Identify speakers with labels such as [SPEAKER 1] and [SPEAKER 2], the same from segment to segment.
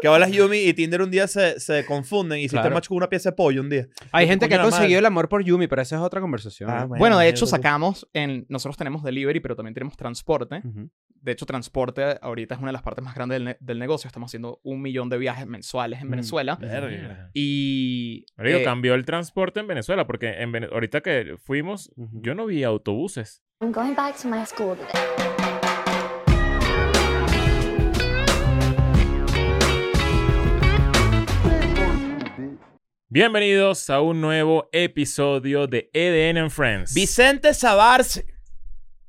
[SPEAKER 1] Que hablas Yumi y Tinder un día se, se confunden y hiciste
[SPEAKER 2] Claro.
[SPEAKER 1] match con una pieza de pollo un día.
[SPEAKER 2] Hay
[SPEAKER 1] Yo,
[SPEAKER 2] gente que ha
[SPEAKER 1] coño, la madre.
[SPEAKER 2] conseguido el amor por Yumi, pero esa es otra conversación.
[SPEAKER 1] Ah,
[SPEAKER 3] Bueno, de
[SPEAKER 1] mierda,
[SPEAKER 3] hecho,
[SPEAKER 1] tú.
[SPEAKER 3] sacamos. En, nosotros tenemos delivery, pero también tenemos transporte.
[SPEAKER 2] Ujú.
[SPEAKER 3] De hecho, transporte ahorita es una de las partes más grandes del, ne- del negocio. Estamos haciendo un millón de viajes mensuales en
[SPEAKER 2] Mm.
[SPEAKER 3] Venezuela.
[SPEAKER 1] Verga.
[SPEAKER 3] Y.
[SPEAKER 4] Marico,
[SPEAKER 3] eh,
[SPEAKER 4] cambió el transporte en Venezuela porque en Vene- ahorita que fuimos,
[SPEAKER 2] Ujú.
[SPEAKER 4] yo no vi autobuses.
[SPEAKER 5] I'm going back to my school today.
[SPEAKER 4] Bienvenidos a un nuevo episodio de E EDN and Friends.
[SPEAKER 1] Vicente Sabarce,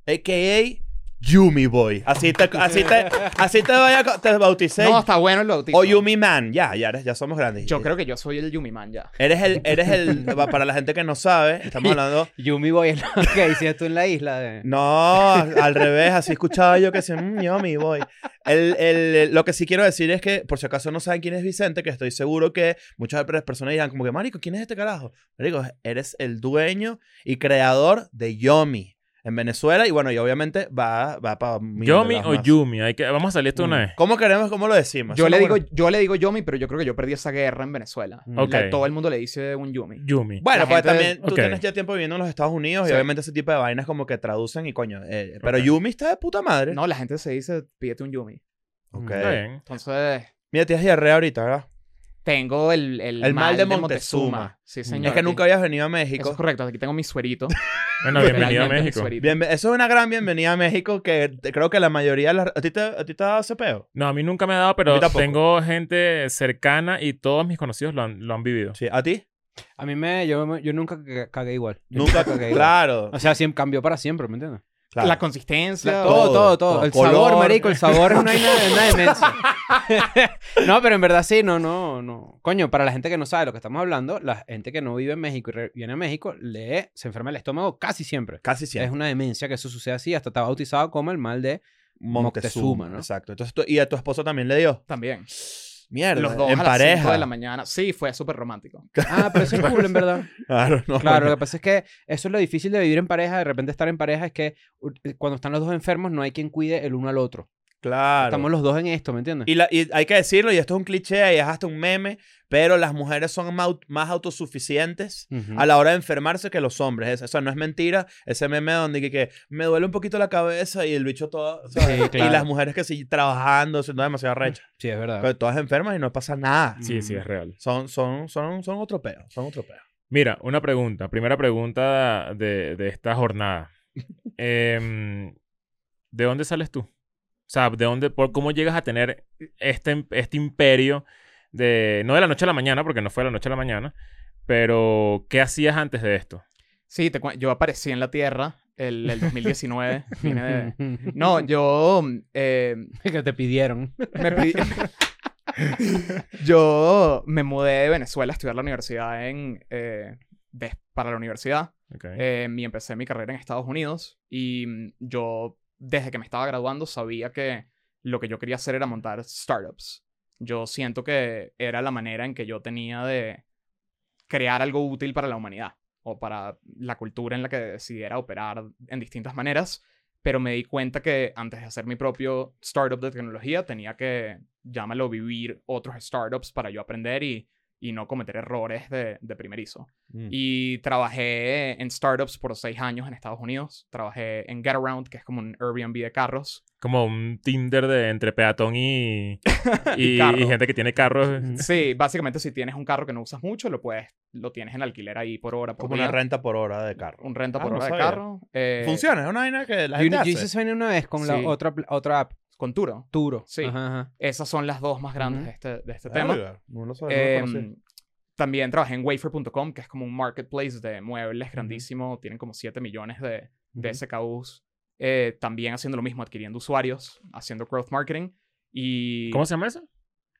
[SPEAKER 1] a.k.a. Yumi Boy. Así te, así te, así te, voy a- te bauticé.
[SPEAKER 3] no, está bueno el bautizo.
[SPEAKER 1] o Yumi Man. Ya, ya, eres- ya somos grandes.
[SPEAKER 3] Yo creo que yo soy el Yumi Man ya.
[SPEAKER 1] Eres el, eres el, para la gente que no sabe, estamos hablando...
[SPEAKER 2] Yumi Boy es lo que decías tú en la isla. De...
[SPEAKER 1] No, al revés, así escuchaba yo que decía, mmm, yummy, voy. El, el- lo que sí quiero decir es que, por si acaso no saben quién es Vicente, que estoy seguro que muchas per- personas dirán, como que, Marico, ¿quién es este carajo? Marico, eres el dueño y creador de Yomi en Venezuela y bueno, y obviamente va, va para.
[SPEAKER 4] ¿Yomi o Yumi? Hay que, vamos a salir esto una vez.
[SPEAKER 1] ¿Cómo queremos, cómo lo decimos?
[SPEAKER 3] Yo
[SPEAKER 1] Eso
[SPEAKER 3] le,
[SPEAKER 1] es lo
[SPEAKER 3] digo,
[SPEAKER 1] bueno. Mm.
[SPEAKER 3] yo le digo Yomi, pero yo creo que yo perdí esa guerra en Venezuela.
[SPEAKER 2] Ok.
[SPEAKER 3] La- todo el mundo le dice un Yumi.
[SPEAKER 4] Yumi.
[SPEAKER 1] Bueno,
[SPEAKER 3] la
[SPEAKER 1] pues
[SPEAKER 3] gente-
[SPEAKER 1] también tú
[SPEAKER 4] ok.
[SPEAKER 1] tienes ya tiempo viviendo en los Estados Unidos y
[SPEAKER 3] Sí.
[SPEAKER 1] obviamente ese tipo de vainas como que traducen y coño. eh, pero
[SPEAKER 4] Ok.
[SPEAKER 1] Yumi está de puta madre.
[SPEAKER 3] No, la gente se dice, pídete un Yumi.
[SPEAKER 1] Ok.
[SPEAKER 4] Está bien.
[SPEAKER 3] Entonces,
[SPEAKER 1] Mira, tienes diarrea ahorita, ¿verdad?
[SPEAKER 3] tengo el, el,
[SPEAKER 1] El mal de Montezuma. Mm.
[SPEAKER 3] Sí,
[SPEAKER 1] Es
[SPEAKER 3] señor.
[SPEAKER 1] que
[SPEAKER 3] aquí-
[SPEAKER 1] nunca habías venido a
[SPEAKER 3] Eso
[SPEAKER 1] México.
[SPEAKER 3] es correcto, aquí tengo mi suerito.
[SPEAKER 4] Bueno, bienvenido a
[SPEAKER 3] Literalmente mi
[SPEAKER 4] México.
[SPEAKER 3] suerito.
[SPEAKER 1] Bienve- eso es una gran bienvenida a México que te- creo que la mayoría de las... ¿A ti te, a ti te ha dado ese peo?
[SPEAKER 4] No, a mí nunca me ha dado,
[SPEAKER 1] A
[SPEAKER 4] pero
[SPEAKER 1] mí tampoco.
[SPEAKER 4] tengo gente cercana y todos mis conocidos lo han, lo han vivido.
[SPEAKER 1] Sí, ¿a ti?
[SPEAKER 2] A mí me. Yo, yo nunca ca- cagué igual. Yo
[SPEAKER 1] Nunca,
[SPEAKER 2] cagué igual.
[SPEAKER 1] claro,
[SPEAKER 2] O sea, siempre cambió para siempre, ¿me entiendes?
[SPEAKER 1] claro.
[SPEAKER 3] La consistencia.
[SPEAKER 1] La-
[SPEAKER 2] todo, todo, todo.
[SPEAKER 1] todo.
[SPEAKER 2] El
[SPEAKER 1] Color.
[SPEAKER 2] sabor, marico, el sabor es una, es una demencia. no, pero en verdad sí, no, no, no. Coño, para la gente que no sabe lo que estamos hablando, la gente que no vive en México y re- viene a México, le se enferma el estómago casi siempre.
[SPEAKER 1] Casi
[SPEAKER 2] Es
[SPEAKER 1] siempre.
[SPEAKER 2] una demencia que eso sucede así, hasta está bautizado como el mal de...
[SPEAKER 1] Montezuma,
[SPEAKER 2] Moctezuma, ¿no?
[SPEAKER 1] Exacto. Entonces, tú- y a tu esposo también le dio.
[SPEAKER 3] También.
[SPEAKER 1] Mierda,
[SPEAKER 3] Los dos
[SPEAKER 1] en
[SPEAKER 3] a las
[SPEAKER 1] pareja.
[SPEAKER 3] cinco de la mañana. Sí, fue súper romántico.
[SPEAKER 2] Ah, pero eso es cool, en verdad.
[SPEAKER 1] Claro, no.
[SPEAKER 2] Claro, lo que pasa es que eso es lo difícil de vivir en pareja, de repente estar en pareja, es que u- eh, cuando están los dos enfermos no hay quien cuide el uno al otro.
[SPEAKER 1] Claro.
[SPEAKER 2] Estamos los dos en esto, ¿me entiendes?
[SPEAKER 1] Y, la- y hay que decirlo, y esto es un cliché y es hasta un meme, pero las mujeres son mau- más autosuficientes
[SPEAKER 2] Ujú.
[SPEAKER 1] a la hora de enfermarse que los hombres. Es- O sea, no es mentira ese meme donde que, que me duele un poquito la cabeza y el bicho todo. ¿sabes?
[SPEAKER 2] Sí, claro.
[SPEAKER 1] Y las mujeres que siguen trabajando, siendo demasiado recha.
[SPEAKER 2] Sí, es verdad.
[SPEAKER 1] Pero todas enfermas y no pasa nada.
[SPEAKER 3] Mm.
[SPEAKER 4] Sí, sí, es real.
[SPEAKER 1] Son, son, son, son otro peo, son otro peo.
[SPEAKER 4] Mira, una pregunta. Primera pregunta de, de esta jornada. Em, ¿De dónde sales tú? O sea, ¿de dónde, por cómo llegas a tener este, im- este imperio de, no de la noche a la mañana, porque no fue de la noche a la mañana, pero ¿qué hacías antes de esto?
[SPEAKER 3] Sí, te cuen- yo aparecí en la Tierra el, el 2019. Vine de- No, yo. eh,
[SPEAKER 2] que te pidieron.
[SPEAKER 3] me pedí- yo me mudé de Venezuela a estudiar la universidad en. eh, des- para la universidad.
[SPEAKER 4] Ok.
[SPEAKER 3] Eh, y empecé mi carrera en Estados Unidos. Y mm, yo, desde que me estaba graduando, sabía que lo que yo quería hacer era montar startups. Yo siento que era la manera en que yo tenía de crear algo útil para la humanidad o para la cultura en la que decidiera operar en distintas maneras. Pero me di cuenta que antes de hacer mi propio startup de tecnología, tenía que, llámalo, vivir otros startups para yo aprender y, y no cometer errores de, de primerizo.
[SPEAKER 1] Mm.
[SPEAKER 3] Y trabajé en startups por seis años en Estados Unidos. Trabajé en Get Around, que es como un Airbnb de carros.
[SPEAKER 4] Como un Tinder de entre peatón y, y,
[SPEAKER 3] Y carro.
[SPEAKER 4] y gente que tiene carros.
[SPEAKER 3] Sí, básicamente si tienes un carro que no usas mucho, lo puedes, lo tienes en alquiler ahí por hora, por
[SPEAKER 1] Como una
[SPEAKER 3] día.
[SPEAKER 1] renta por hora de carro.
[SPEAKER 3] Un renta
[SPEAKER 1] Ah,
[SPEAKER 3] por
[SPEAKER 1] no
[SPEAKER 3] hora de
[SPEAKER 1] sabía.
[SPEAKER 3] carro. eh,
[SPEAKER 1] Funciona, es una vaina que la
[SPEAKER 2] yo,
[SPEAKER 1] gente
[SPEAKER 2] yo
[SPEAKER 1] hace.
[SPEAKER 2] hice esa vaina una vez con
[SPEAKER 3] Sí.
[SPEAKER 2] la otra, pl- otra app,
[SPEAKER 3] Con Turo.
[SPEAKER 2] Turo.
[SPEAKER 3] Sí.
[SPEAKER 2] Ajá, ajá.
[SPEAKER 3] Esas son las dos más grandes
[SPEAKER 2] Ujú.
[SPEAKER 3] de este, de este tema.
[SPEAKER 1] Verga, No lo sabía, no lo
[SPEAKER 3] Em,
[SPEAKER 1] conocía.
[SPEAKER 3] también trabajé en wafer.com, que es como un marketplace de muebles grandísimo. Tienen como 7 millones de, de
[SPEAKER 2] Ujú.
[SPEAKER 3] SKUs. Eh, también haciendo lo mismo, adquiriendo usuarios, haciendo growth marketing. Y...
[SPEAKER 4] ¿Cómo se llama eso?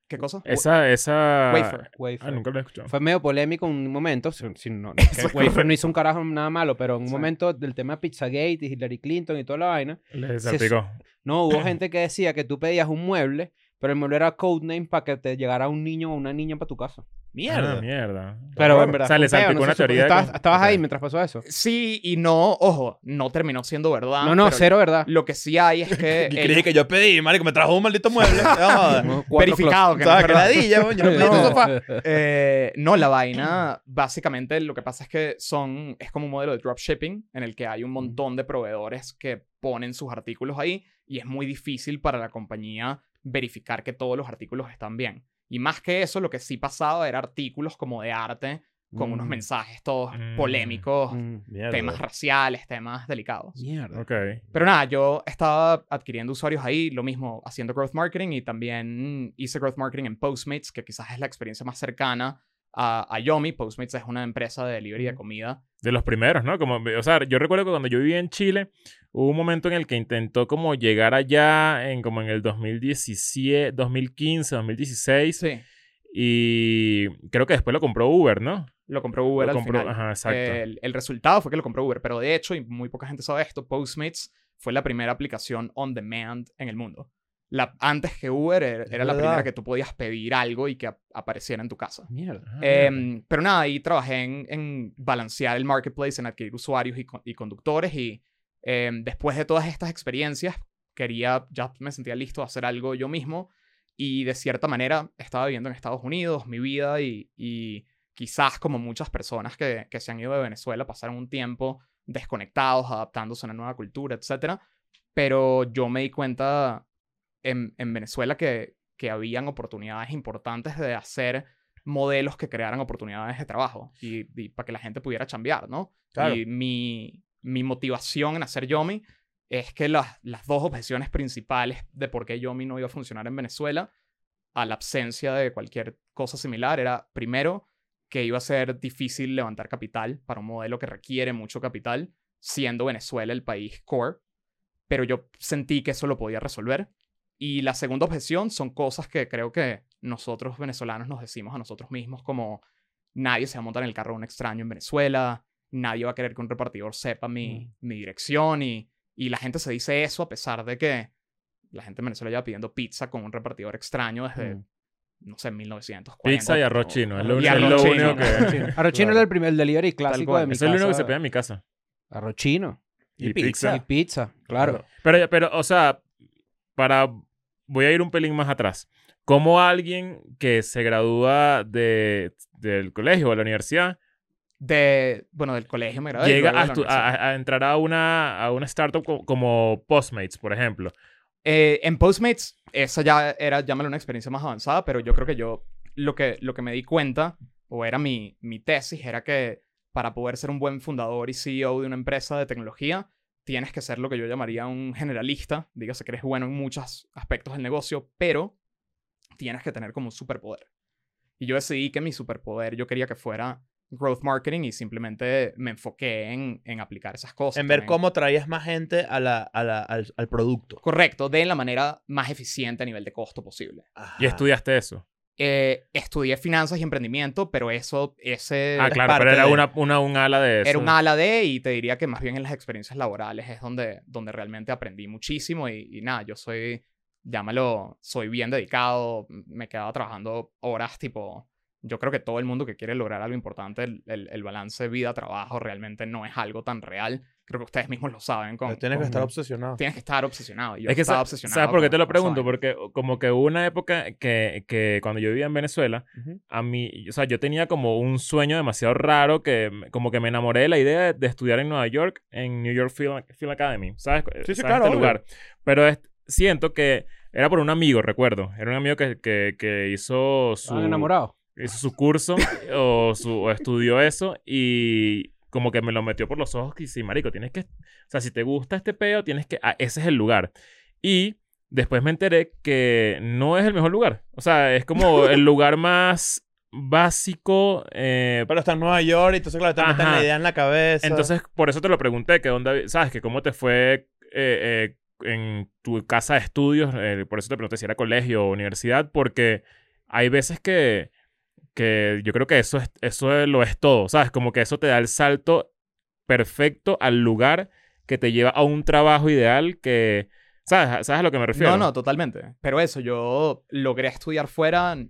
[SPEAKER 3] ¿Qué cosa?
[SPEAKER 4] Esa, esa...
[SPEAKER 3] Wafer.
[SPEAKER 4] Ah,
[SPEAKER 2] Wayfair.
[SPEAKER 4] nunca lo he escuchado.
[SPEAKER 2] Fue medio polémico en un momento. Si, si no, que
[SPEAKER 3] es
[SPEAKER 2] Wayfair
[SPEAKER 3] correcto.
[SPEAKER 2] no hizo un carajo nada malo, pero en un
[SPEAKER 3] Sí.
[SPEAKER 2] momento del tema Pizzagate y Hillary Clinton y toda la vaina,
[SPEAKER 4] Les
[SPEAKER 2] Se-
[SPEAKER 4] salpicó. Ah,
[SPEAKER 2] no, hubo gente que decía que tú pedías un mueble, Pero el mueble era codename para que te llegara un niño o una niña para tu casa.
[SPEAKER 1] Mierda.
[SPEAKER 4] Ah, mierda.
[SPEAKER 2] Pero en verdad.
[SPEAKER 4] O sea, le
[SPEAKER 2] fue un peo,
[SPEAKER 4] salpicó
[SPEAKER 2] no
[SPEAKER 4] una
[SPEAKER 2] se supo-
[SPEAKER 4] teoría. de
[SPEAKER 2] Estabas,
[SPEAKER 4] con-
[SPEAKER 2] estabas
[SPEAKER 4] ok.
[SPEAKER 2] ahí mientras pasó eso.
[SPEAKER 3] Sí y no, ojo, no terminó siendo verdad.
[SPEAKER 2] no, no,
[SPEAKER 3] pero
[SPEAKER 2] cero, ¿verdad?
[SPEAKER 3] Lo que sí hay es que.
[SPEAKER 1] Y
[SPEAKER 3] el-
[SPEAKER 1] creí que yo pedí, marico, me trajo un maldito mueble. te va a joder.
[SPEAKER 2] Cuatro
[SPEAKER 3] verificado que no es
[SPEAKER 1] ¿Sabes? Que
[SPEAKER 3] verdad.
[SPEAKER 1] ladilla, weón, yo no pedí tu
[SPEAKER 3] No.
[SPEAKER 1] sofá.
[SPEAKER 3] Eh, no, la vaina, básicamente lo que pasa es que son, es como un modelo de dropshipping en el que hay un montón de proveedores que ponen sus artículos ahí y es muy difícil para la compañía verificar que todos los artículos están bien. Y más que eso, lo que sí pasaba era artículos como de arte con unos
[SPEAKER 2] Mm.
[SPEAKER 3] mensajes todos
[SPEAKER 4] Mm.
[SPEAKER 2] clock.
[SPEAKER 3] polémicos,
[SPEAKER 2] Mm,
[SPEAKER 1] Mierda.
[SPEAKER 3] temas raciales, temas delicados.
[SPEAKER 2] Mierda.
[SPEAKER 4] Ok.
[SPEAKER 3] Pero nada, yo estaba adquiriendo usuarios ahí, lo mismo, haciendo growth marketing y también mm, hice growth marketing en Postmates, que quizás es la experiencia más cercana a, a Yomi. Postmates es una empresa de delivery de comida.
[SPEAKER 4] De los primeros, ¿no? Como, o sea, yo recuerdo que cuando yo vivía en Chile, hubo un momento en el que intentó como llegar allá en como en el 2017, 2015, 2016.
[SPEAKER 3] Sí.
[SPEAKER 4] Y creo que después lo compró Uber, ¿no?
[SPEAKER 3] Lo compró Uber
[SPEAKER 4] Lo
[SPEAKER 3] al
[SPEAKER 4] compró-
[SPEAKER 3] final. Eh,
[SPEAKER 4] ajá, exacto.
[SPEAKER 3] El, el resultado fue que lo compró Uber, pero de hecho, y muy poca gente sabe esto, Postmates fue la primera aplicación on demand en el mundo. La, antes que Uber er- era la
[SPEAKER 1] verdad.
[SPEAKER 3] primera que tú podías pedir algo y que ap- apareciera en tu casa.
[SPEAKER 2] Mierda.
[SPEAKER 4] Ah, mierda.
[SPEAKER 3] Em, pero nada, ahí trabajé en, en balancear el marketplace, en adquirir usuarios y, con- y conductores y em, después de todas estas experiencias quería, ya me sentía listo a hacer algo yo mismo y de cierta manera estaba viviendo en Estados Unidos, mi vida y, y quizás como muchas personas que, que se han ido de Venezuela pasaron un tiempo desconectados, adaptándose a una nueva cultura, etcétera, Pero yo me di cuenta en, en Venezuela que, que habían oportunidades importantes de hacer modelos que crearan oportunidades de trabajo y, y para que la gente pudiera chambear, ¿no?
[SPEAKER 1] Claro.
[SPEAKER 3] Y mi, mi motivación en hacer Yomi es que las, las dos objeciones principales de por qué Yomi no iba a funcionar en Venezuela a la ausencia de cualquier cosa similar era, primero, que iba a ser difícil levantar capital para un modelo que requiere mucho capital, siendo Venezuela el país core, pero yo sentí que eso lo podía resolver. Y la segunda objeción son cosas que creo que nosotros venezolanos nos decimos a nosotros mismos, como nadie se va a montar en el carro de un extraño en Venezuela, nadie va a querer que un repartidor sepa mi,
[SPEAKER 4] Mm.
[SPEAKER 3] mi dirección y, y la gente se dice eso a pesar de que la gente en Venezuela lleva pidiendo pizza con un repartidor extraño desde,
[SPEAKER 2] Mm.
[SPEAKER 3] no sé, 1940.
[SPEAKER 4] Pizza y arroz chino. Es lo,
[SPEAKER 3] Y
[SPEAKER 4] es lo
[SPEAKER 3] arroz chino.
[SPEAKER 4] único que.
[SPEAKER 3] Arroz
[SPEAKER 2] Arrochino era el, primer, el delivery clásico
[SPEAKER 3] cual.
[SPEAKER 2] de mi
[SPEAKER 4] Eso es lo único que se
[SPEAKER 2] casa.
[SPEAKER 4] pega en mi casa.
[SPEAKER 2] Arrochino.
[SPEAKER 1] Y
[SPEAKER 2] Y pizza, claro.
[SPEAKER 4] Pero, pero, o sea, para. Voy a ir un pelín más atrás. ¿Cómo alguien que se gradúa de, del colegio o de la universidad
[SPEAKER 3] de, bueno, del colegio me gradué. y
[SPEAKER 4] llega
[SPEAKER 3] luego de
[SPEAKER 4] a,
[SPEAKER 3] la
[SPEAKER 4] estu- a-
[SPEAKER 3] universidad.
[SPEAKER 4] a- a entrar a una, a una startup co- como Postmates, por ejemplo?
[SPEAKER 3] Eh, en Postmates, esa ya era, llámalo una experiencia más avanzada, pero yo creo que yo, lo que, lo que me di cuenta, o era mi, mi tesis, era que para poder ser un buen fundador y CEO de una empresa de tecnología, tienes que ser lo que yo llamaría un generalista, dígase que eres bueno en muchos aspectos del negocio, pero tienes que tener como un superpoder. Y yo decidí que mi superpoder yo quería que fuera growth marketing y simplemente me enfoqué en, en aplicar esas cosas.
[SPEAKER 1] En ver
[SPEAKER 3] también.
[SPEAKER 1] cómo traías más gente a la, a la, al, al producto.
[SPEAKER 3] Correcto, de la manera más eficiente a nivel de costo posible.
[SPEAKER 1] Ah.
[SPEAKER 4] Y estudiaste eso.
[SPEAKER 3] Eh, estudié finanzas y emprendimiento, pero eso, ese
[SPEAKER 4] ah, claro,
[SPEAKER 1] parte
[SPEAKER 4] pero era
[SPEAKER 1] de-
[SPEAKER 4] una, una, un ala de eso.
[SPEAKER 3] era un ala de, y te diría que más bien en las experiencias laborales es donde, donde realmente aprendí muchísimo y, y nada, yo soy, llámalo, soy bien dedicado, me quedaba trabajando horas tipo, yo creo que todo el mundo que quiere lograr algo importante, el, el- el balance vida-trabajo realmente no es algo tan real, creo que ustedes mismos lo saben, con,
[SPEAKER 1] Tienes que
[SPEAKER 3] con-
[SPEAKER 1] estar obsesionado.
[SPEAKER 3] tienes que estar obsesionado. y Yo
[SPEAKER 4] es que
[SPEAKER 3] estaba
[SPEAKER 4] sa-
[SPEAKER 3] obsesionado.
[SPEAKER 4] ¿Sabes por qué
[SPEAKER 3] con-
[SPEAKER 4] te lo
[SPEAKER 3] con esa
[SPEAKER 4] pregunto?
[SPEAKER 3] vaina.
[SPEAKER 4] Porque como que hubo una época que, que cuando yo vivía en Venezuela,
[SPEAKER 1] Ujú.
[SPEAKER 4] a mí, o sea, yo tenía como un sueño demasiado raro que me- como que me enamoré de la idea de, de estudiar en Nueva York, en New York Film, Film Academy, ¿sabes? Eh,
[SPEAKER 1] Sí, sí,
[SPEAKER 4] ¿Sabes este
[SPEAKER 1] claro, obvio.
[SPEAKER 4] Pero es- siento que era por un amigo, recuerdo. Era un amigo que, que, que hizo su
[SPEAKER 2] Estaban enamorados.
[SPEAKER 4] hizo su curso o, su, o estudió eso y como que me lo metió por los ojos que sí, marico, tienes que, o sea, si te gusta este pedo, tienes que, ah, ese es el lugar. Y después me enteré que no es el mejor lugar, o sea, es como el lugar más básico. eh,
[SPEAKER 1] Pero está en Nueva York y entonces, claro, te
[SPEAKER 4] Ajá.
[SPEAKER 1] meten la idea en la cabeza.
[SPEAKER 4] entonces, por eso te lo pregunté, que dónde, sabes, que cómo te fue eh, eh, en tu casa de estudios, eh, por eso te pregunté si era colegio o universidad, porque hay veces que, que yo creo que eso, es, eso es- lo es todo, ¿sabes? Como que eso te da el salto perfecto al lugar que te lleva a un trabajo ideal que ¿Sabes, ¿Sabes a lo que me refiero?
[SPEAKER 3] No, no, totalmente. Pero eso, yo logré estudiar fuera mm,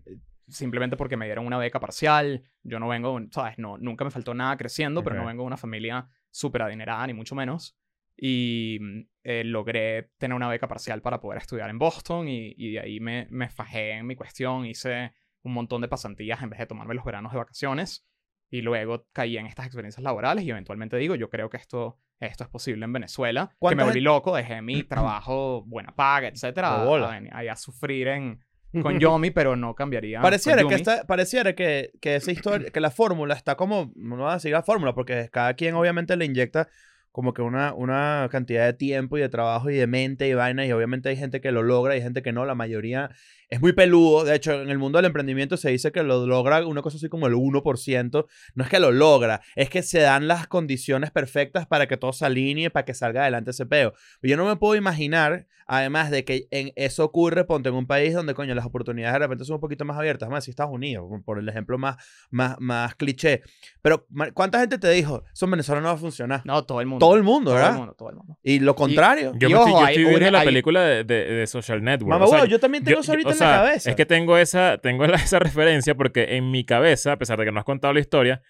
[SPEAKER 3] simplemente porque me dieron una beca parcial. Yo no vengo, ¿sabes? No, nunca me faltó nada creciendo, pero no
[SPEAKER 4] Ok.
[SPEAKER 3] vengo de una familia súper adinerada, ni mucho menos. Y mm, eh, logré tener una beca parcial para poder estudiar en Boston y, y de ahí me, me fajé en mi cuestión. Hice un montón de pasantías en vez de tomarme los veranos de vacaciones. Y luego caí en estas experiencias laborales y eventualmente digo, yo creo que esto, esto es posible en Venezuela. Que me
[SPEAKER 1] ¿Cuántas-
[SPEAKER 3] volví loco, dejé mi trabajo, buena paga, etcétera,
[SPEAKER 1] De bola.
[SPEAKER 3] a, venir ahí a sufrir en, con Yomi, pero no cambiaría.
[SPEAKER 1] Pareciera
[SPEAKER 3] con
[SPEAKER 1] que,
[SPEAKER 3] Yumi.
[SPEAKER 1] esta- pareciera que, que esa historia, que la fórmula está como, no voy a decir la fórmula, porque cada quien obviamente le inyecta como que una, una cantidad de tiempo y de trabajo y de mente y vaina, y obviamente hay gente que lo logra y hay gente que no, la mayoría es muy peludo, de hecho en el mundo del emprendimiento se dice que lo logra una cosa así como el 1%, no es que lo logra, es que se dan las condiciones perfectas para que todo se alinee, para que salga adelante ese peo. Yo no me puedo imaginar, además de que en eso ocurre, ponte en un país donde, coño, las oportunidades de repente son un poquito más abiertas. Vamos a decir Estados Unidos, por- por el ejemplo más, más, más cliché. Pero, ma- ¿cuánta gente te dijo, eso en Venezuela no va a funcionar?
[SPEAKER 3] No, todo el mundo.
[SPEAKER 1] todo el mundo,
[SPEAKER 3] Todo
[SPEAKER 1] ¿verdad?
[SPEAKER 3] el mundo, todo el mundo.
[SPEAKER 1] Y lo contrario.
[SPEAKER 4] Yo,
[SPEAKER 3] Y
[SPEAKER 4] me estoy,
[SPEAKER 3] ojo,
[SPEAKER 4] yo
[SPEAKER 3] hay
[SPEAKER 4] estoy viendo
[SPEAKER 3] una-
[SPEAKER 4] la
[SPEAKER 3] hay-
[SPEAKER 4] película de, de- de Social Network.
[SPEAKER 1] Mamá,
[SPEAKER 4] O sea,
[SPEAKER 1] huevo, yo también tengo
[SPEAKER 4] yo-
[SPEAKER 1] eso
[SPEAKER 4] yo-
[SPEAKER 1] ahorita
[SPEAKER 4] o
[SPEAKER 1] en
[SPEAKER 4] sea,
[SPEAKER 1] la cabeza.
[SPEAKER 4] Es que tengo esa, tengo la- esa referencia porque en mi cabeza, a pesar de que no has contado la historia,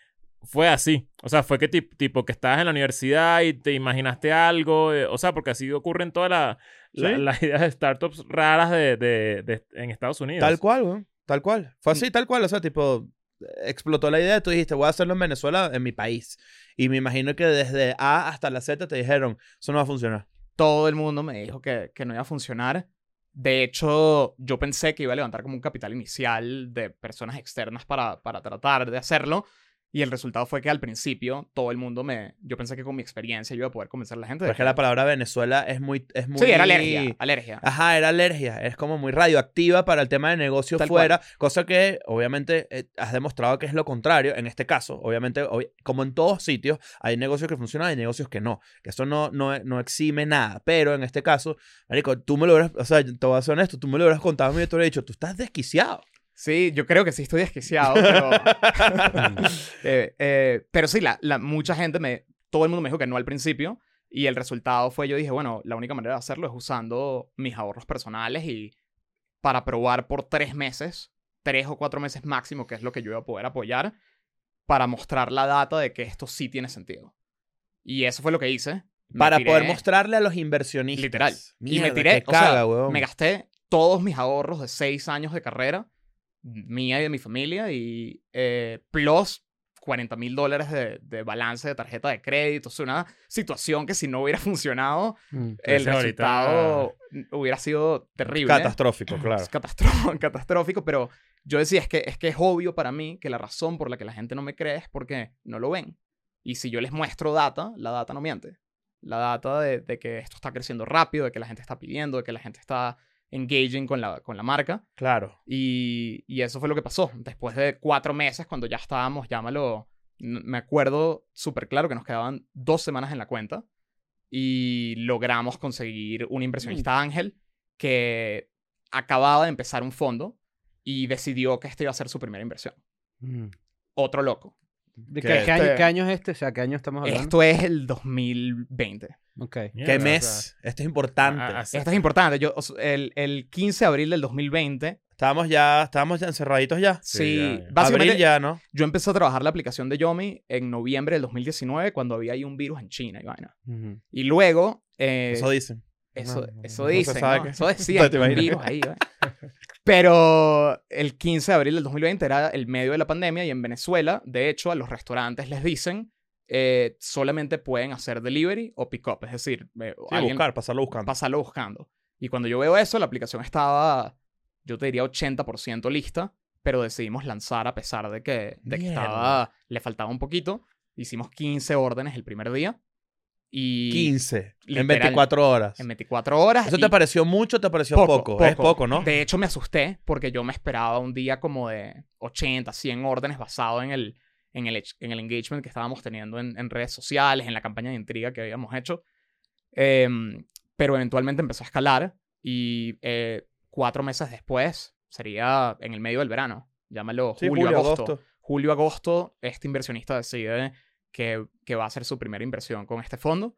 [SPEAKER 4] fue así. O sea, fue que tip- tipo que estabas en la universidad y te imaginaste algo. eh, o sea, porque así ocurren todas la- la-
[SPEAKER 1] Sí.
[SPEAKER 4] las ideas de startups raras de, de- de- en Estados Unidos.
[SPEAKER 1] Tal cual, weón. Tal cual.
[SPEAKER 3] Mm.
[SPEAKER 1] Fue así, tal cual. O sea, tipo, explotó la idea. Tú dijiste, voy a hacerlo en Venezuela, en mi país. Y me imagino que desde A hasta la Z te dijeron, eso no va a funcionar.
[SPEAKER 3] Todo el mundo me dijo que, que no iba a funcionar. De hecho, yo pensé que iba a levantar como un capital inicial de personas externas para, para tratar de hacerlo. Y el resultado fue que al principio todo el mundo me... Yo pensé que con mi experiencia yo iba a poder convencer a la gente. de
[SPEAKER 1] Pero es que
[SPEAKER 3] que-
[SPEAKER 1] la palabra Venezuela es muy. Es muy
[SPEAKER 3] Sí, era alergia, alergia.
[SPEAKER 1] Ajá, era alergia. Es como muy radioactiva para el tema de negocio
[SPEAKER 3] Tal
[SPEAKER 1] fuera. Cosa que, obviamente, eh, has demostrado que es lo contrario. En este caso, obviamente, obvi- como en todos sitios, hay negocios que funcionan y negocios que no. Que eso no, no, no exime nada. Pero en este caso, Marico, tú me lo hubieras. O sea, te voy a ser honesto, tú me lo hubieras contado a mí y yo te hubiera dicho, tú estás desquiciado.
[SPEAKER 3] Sí, yo creo que sí estoy desquiciado, pero... Eh, eh, pero sí, la, la- mucha gente me... Todo el mundo me dijo que no al principio. Y el resultado fue, yo dije, bueno, la única manera de hacerlo es usando mis ahorros personales y para probar por tres meses, tres o cuatro meses máximo, que es lo que yo iba a poder apoyar, para mostrar la data de que esto sí tiene sentido. Y eso fue lo que hice. Me
[SPEAKER 1] para
[SPEAKER 3] tiré-
[SPEAKER 1] poder mostrarle a los inversionistas.
[SPEAKER 3] Literal.
[SPEAKER 1] Mierda,
[SPEAKER 3] y me tiré,
[SPEAKER 1] qué
[SPEAKER 3] o sea,
[SPEAKER 1] caga, weón.
[SPEAKER 3] me gasté todos mis ahorros de seis años de carrera, mía y de mi familia, y eh, plus 40 mil dólares de, de balance de tarjeta de crédito. Es una situación que si no hubiera funcionado,
[SPEAKER 2] Mm.
[SPEAKER 3] el
[SPEAKER 4] Entonces, ahorita-
[SPEAKER 3] resultado hubiera sido terrible. ¿eh?
[SPEAKER 1] Catastrófico, claro.
[SPEAKER 3] Es catastro- catastrófico, pero yo decía, es que, es que es obvio para mí que la razón por la que la gente no me cree es porque no lo ven. Y si yo les muestro data, la data no miente. La data de, de que esto está creciendo rápido, de que la gente está pidiendo, de que la gente está engaging con la, con la marca.
[SPEAKER 1] Claro.
[SPEAKER 3] Y, y eso fue lo que pasó. Después de cuatro meses, cuando ya estábamos, llámalo, n- me acuerdo súper claro que nos quedaban dos semanas en la cuenta y logramos conseguir
[SPEAKER 4] Mm.
[SPEAKER 3] un impresionista ángel que acababa de empezar un fondo y decidió que este iba a ser su primera inversión.
[SPEAKER 2] Mm.
[SPEAKER 3] Otro loco.
[SPEAKER 2] ¿De
[SPEAKER 1] Que
[SPEAKER 2] qué, qué año,
[SPEAKER 3] este-
[SPEAKER 2] qué año es este? O sea, ¿qué año estamos hablando?
[SPEAKER 3] Esto es el 2020.
[SPEAKER 2] Ok.
[SPEAKER 1] ¿Qué mes? Esto es importante.
[SPEAKER 4] Ah, ah, sí.
[SPEAKER 3] Esto es importante. Yo, os- el, el 15 de abril del 2020,
[SPEAKER 1] Estábamos ya, estábamos ya encerraditos ya.
[SPEAKER 3] sí,
[SPEAKER 4] ya, ya.
[SPEAKER 3] básicamente
[SPEAKER 1] Abril ya, ¿no?
[SPEAKER 3] yo empecé a trabajar la aplicación de Yomi en noviembre del 2019 cuando había ahí un virus en China y vaina.
[SPEAKER 2] Ujú.
[SPEAKER 3] Y luego, eh,
[SPEAKER 1] Eso dicen.
[SPEAKER 3] eso,
[SPEAKER 1] no, no,
[SPEAKER 3] eso
[SPEAKER 1] no se
[SPEAKER 3] dicen,
[SPEAKER 1] sabe
[SPEAKER 3] ¿no?
[SPEAKER 1] qué-
[SPEAKER 3] eso decía,
[SPEAKER 1] No te imaginas.
[SPEAKER 3] virus ahí, ¿verdad? Pero el 15 de abril del 2020 era el medio de la pandemia y en Venezuela, de hecho, a los restaurantes les dicen eh, solamente pueden hacer delivery o pick-up, es decir, eh,
[SPEAKER 1] Sí,
[SPEAKER 3] alguien-
[SPEAKER 1] buscar, pasarlo buscando.
[SPEAKER 3] pasarlo buscando. Y cuando yo veo eso, la aplicación estaba, yo te diría, 80% lista, pero decidimos lanzar a pesar de que, de que
[SPEAKER 1] Mierda.
[SPEAKER 3] estaba, le faltaba un poquito. Hicimos 15 órdenes el primer día y
[SPEAKER 1] 15 en
[SPEAKER 3] literal,
[SPEAKER 1] 24 horas.
[SPEAKER 3] en 24 horas.
[SPEAKER 1] ¿Eso
[SPEAKER 3] y
[SPEAKER 1] te pareció mucho o te pareció poco? Es poco, ¿no?
[SPEAKER 3] De hecho, me asusté porque yo me esperaba un día como de 80, 100 órdenes basado en el, en el, en el engagement que estábamos teniendo en, en redes sociales, en la campaña de intriga que habíamos hecho. Em, pero eventualmente empezó a escalar y eh, cuatro meses después, sería en el medio del verano, llámalo
[SPEAKER 1] Sí,
[SPEAKER 3] julio,
[SPEAKER 1] julio,
[SPEAKER 3] agosto.
[SPEAKER 1] agosto.
[SPEAKER 3] Julio, agosto, este inversionista decide que, que va a hacer su primera inversión con este fondo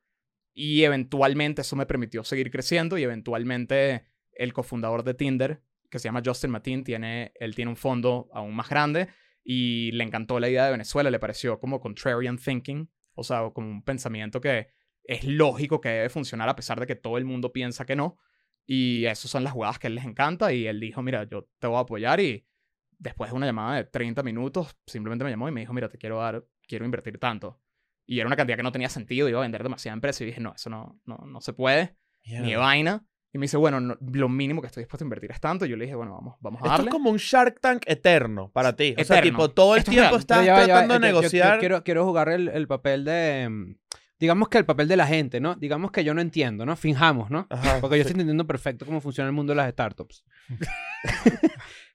[SPEAKER 3] Y eventualmente eso me permitió seguir creciendo y eventualmente el cofundador de Tinder, que se llama Justin Matin, tiene, él tiene un fondo aún más grande y le encantó la idea de Venezuela, le pareció como contrarian thinking, o sea, como un pensamiento que es lógico que debe funcionar a pesar de que todo el mundo piensa que no. Y esas son las jugadas que a él les encanta y él dijo, mira, yo te voy a apoyar y después de una llamada de 30 minutos, simplemente me llamó y me dijo, mira, te quiero dar, quiero invertir tanto. Y era una cantidad que no tenía sentido, iba a vender demasiada empresa y dije, no, eso no, no, no se puede, ni de
[SPEAKER 1] Mierda.
[SPEAKER 3] vaina. Y me dice, bueno, no- lo mínimo que estoy dispuesto a invertir es tanto. Y yo le dije, bueno, vamos, vamos a
[SPEAKER 1] Esto
[SPEAKER 3] darle.
[SPEAKER 1] es como un Shark Tank eterno para ti. O sea,
[SPEAKER 3] Eterno.
[SPEAKER 1] tipo, todo el
[SPEAKER 3] Esto es
[SPEAKER 1] tiempo
[SPEAKER 3] real.
[SPEAKER 1] estás
[SPEAKER 2] Ya va, ya va, este,
[SPEAKER 1] tratando de
[SPEAKER 2] yo- yo- yo
[SPEAKER 1] negociar.
[SPEAKER 2] quiero, quiero jugar el, el papel de. mm, Digamos que el papel de la gente, ¿no? Digamos que yo no entiendo, ¿no? Finjamos, ¿no?
[SPEAKER 1] Ajá,
[SPEAKER 2] Porque yo
[SPEAKER 1] sí.
[SPEAKER 2] estoy entendiendo perfecto cómo funciona el mundo de las startups.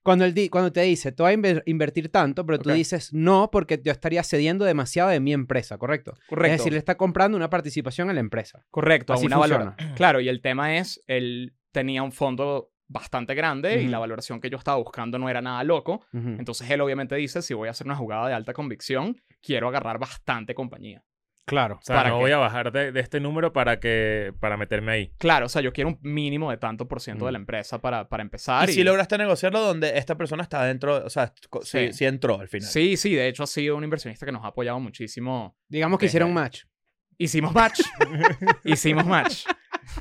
[SPEAKER 2] cuando, él di- cuando te dice, te voy a inver- invertir tanto, pero tú
[SPEAKER 3] Ok.
[SPEAKER 2] dices no porque yo estaría cediendo demasiado de mi empresa, ¿correcto?
[SPEAKER 3] Correcto.
[SPEAKER 2] Es decir, le está comprando una participación a la empresa.
[SPEAKER 3] Correcto, a
[SPEAKER 2] Así
[SPEAKER 3] una
[SPEAKER 2] funciona.
[SPEAKER 3] valora- Claro, y el tema es, él tenía un fondo bastante grande y
[SPEAKER 2] Ujú.
[SPEAKER 3] la valoración que yo estaba buscando no era nada loco.
[SPEAKER 2] Ujú.
[SPEAKER 3] Entonces él obviamente dice, si voy a hacer una jugada de alta convicción, quiero agarrar bastante compañía.
[SPEAKER 2] claro.
[SPEAKER 4] O sea,
[SPEAKER 3] ¿Para
[SPEAKER 4] no
[SPEAKER 3] qué?
[SPEAKER 4] voy a bajar de, de este número para que para meterme ahí.
[SPEAKER 3] Claro, o sea, yo quiero un mínimo de tanto por ciento de la empresa para, para empezar.
[SPEAKER 1] Mm. Y si lograste negociarlo donde esta persona está dentro, o sea, co- sí,
[SPEAKER 3] Sí.
[SPEAKER 1] sí entró al final.
[SPEAKER 3] Sí, sí, de hecho ha sido un inversionista que nos ha apoyado muchísimo.
[SPEAKER 2] Digamos que
[SPEAKER 3] Desde
[SPEAKER 2] hicieron
[SPEAKER 3] ahí.
[SPEAKER 2] match.
[SPEAKER 3] Hicimos match. Hicimos match.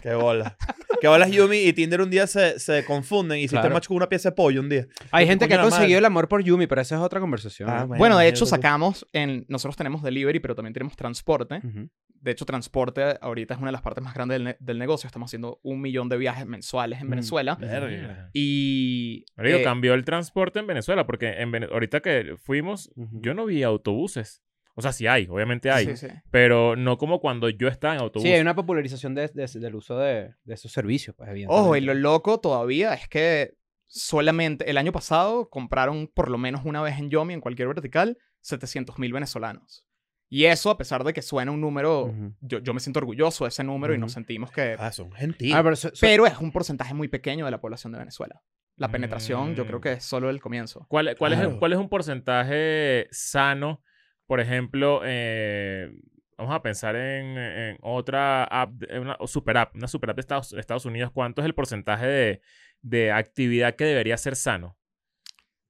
[SPEAKER 1] Qué bola. Qué bolas Yumi y Tinder un día se, se confunden y hiciste
[SPEAKER 2] Claro.
[SPEAKER 1] match con una pieza de pollo un día.
[SPEAKER 2] Hay
[SPEAKER 1] Coño
[SPEAKER 2] gente que ha
[SPEAKER 1] la madre.
[SPEAKER 2] conseguido el amor por Yumi, pero esa es otra conversación.
[SPEAKER 1] Ah,
[SPEAKER 2] ¿no?
[SPEAKER 1] Bueno,
[SPEAKER 3] Bueno, de
[SPEAKER 1] mira
[SPEAKER 3] hecho
[SPEAKER 1] tú.
[SPEAKER 3] sacamos, en, nosotros tenemos delivery, pero también tenemos
[SPEAKER 1] Mm.
[SPEAKER 3] transporte.
[SPEAKER 2] Ujú.
[SPEAKER 3] De hecho, transporte ahorita es una de las partes más grandes del, ne- del negocio. Estamos haciendo un millón de viajes mensuales en
[SPEAKER 2] Mm.
[SPEAKER 3] Venezuela.
[SPEAKER 1] Verga.
[SPEAKER 3] Y...
[SPEAKER 4] Marico,
[SPEAKER 3] eh,
[SPEAKER 4] cambió el transporte en Venezuela porque en Vene- ahorita que fuimos,
[SPEAKER 2] Ujú.
[SPEAKER 4] yo no vi autobuses. O sea, sí hay, obviamente hay,
[SPEAKER 3] sí, sí.
[SPEAKER 4] pero no como cuando yo estaba en autobús.
[SPEAKER 2] Sí, hay una popularización de- de- del uso de, de esos servicios, pues, evidentemente.
[SPEAKER 3] Ojo, y lo loco todavía es que solamente el año pasado compraron por lo menos una vez en Yomi, en cualquier vertical, 700 mil venezolanos. Y eso, a pesar de que suena un número,
[SPEAKER 2] Ujú.
[SPEAKER 3] yo, yo me siento orgulloso de ese número y
[SPEAKER 2] Ujú.
[SPEAKER 3] nos sentimos que...
[SPEAKER 1] Ah, son gentiles.
[SPEAKER 2] Ah, pero so- so-
[SPEAKER 3] pero es un porcentaje muy pequeño de la población de Venezuela. La penetración yo creo
[SPEAKER 4] Mm.
[SPEAKER 3] que es solo el comienzo.
[SPEAKER 4] ¿Cuál, cuál es,
[SPEAKER 1] Claro.
[SPEAKER 4] el- ¿Cuál es un porcentaje sano? Por ejemplo, eh, vamos a pensar en, en otra app, de- en una super app, una super app de Estados, de Estados Unidos. ¿Cuánto es el porcentaje de, de actividad que debería ser sano?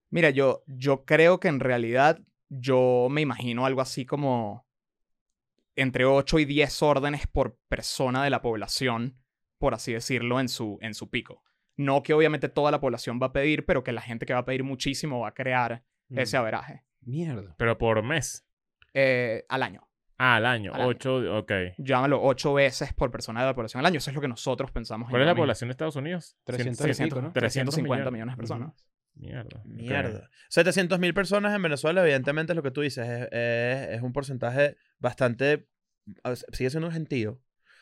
[SPEAKER 3] Mira, yo, yo creo que en realidad yo me imagino algo así como entre 8 y 10 órdenes por persona de la población, por así decirlo, en su, en su pico. No que obviamente toda la población va a pedir, pero que la gente que va a pedir muchísimo va a crear
[SPEAKER 2] Mm.
[SPEAKER 3] ese averaje
[SPEAKER 2] Mierda.
[SPEAKER 4] Pero por mes.
[SPEAKER 3] eh, al año.
[SPEAKER 4] Ah, al año.
[SPEAKER 3] Al año.
[SPEAKER 4] Ocho, ok.
[SPEAKER 3] Llámalo 8 veces por persona de la población al año. Eso es lo que nosotros pensamos. en
[SPEAKER 4] ¿Cuál es la
[SPEAKER 3] Miami.
[SPEAKER 4] población de Estados Unidos?
[SPEAKER 2] 300 y
[SPEAKER 3] 300,
[SPEAKER 2] pico, ¿no?
[SPEAKER 3] 350 millones de personas.
[SPEAKER 4] Mierda. ok.
[SPEAKER 1] Mierda. 700.000 personas en Venezuela, evidentemente, es lo que tú dices. Es, es- es un porcentaje bastante. a ver, Sigue siendo un gentío.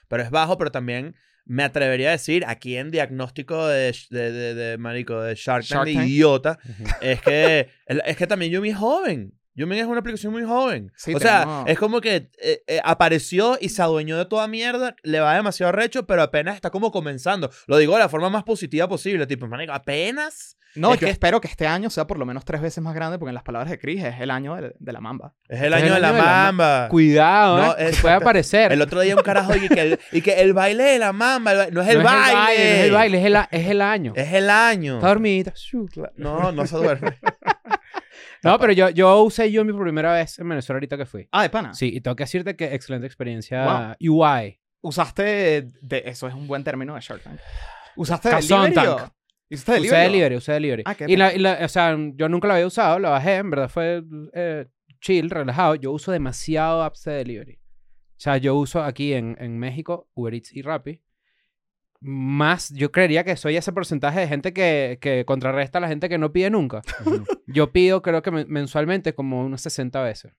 [SPEAKER 1] Pero es bajo, pero también me atrevería a decir aquí en diagnóstico de, de, de, de, marico, de Shark Tank,
[SPEAKER 3] Shark
[SPEAKER 1] de
[SPEAKER 3] Tank.
[SPEAKER 1] idiota, es que, el- es que también Yumi es joven. Yumi es una aplicación muy joven.
[SPEAKER 3] Sí,
[SPEAKER 1] o sea,
[SPEAKER 3] tenemos-
[SPEAKER 1] es como que eh, eh, apareció y se adueñó de toda mierda, le va demasiado recho, pero apenas está como comenzando. Lo digo de la forma más positiva posible, tipo, marico, apenas.
[SPEAKER 3] No,
[SPEAKER 1] es
[SPEAKER 3] yo
[SPEAKER 1] que-
[SPEAKER 3] espero que este año sea por lo menos tres veces más grande, porque en las palabras de Cris es el año de, de la mamba.
[SPEAKER 1] Es el
[SPEAKER 2] Es
[SPEAKER 1] año de la
[SPEAKER 3] Ah.
[SPEAKER 1] mamba.
[SPEAKER 2] Cuidado,
[SPEAKER 1] No,
[SPEAKER 2] ¿eh? Se
[SPEAKER 1] es-
[SPEAKER 2] puede aparecer.
[SPEAKER 1] El otro día un carajo y que el, y que el baile de la mamba, el ba- no es el
[SPEAKER 2] No
[SPEAKER 1] baile.
[SPEAKER 2] no es el baile, es el, a- es el año.
[SPEAKER 1] Es el año.
[SPEAKER 2] Está dormida.
[SPEAKER 1] No, no se duerme.
[SPEAKER 2] No, pero yo, yo usé Yumi por primera vez en Venezuela ahorita que fui.
[SPEAKER 3] Ah, de pana.
[SPEAKER 2] Sí, y tengo que decirte que excelente experiencia UI.
[SPEAKER 3] Usaste. De, eso es un buen término de Shark Tank. Usaste
[SPEAKER 2] Cazón
[SPEAKER 3] delivery. o-
[SPEAKER 2] Tank.
[SPEAKER 3] Usaste
[SPEAKER 2] Usé
[SPEAKER 3] delivery. o-
[SPEAKER 2] delivery, usé delivery.
[SPEAKER 3] Ah, qué
[SPEAKER 2] y la, y la- o sea, yo nunca lo había usado, lo bajé, en verdad fue eh, chill, relajado. Yo uso demasiado apps de delivery. O sea, yo uso aquí en, en México Uber Eats y Rappi. Más, yo creería que soy ese porcentaje de gente que, que contrarresta a la gente que no pide nunca. Yo pido, creo que men- mensualmente, como unas 60 veces.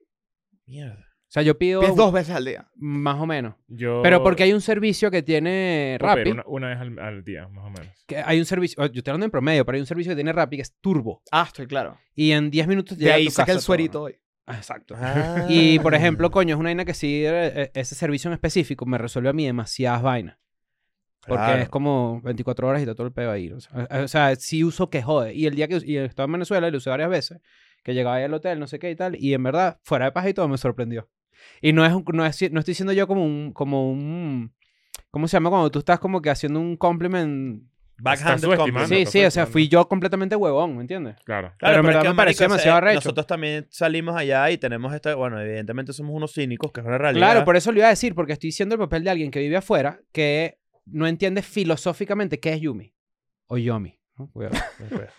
[SPEAKER 1] Mierda.
[SPEAKER 2] O sea, yo pido
[SPEAKER 3] Pides dos veces al día.
[SPEAKER 2] más o menos.
[SPEAKER 4] Yo
[SPEAKER 2] Pero porque hay un servicio que tiene
[SPEAKER 4] puedo pedir
[SPEAKER 2] Rappi.
[SPEAKER 4] Oh. Una, una vez al, al día, más o menos.
[SPEAKER 2] que hay un servicio, oh, yo estoy hablando en promedio, pero hay un servicio que tiene Rappi que es turbo.
[SPEAKER 3] Ah, estoy claro.
[SPEAKER 2] Y en 10 minutos
[SPEAKER 3] De
[SPEAKER 2] llega a
[SPEAKER 3] ahí
[SPEAKER 2] tu
[SPEAKER 3] saqué el
[SPEAKER 2] casa todo.
[SPEAKER 3] suerito hoy.
[SPEAKER 2] Ah, Exacto.
[SPEAKER 1] Ah.
[SPEAKER 2] Y por ejemplo, coño, es una vaina que sí, eh, eh, ese servicio en específico me resuelve a mí demasiadas vainas. Porque
[SPEAKER 1] Claro.
[SPEAKER 2] es como 24 horas y está todo el pedo ahí. O sea, eh, o sea, sí uso que jode. Y el día que us- y estaba en Venezuela, lo usé varias veces, que llegaba ahí al hotel, no sé qué y tal. Y en verdad, fuera de paja y todo, me sorprendió. Y no es, un- no es- no estoy siendo yo como un, como un, ¿cómo se llama? Cuando tú estás como que haciendo un compliment.
[SPEAKER 4] Está
[SPEAKER 1] Backhanded
[SPEAKER 4] subestimando.
[SPEAKER 1] compliment.
[SPEAKER 4] no,
[SPEAKER 2] sí, sí, o sea,
[SPEAKER 4] perfecto,
[SPEAKER 2] fui yo completamente huevón, ¿me entiendes?
[SPEAKER 4] Claro.
[SPEAKER 1] Claro,
[SPEAKER 2] Pero en
[SPEAKER 1] pero,
[SPEAKER 2] verdad
[SPEAKER 1] es que,
[SPEAKER 2] me pareció
[SPEAKER 1] marico,
[SPEAKER 2] demasiado
[SPEAKER 1] eh,
[SPEAKER 2] arrecho.
[SPEAKER 1] Nosotros también salimos allá y tenemos esto. Bueno, evidentemente somos unos cínicos, que es una realidad.
[SPEAKER 2] Claro, por eso le iba a decir, porque estoy siendo el papel de alguien que vive afuera que no entiende filosóficamente qué es Yumi o Yomi. ¿no? Cuidado.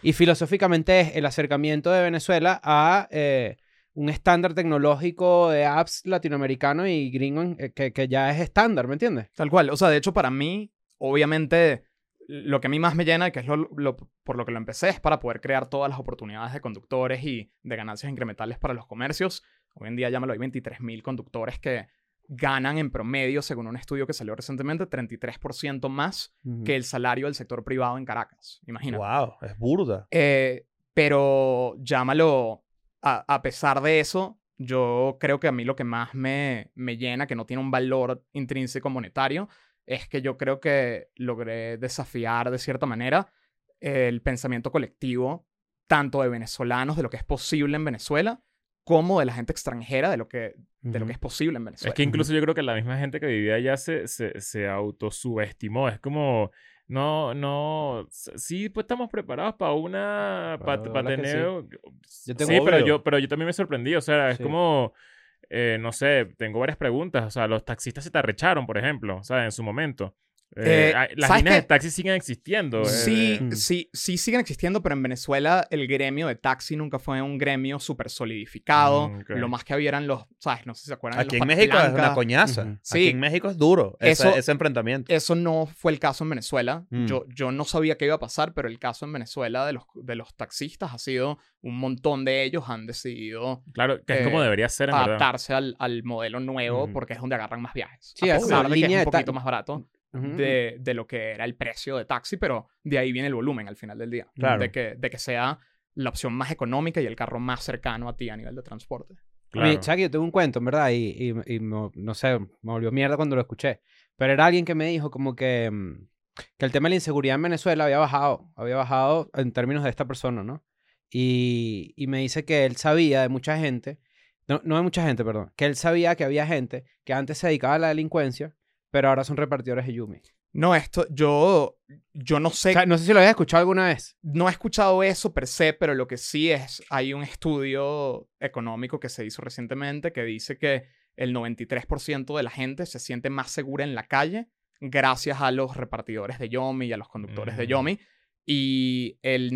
[SPEAKER 2] Y filosóficamente es el acercamiento de Venezuela a eh, un estándar tecnológico de apps latinoamericano y gringo en- eh, que, que ya es estándar, ¿me entiendes?
[SPEAKER 3] Tal cual. O sea, de hecho, para mí, obviamente, lo que a mí más me llena, que es lo, lo- por lo que lo empecé, es para poder crear todas las oportunidades de conductores y de ganancias incrementales para los comercios. Hoy en día, llámalo, hay 23.000 conductores que ganan en promedio, según un estudio que salió recientemente, 33% más
[SPEAKER 2] Mm.
[SPEAKER 3] que el salario del sector privado en Caracas. Imagínate.
[SPEAKER 1] Wow, es burda.
[SPEAKER 3] Eh, pero llámalo, a, a pesar de eso, yo creo que a mí lo que más me, me llena, que no tiene un valor intrínseco monetario, es que yo creo que logré desafiar de cierta manera el pensamiento colectivo, tanto de venezolanos, de lo que es posible en Venezuela, como de la gente extranjera, de lo que, de lo que es posible en Venezuela.
[SPEAKER 4] Es que incluso yo creo que la misma gente que vivía allá se, se, se autosubestimó. Es como, no, no, s- sí, pues estamos preparados para una, para
[SPEAKER 2] Bueno, de verdad que
[SPEAKER 4] tener...
[SPEAKER 2] Yo tengo-
[SPEAKER 4] sí, pero
[SPEAKER 1] Obvio.
[SPEAKER 4] yo, pero yo también me sorprendí. O sea, es
[SPEAKER 2] Sí.
[SPEAKER 4] como, eh, no sé, tengo varias preguntas. O sea, los taxistas se te arrecharon, por ejemplo, o sea, en su momento. Eh,
[SPEAKER 3] Eh,
[SPEAKER 4] hay- las
[SPEAKER 3] ¿sabes
[SPEAKER 4] líneas
[SPEAKER 3] qué?
[SPEAKER 4] de taxi siguen existiendo. eh,
[SPEAKER 3] Sí,
[SPEAKER 2] Mm.
[SPEAKER 3] sí, sí siguen existiendo, pero en Venezuela el gremio de taxi nunca fue un gremio súper solidificado.
[SPEAKER 4] Mm, ok.
[SPEAKER 3] Lo más que había eran los, ¿sabes? No sé si se acuerdan. de
[SPEAKER 1] Aquí
[SPEAKER 3] los
[SPEAKER 1] en
[SPEAKER 3] patas
[SPEAKER 1] México es una
[SPEAKER 3] blancas.
[SPEAKER 1] coñaza.
[SPEAKER 2] Ah, Ujú.
[SPEAKER 1] Aquí
[SPEAKER 3] Sí.
[SPEAKER 1] en México es duro ese,
[SPEAKER 3] Eso-
[SPEAKER 1] ese enfrentamiento.
[SPEAKER 3] Eso no fue el caso en Venezuela.
[SPEAKER 1] Mm.
[SPEAKER 3] Yo, yo no sabía qué iba a pasar, pero el caso en Venezuela de los, de los taxistas ha sido un montón de ellos han decidido
[SPEAKER 4] Claro, que es
[SPEAKER 3] eh,
[SPEAKER 4] como debería ser, en verdad.
[SPEAKER 3] adaptarse al, al modelo nuevo
[SPEAKER 1] Mm.
[SPEAKER 4] Ujú.
[SPEAKER 3] porque es donde agarran más viajes.
[SPEAKER 2] Sí,
[SPEAKER 3] a
[SPEAKER 2] es
[SPEAKER 3] pesar
[SPEAKER 2] una
[SPEAKER 3] de que es
[SPEAKER 2] línea
[SPEAKER 3] un
[SPEAKER 2] de ta-
[SPEAKER 3] poquito más barato
[SPEAKER 2] Ujú.
[SPEAKER 3] de, de lo que era el precio de taxi, pero de ahí viene el volumen al final del día.
[SPEAKER 1] Claro.
[SPEAKER 3] De, que, de que sea la opción más económica y el carro más cercano a ti a nivel de transporte.
[SPEAKER 2] A mí,
[SPEAKER 4] Claro.
[SPEAKER 2] ¿sabes que yo tengo un cuento, en verdad? Y, y- y no, no sé, me volvió mierda cuando lo escuché. Pero era alguien que me dijo como que, mm, que el tema de la inseguridad en Venezuela había bajado. Había bajado en términos de esta persona, ¿no? Y, y me dice que él sabía de mucha gente, no, no de mucha gente, perdón, que él sabía que había gente que antes se dedicaba a la delincuencia, pero ahora son repartidores de Yumi.
[SPEAKER 3] No, esto, yo, yo no sé,
[SPEAKER 2] O sea, no sé si lo habías escuchado alguna vez.
[SPEAKER 3] no he escuchado eso per se, pero lo que sí es, hay un estudio económico que se hizo recientemente que dice que el 93% de la gente se siente más segura en la calle gracias a los repartidores de Yomi y a los conductores de
[SPEAKER 4] Mm.
[SPEAKER 3] Yomi. Y el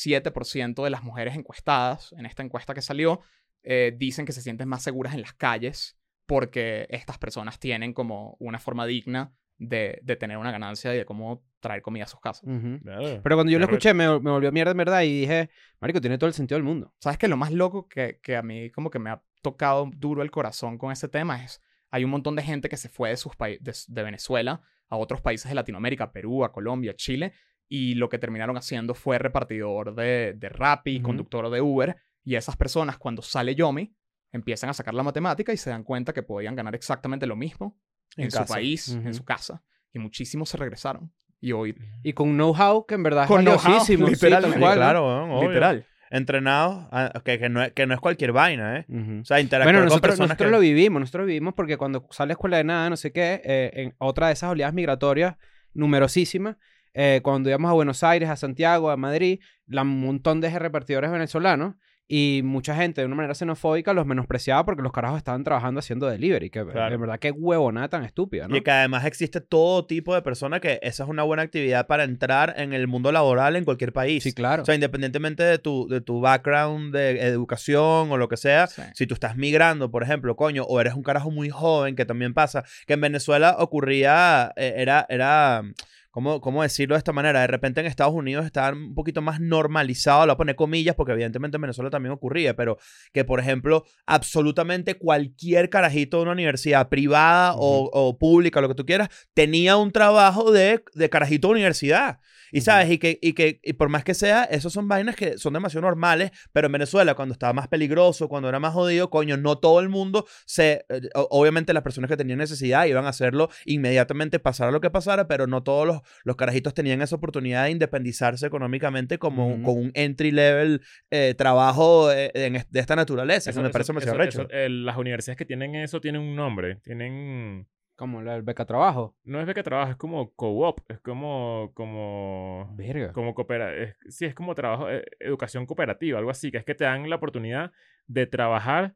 [SPEAKER 3] 97% de las mujeres encuestadas en esta encuesta que salió eh, dicen que se sienten más seguras en las calles porque estas personas tienen como una forma digna de, de tener una ganancia y de cómo traer comida a sus casas.
[SPEAKER 2] Ujú.
[SPEAKER 4] Claro.
[SPEAKER 2] Pero cuando yo lo
[SPEAKER 4] Qué
[SPEAKER 2] escuché, me, me volvió mierda, en verdad, y dije, marico, tiene todo el sentido del mundo.
[SPEAKER 3] ¿Sabes que Lo más loco que, que a mí como que me ha tocado duro el corazón con ese tema es, hay un montón de gente que se fue de, sus pai- de, s- de Venezuela a otros países de Latinoamérica, a Perú, a Colombia, a Chile, y lo que terminaron haciendo fue repartidor de, de Rappi,
[SPEAKER 2] Ujú.
[SPEAKER 3] conductor de Uber, y esas personas cuando sale Yomi empiezan a sacar la matemática y se dan cuenta que podían ganar exactamente lo mismo en,
[SPEAKER 1] En
[SPEAKER 3] su
[SPEAKER 1] casa.
[SPEAKER 3] país, en
[SPEAKER 2] Ujú.
[SPEAKER 3] su casa, y muchísimos se regresaron. Y hoy,
[SPEAKER 2] Y con know-how que en verdad
[SPEAKER 3] Con
[SPEAKER 2] es
[SPEAKER 3] know-how,
[SPEAKER 2] valiosísimo. sí, tal
[SPEAKER 3] literalmente.
[SPEAKER 2] cual, ¿no?
[SPEAKER 1] claro, weón, obvio.
[SPEAKER 3] literal.
[SPEAKER 1] Entrenados, ah, que, que no es, que no es cualquier vaina, ¿eh?
[SPEAKER 2] Ujú.
[SPEAKER 1] O sea, interactuar
[SPEAKER 2] Bueno,
[SPEAKER 1] con
[SPEAKER 2] nosotros,
[SPEAKER 1] personas
[SPEAKER 2] nosotros
[SPEAKER 1] que...
[SPEAKER 2] lo vivimos, nosotros vivimos porque cuando sale escuela de nada, no sé qué, eh, en otra de esas oleadas migratorias numerosísimas, eh, cuando íbamos a Buenos Aires, a Santiago, a Madrid, la un montón de repartidores venezolanos y mucha gente de una manera xenofóbica los menospreciaba porque los carajos estaban trabajando haciendo delivery, que
[SPEAKER 1] Claro.
[SPEAKER 2] en verdad qué huevonada tan estúpida, ¿no?
[SPEAKER 1] Y que además existe todo tipo de personas que esa es una buena actividad para entrar en el mundo laboral en cualquier país.
[SPEAKER 2] Sí, claro.
[SPEAKER 1] O sea, independientemente de tu, de tu background de educación o lo que sea,
[SPEAKER 3] Sí.
[SPEAKER 1] si tú estás migrando, por ejemplo, coño, o eres un carajo muy joven, que también pasa, que en Venezuela ocurría, eh, era, era, ¿cómo, cómo decirlo de esta manera? De repente en Estados Unidos estaban un poquito más normalizado, lo voy a poner comillas, porque evidentemente en Venezuela también ocurría, pero que, por ejemplo, absolutamente cualquier carajito de una universidad privada o, o pública, lo que tú quieras, tenía un trabajo de, de carajito de universidad. Y
[SPEAKER 2] Ujú.
[SPEAKER 1] sabes, y que, y que y por más que sea, esos son vainas que son demasiado normales, pero en Venezuela, cuando estaba más peligroso, cuando era más jodido, coño, no todo el mundo se. eh, o- obviamente, las personas que tenían necesidad iban a hacerlo inmediatamente, pasara lo que pasara, pero no todos los los carajitos tenían esa oportunidad de independizarse económicamente como un-
[SPEAKER 2] Ujú.
[SPEAKER 1] con un entry level eh, trabajo eh, en es- de esta naturaleza, que me parece
[SPEAKER 4] eso-
[SPEAKER 1] demasiado
[SPEAKER 4] eso-
[SPEAKER 1] recho.
[SPEAKER 4] eso- eh, las universidades que tienen eso tienen un nombre. Tienen.
[SPEAKER 2] Como el beca trabajo.
[SPEAKER 4] No es beca trabajo, es como co-op. Es como. como...
[SPEAKER 2] Verga.
[SPEAKER 4] Como coopera es- sí, es como trabajo, eh, educación cooperativa, algo así, que es que te dan la oportunidad de trabajar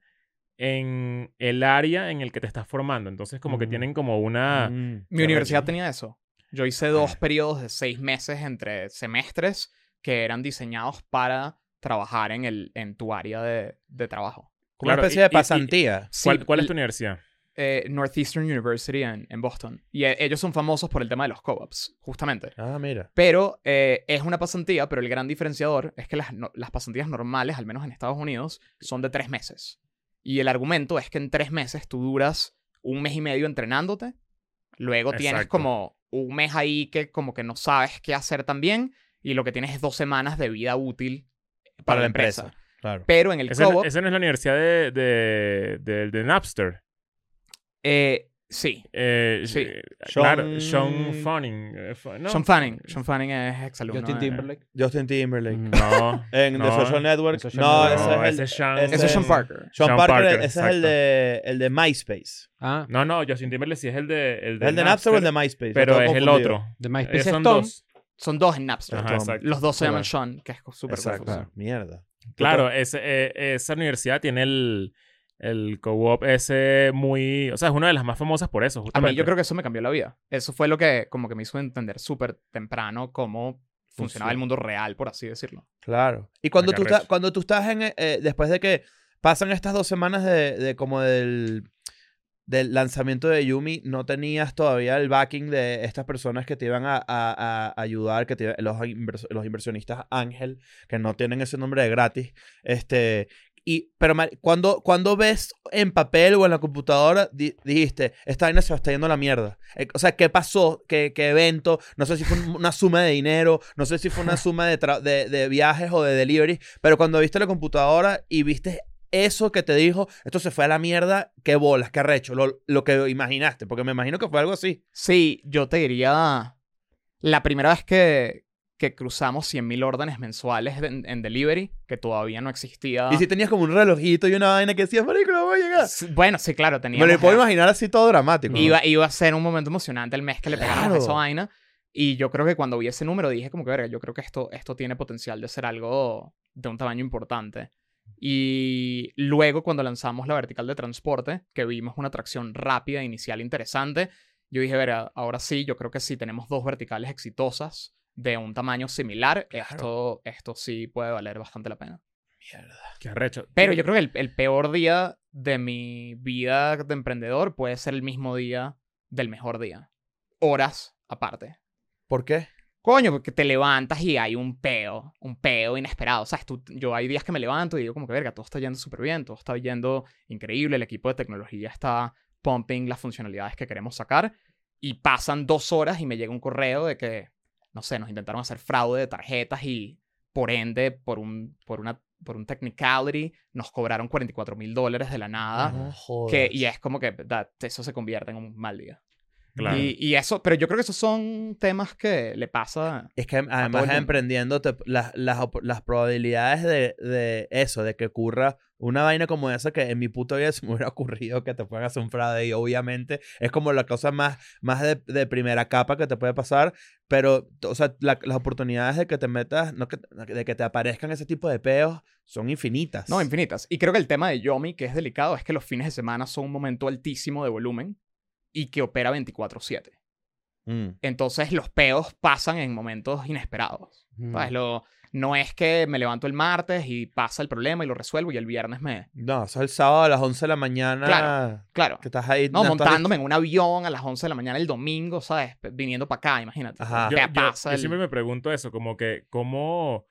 [SPEAKER 4] en el área en el que te estás formando. Entonces, como que
[SPEAKER 2] Mm.
[SPEAKER 4] tienen como
[SPEAKER 1] ah,
[SPEAKER 4] una...
[SPEAKER 2] Mm.
[SPEAKER 3] Mi universidad tenía eso. Yo hice dos periodos de seis meses entre semestres que eran diseñados para trabajar en, el, en tu área de, de trabajo.
[SPEAKER 1] Como una
[SPEAKER 4] Claro,
[SPEAKER 1] especie
[SPEAKER 4] y-
[SPEAKER 1] de
[SPEAKER 4] y- y-
[SPEAKER 1] pasantía.
[SPEAKER 4] ¿Cuál,
[SPEAKER 3] Sí,
[SPEAKER 4] cuál es
[SPEAKER 3] l-
[SPEAKER 4] tu universidad?
[SPEAKER 3] eh, Northeastern University en, en Boston. Y eh, ellos son famosos por el tema de los co-ops, justamente.
[SPEAKER 1] Ah, mira.
[SPEAKER 3] Pero eh, es una pasantía, pero el gran diferenciador es que las, no- las pasantías normales, al menos en Estados Unidos, son de tres meses. Y el argumento es que en tres meses tú duras un mes y medio entrenándote, luego tienes
[SPEAKER 4] Exacto.
[SPEAKER 3] como un mes ahí que como que no sabes qué hacer también, y lo que tienes es dos semanas de vida útil para, la empresa.
[SPEAKER 1] Claro.
[SPEAKER 3] Pero en el
[SPEAKER 4] Esa no,
[SPEAKER 3] co-op,
[SPEAKER 4] esa no es la universidad de, de, de- de Napster.
[SPEAKER 3] eh, sí.
[SPEAKER 4] Eh,
[SPEAKER 3] Sí.
[SPEAKER 4] eh, Claro,
[SPEAKER 1] Sean-
[SPEAKER 4] Sean Fanning. eh, fa- no.
[SPEAKER 3] Sean Fanning. Sean Fanning es exalumno.
[SPEAKER 1] eh,
[SPEAKER 2] Justin
[SPEAKER 3] de-
[SPEAKER 2] Timberlake.
[SPEAKER 1] Justin Timberlake.
[SPEAKER 2] Mm.
[SPEAKER 4] No.
[SPEAKER 1] En
[SPEAKER 4] no,
[SPEAKER 1] The Social Network.
[SPEAKER 2] The Social
[SPEAKER 1] no,
[SPEAKER 2] Network.
[SPEAKER 1] ese
[SPEAKER 4] no,
[SPEAKER 1] es el...
[SPEAKER 4] ese es Sean.
[SPEAKER 1] ese
[SPEAKER 3] Ese es Sean
[SPEAKER 1] es-
[SPEAKER 3] Parker.
[SPEAKER 1] Sean,
[SPEAKER 4] Sean
[SPEAKER 1] Parker,
[SPEAKER 4] Parker,
[SPEAKER 1] ese es el
[SPEAKER 4] exacto.
[SPEAKER 1] de, el de MySpace.
[SPEAKER 2] Ah,
[SPEAKER 4] No, no, Justin Timberlake sí es el de. El de,
[SPEAKER 1] ¿El de Napster o el de MySpace?
[SPEAKER 4] Pero
[SPEAKER 1] Estaba
[SPEAKER 4] es el
[SPEAKER 1] confundido.
[SPEAKER 4] otro.
[SPEAKER 2] de
[SPEAKER 4] Eh,
[SPEAKER 2] MySpace
[SPEAKER 4] son
[SPEAKER 2] es Tom.
[SPEAKER 4] dos.
[SPEAKER 3] Son dos en Napster.
[SPEAKER 4] Ajá,
[SPEAKER 1] Tom.
[SPEAKER 4] exacto.
[SPEAKER 3] Los dos se llaman
[SPEAKER 1] Claro.
[SPEAKER 3] Sean, que es súper
[SPEAKER 1] Exacto.
[SPEAKER 3] confuso.
[SPEAKER 1] Mierda.
[SPEAKER 4] Claro, ese, eh, esa universidad tiene el, el co-op ese muy... O sea, es una de las más famosas por eso,
[SPEAKER 3] A
[SPEAKER 4] justamente.
[SPEAKER 3] mí yo creo que eso me cambió la vida. Eso fue lo que como que me hizo entender súper temprano cómo funcionaba el mundo real, por así decirlo.
[SPEAKER 1] Claro. Y cuando,
[SPEAKER 4] Qué
[SPEAKER 1] tú, estás-
[SPEAKER 4] arrecho.
[SPEAKER 1] cuando tú estás en... eh, después de que pasan estas dos semanas de, de como del, del lanzamiento de Yumi, no tenías todavía el backing de estas personas que te iban a, a- a ayudar, que te iba- los, invers- los inversionistas Ángel, que no tienen ese nombre de gratis. Este... Y, pero mari- cuando, cuando ves en papel o en la computadora, di- dijiste, esta vaina se está yendo a la mierda. Eh, o sea, ¿qué pasó? ¿Qué, qué evento? No sé si fue un- una suma de dinero, no sé si fue una suma de, tra- de, de viajes o de deliveries, pero cuando viste la computadora y viste eso que te dijo, esto se fue a la mierda, qué bolas, qué arrecho, lo, lo que imaginaste, porque me imagino que fue algo así.
[SPEAKER 3] Sí, yo te diría, la primera vez que, que cruzamos 100.000 órdenes mensuales de- en, en delivery, que todavía no existía.
[SPEAKER 1] Y si tenías como un relojito y una vaina que decías, marico, no voy a llegar.
[SPEAKER 3] S- Bueno, sí, claro, tenía.
[SPEAKER 1] Me lo puedo imaginar así todo dramático. ¿no?
[SPEAKER 3] Iba, iba a ser un momento emocionante el mes que le pegáramos
[SPEAKER 1] Claro.
[SPEAKER 3] a esa vaina. Y yo creo que cuando vi ese número dije como que, verga, yo creo que esto, esto tiene potencial de ser algo de un tamaño importante. Y luego cuando lanzamos la vertical de transporte, que vimos una atracción rápida, inicial, interesante, yo dije, verga, ahora sí, yo creo que si tenemos dos verticales exitosas de un tamaño similar, esto, esto sí puede valer bastante la pena.
[SPEAKER 4] Qué arrecho.
[SPEAKER 3] Pero yo creo que el, el peor día de mi vida de emprendedor puede ser el mismo día del mejor día. Horas aparte.
[SPEAKER 1] ¿Por qué?
[SPEAKER 3] Coño, porque te levantas y hay un peo, un peo inesperado. ¿Sabes? Tú, yo hay días que me levanto y digo como que, verga, todo está yendo súper bien, todo está yendo increíble, el equipo de tecnología está pumping las funcionalidades que queremos sacar y pasan dos horas y me llega un correo de que, no sé, nos intentaron hacer fraude de tarjetas y por ende, por un, por una, por un technicality, nos cobraron 44 mil dólares de la nada.
[SPEAKER 1] No jodas.
[SPEAKER 3] que, y es como que that- eso se convierte en un mal día.
[SPEAKER 4] Claro.
[SPEAKER 3] Y, y eso, pero yo creo que esos son temas que le pasa
[SPEAKER 1] Es que
[SPEAKER 3] todo el
[SPEAKER 1] además
[SPEAKER 3] mundo.
[SPEAKER 1] emprendiendo te- las, las, op- las probabilidades de, de eso, de que ocurra una vaina como esa que en mi puta vida se me hubiera ocurrido que te puedan hacer un fraude y obviamente es como la cosa más, más de, de primera capa que te puede pasar, pero t- o sea, la- las oportunidades de que te metas, no que, de que te aparezcan ese tipo de peos son infinitas.
[SPEAKER 3] No, infinitas. Y creo que el tema de Yomi, que es delicado, es que los fines de semana son un momento altísimo de volumen y que opera 24/7.
[SPEAKER 1] Mm.
[SPEAKER 3] Entonces los peos pasan en momentos inesperados.
[SPEAKER 2] Mm.
[SPEAKER 1] Pues,
[SPEAKER 3] ¿sabes? Lo, no es que me levanto el martes y pasa el problema y lo resuelvo y el viernes me...
[SPEAKER 1] No, eso es el sábado a las 11 de la mañana
[SPEAKER 3] Claro. Claro.
[SPEAKER 1] que estás ahí.
[SPEAKER 3] No,
[SPEAKER 1] estás-
[SPEAKER 3] montándome en un avión a las 11 de la mañana el domingo, ¿sabes? P- Viniendo para acá, imagínate.
[SPEAKER 1] Ajá.
[SPEAKER 3] ¿Qué
[SPEAKER 4] Yo- yo-
[SPEAKER 3] pasa?
[SPEAKER 4] yo
[SPEAKER 3] el-
[SPEAKER 4] siempre me pregunto eso, como que cómo...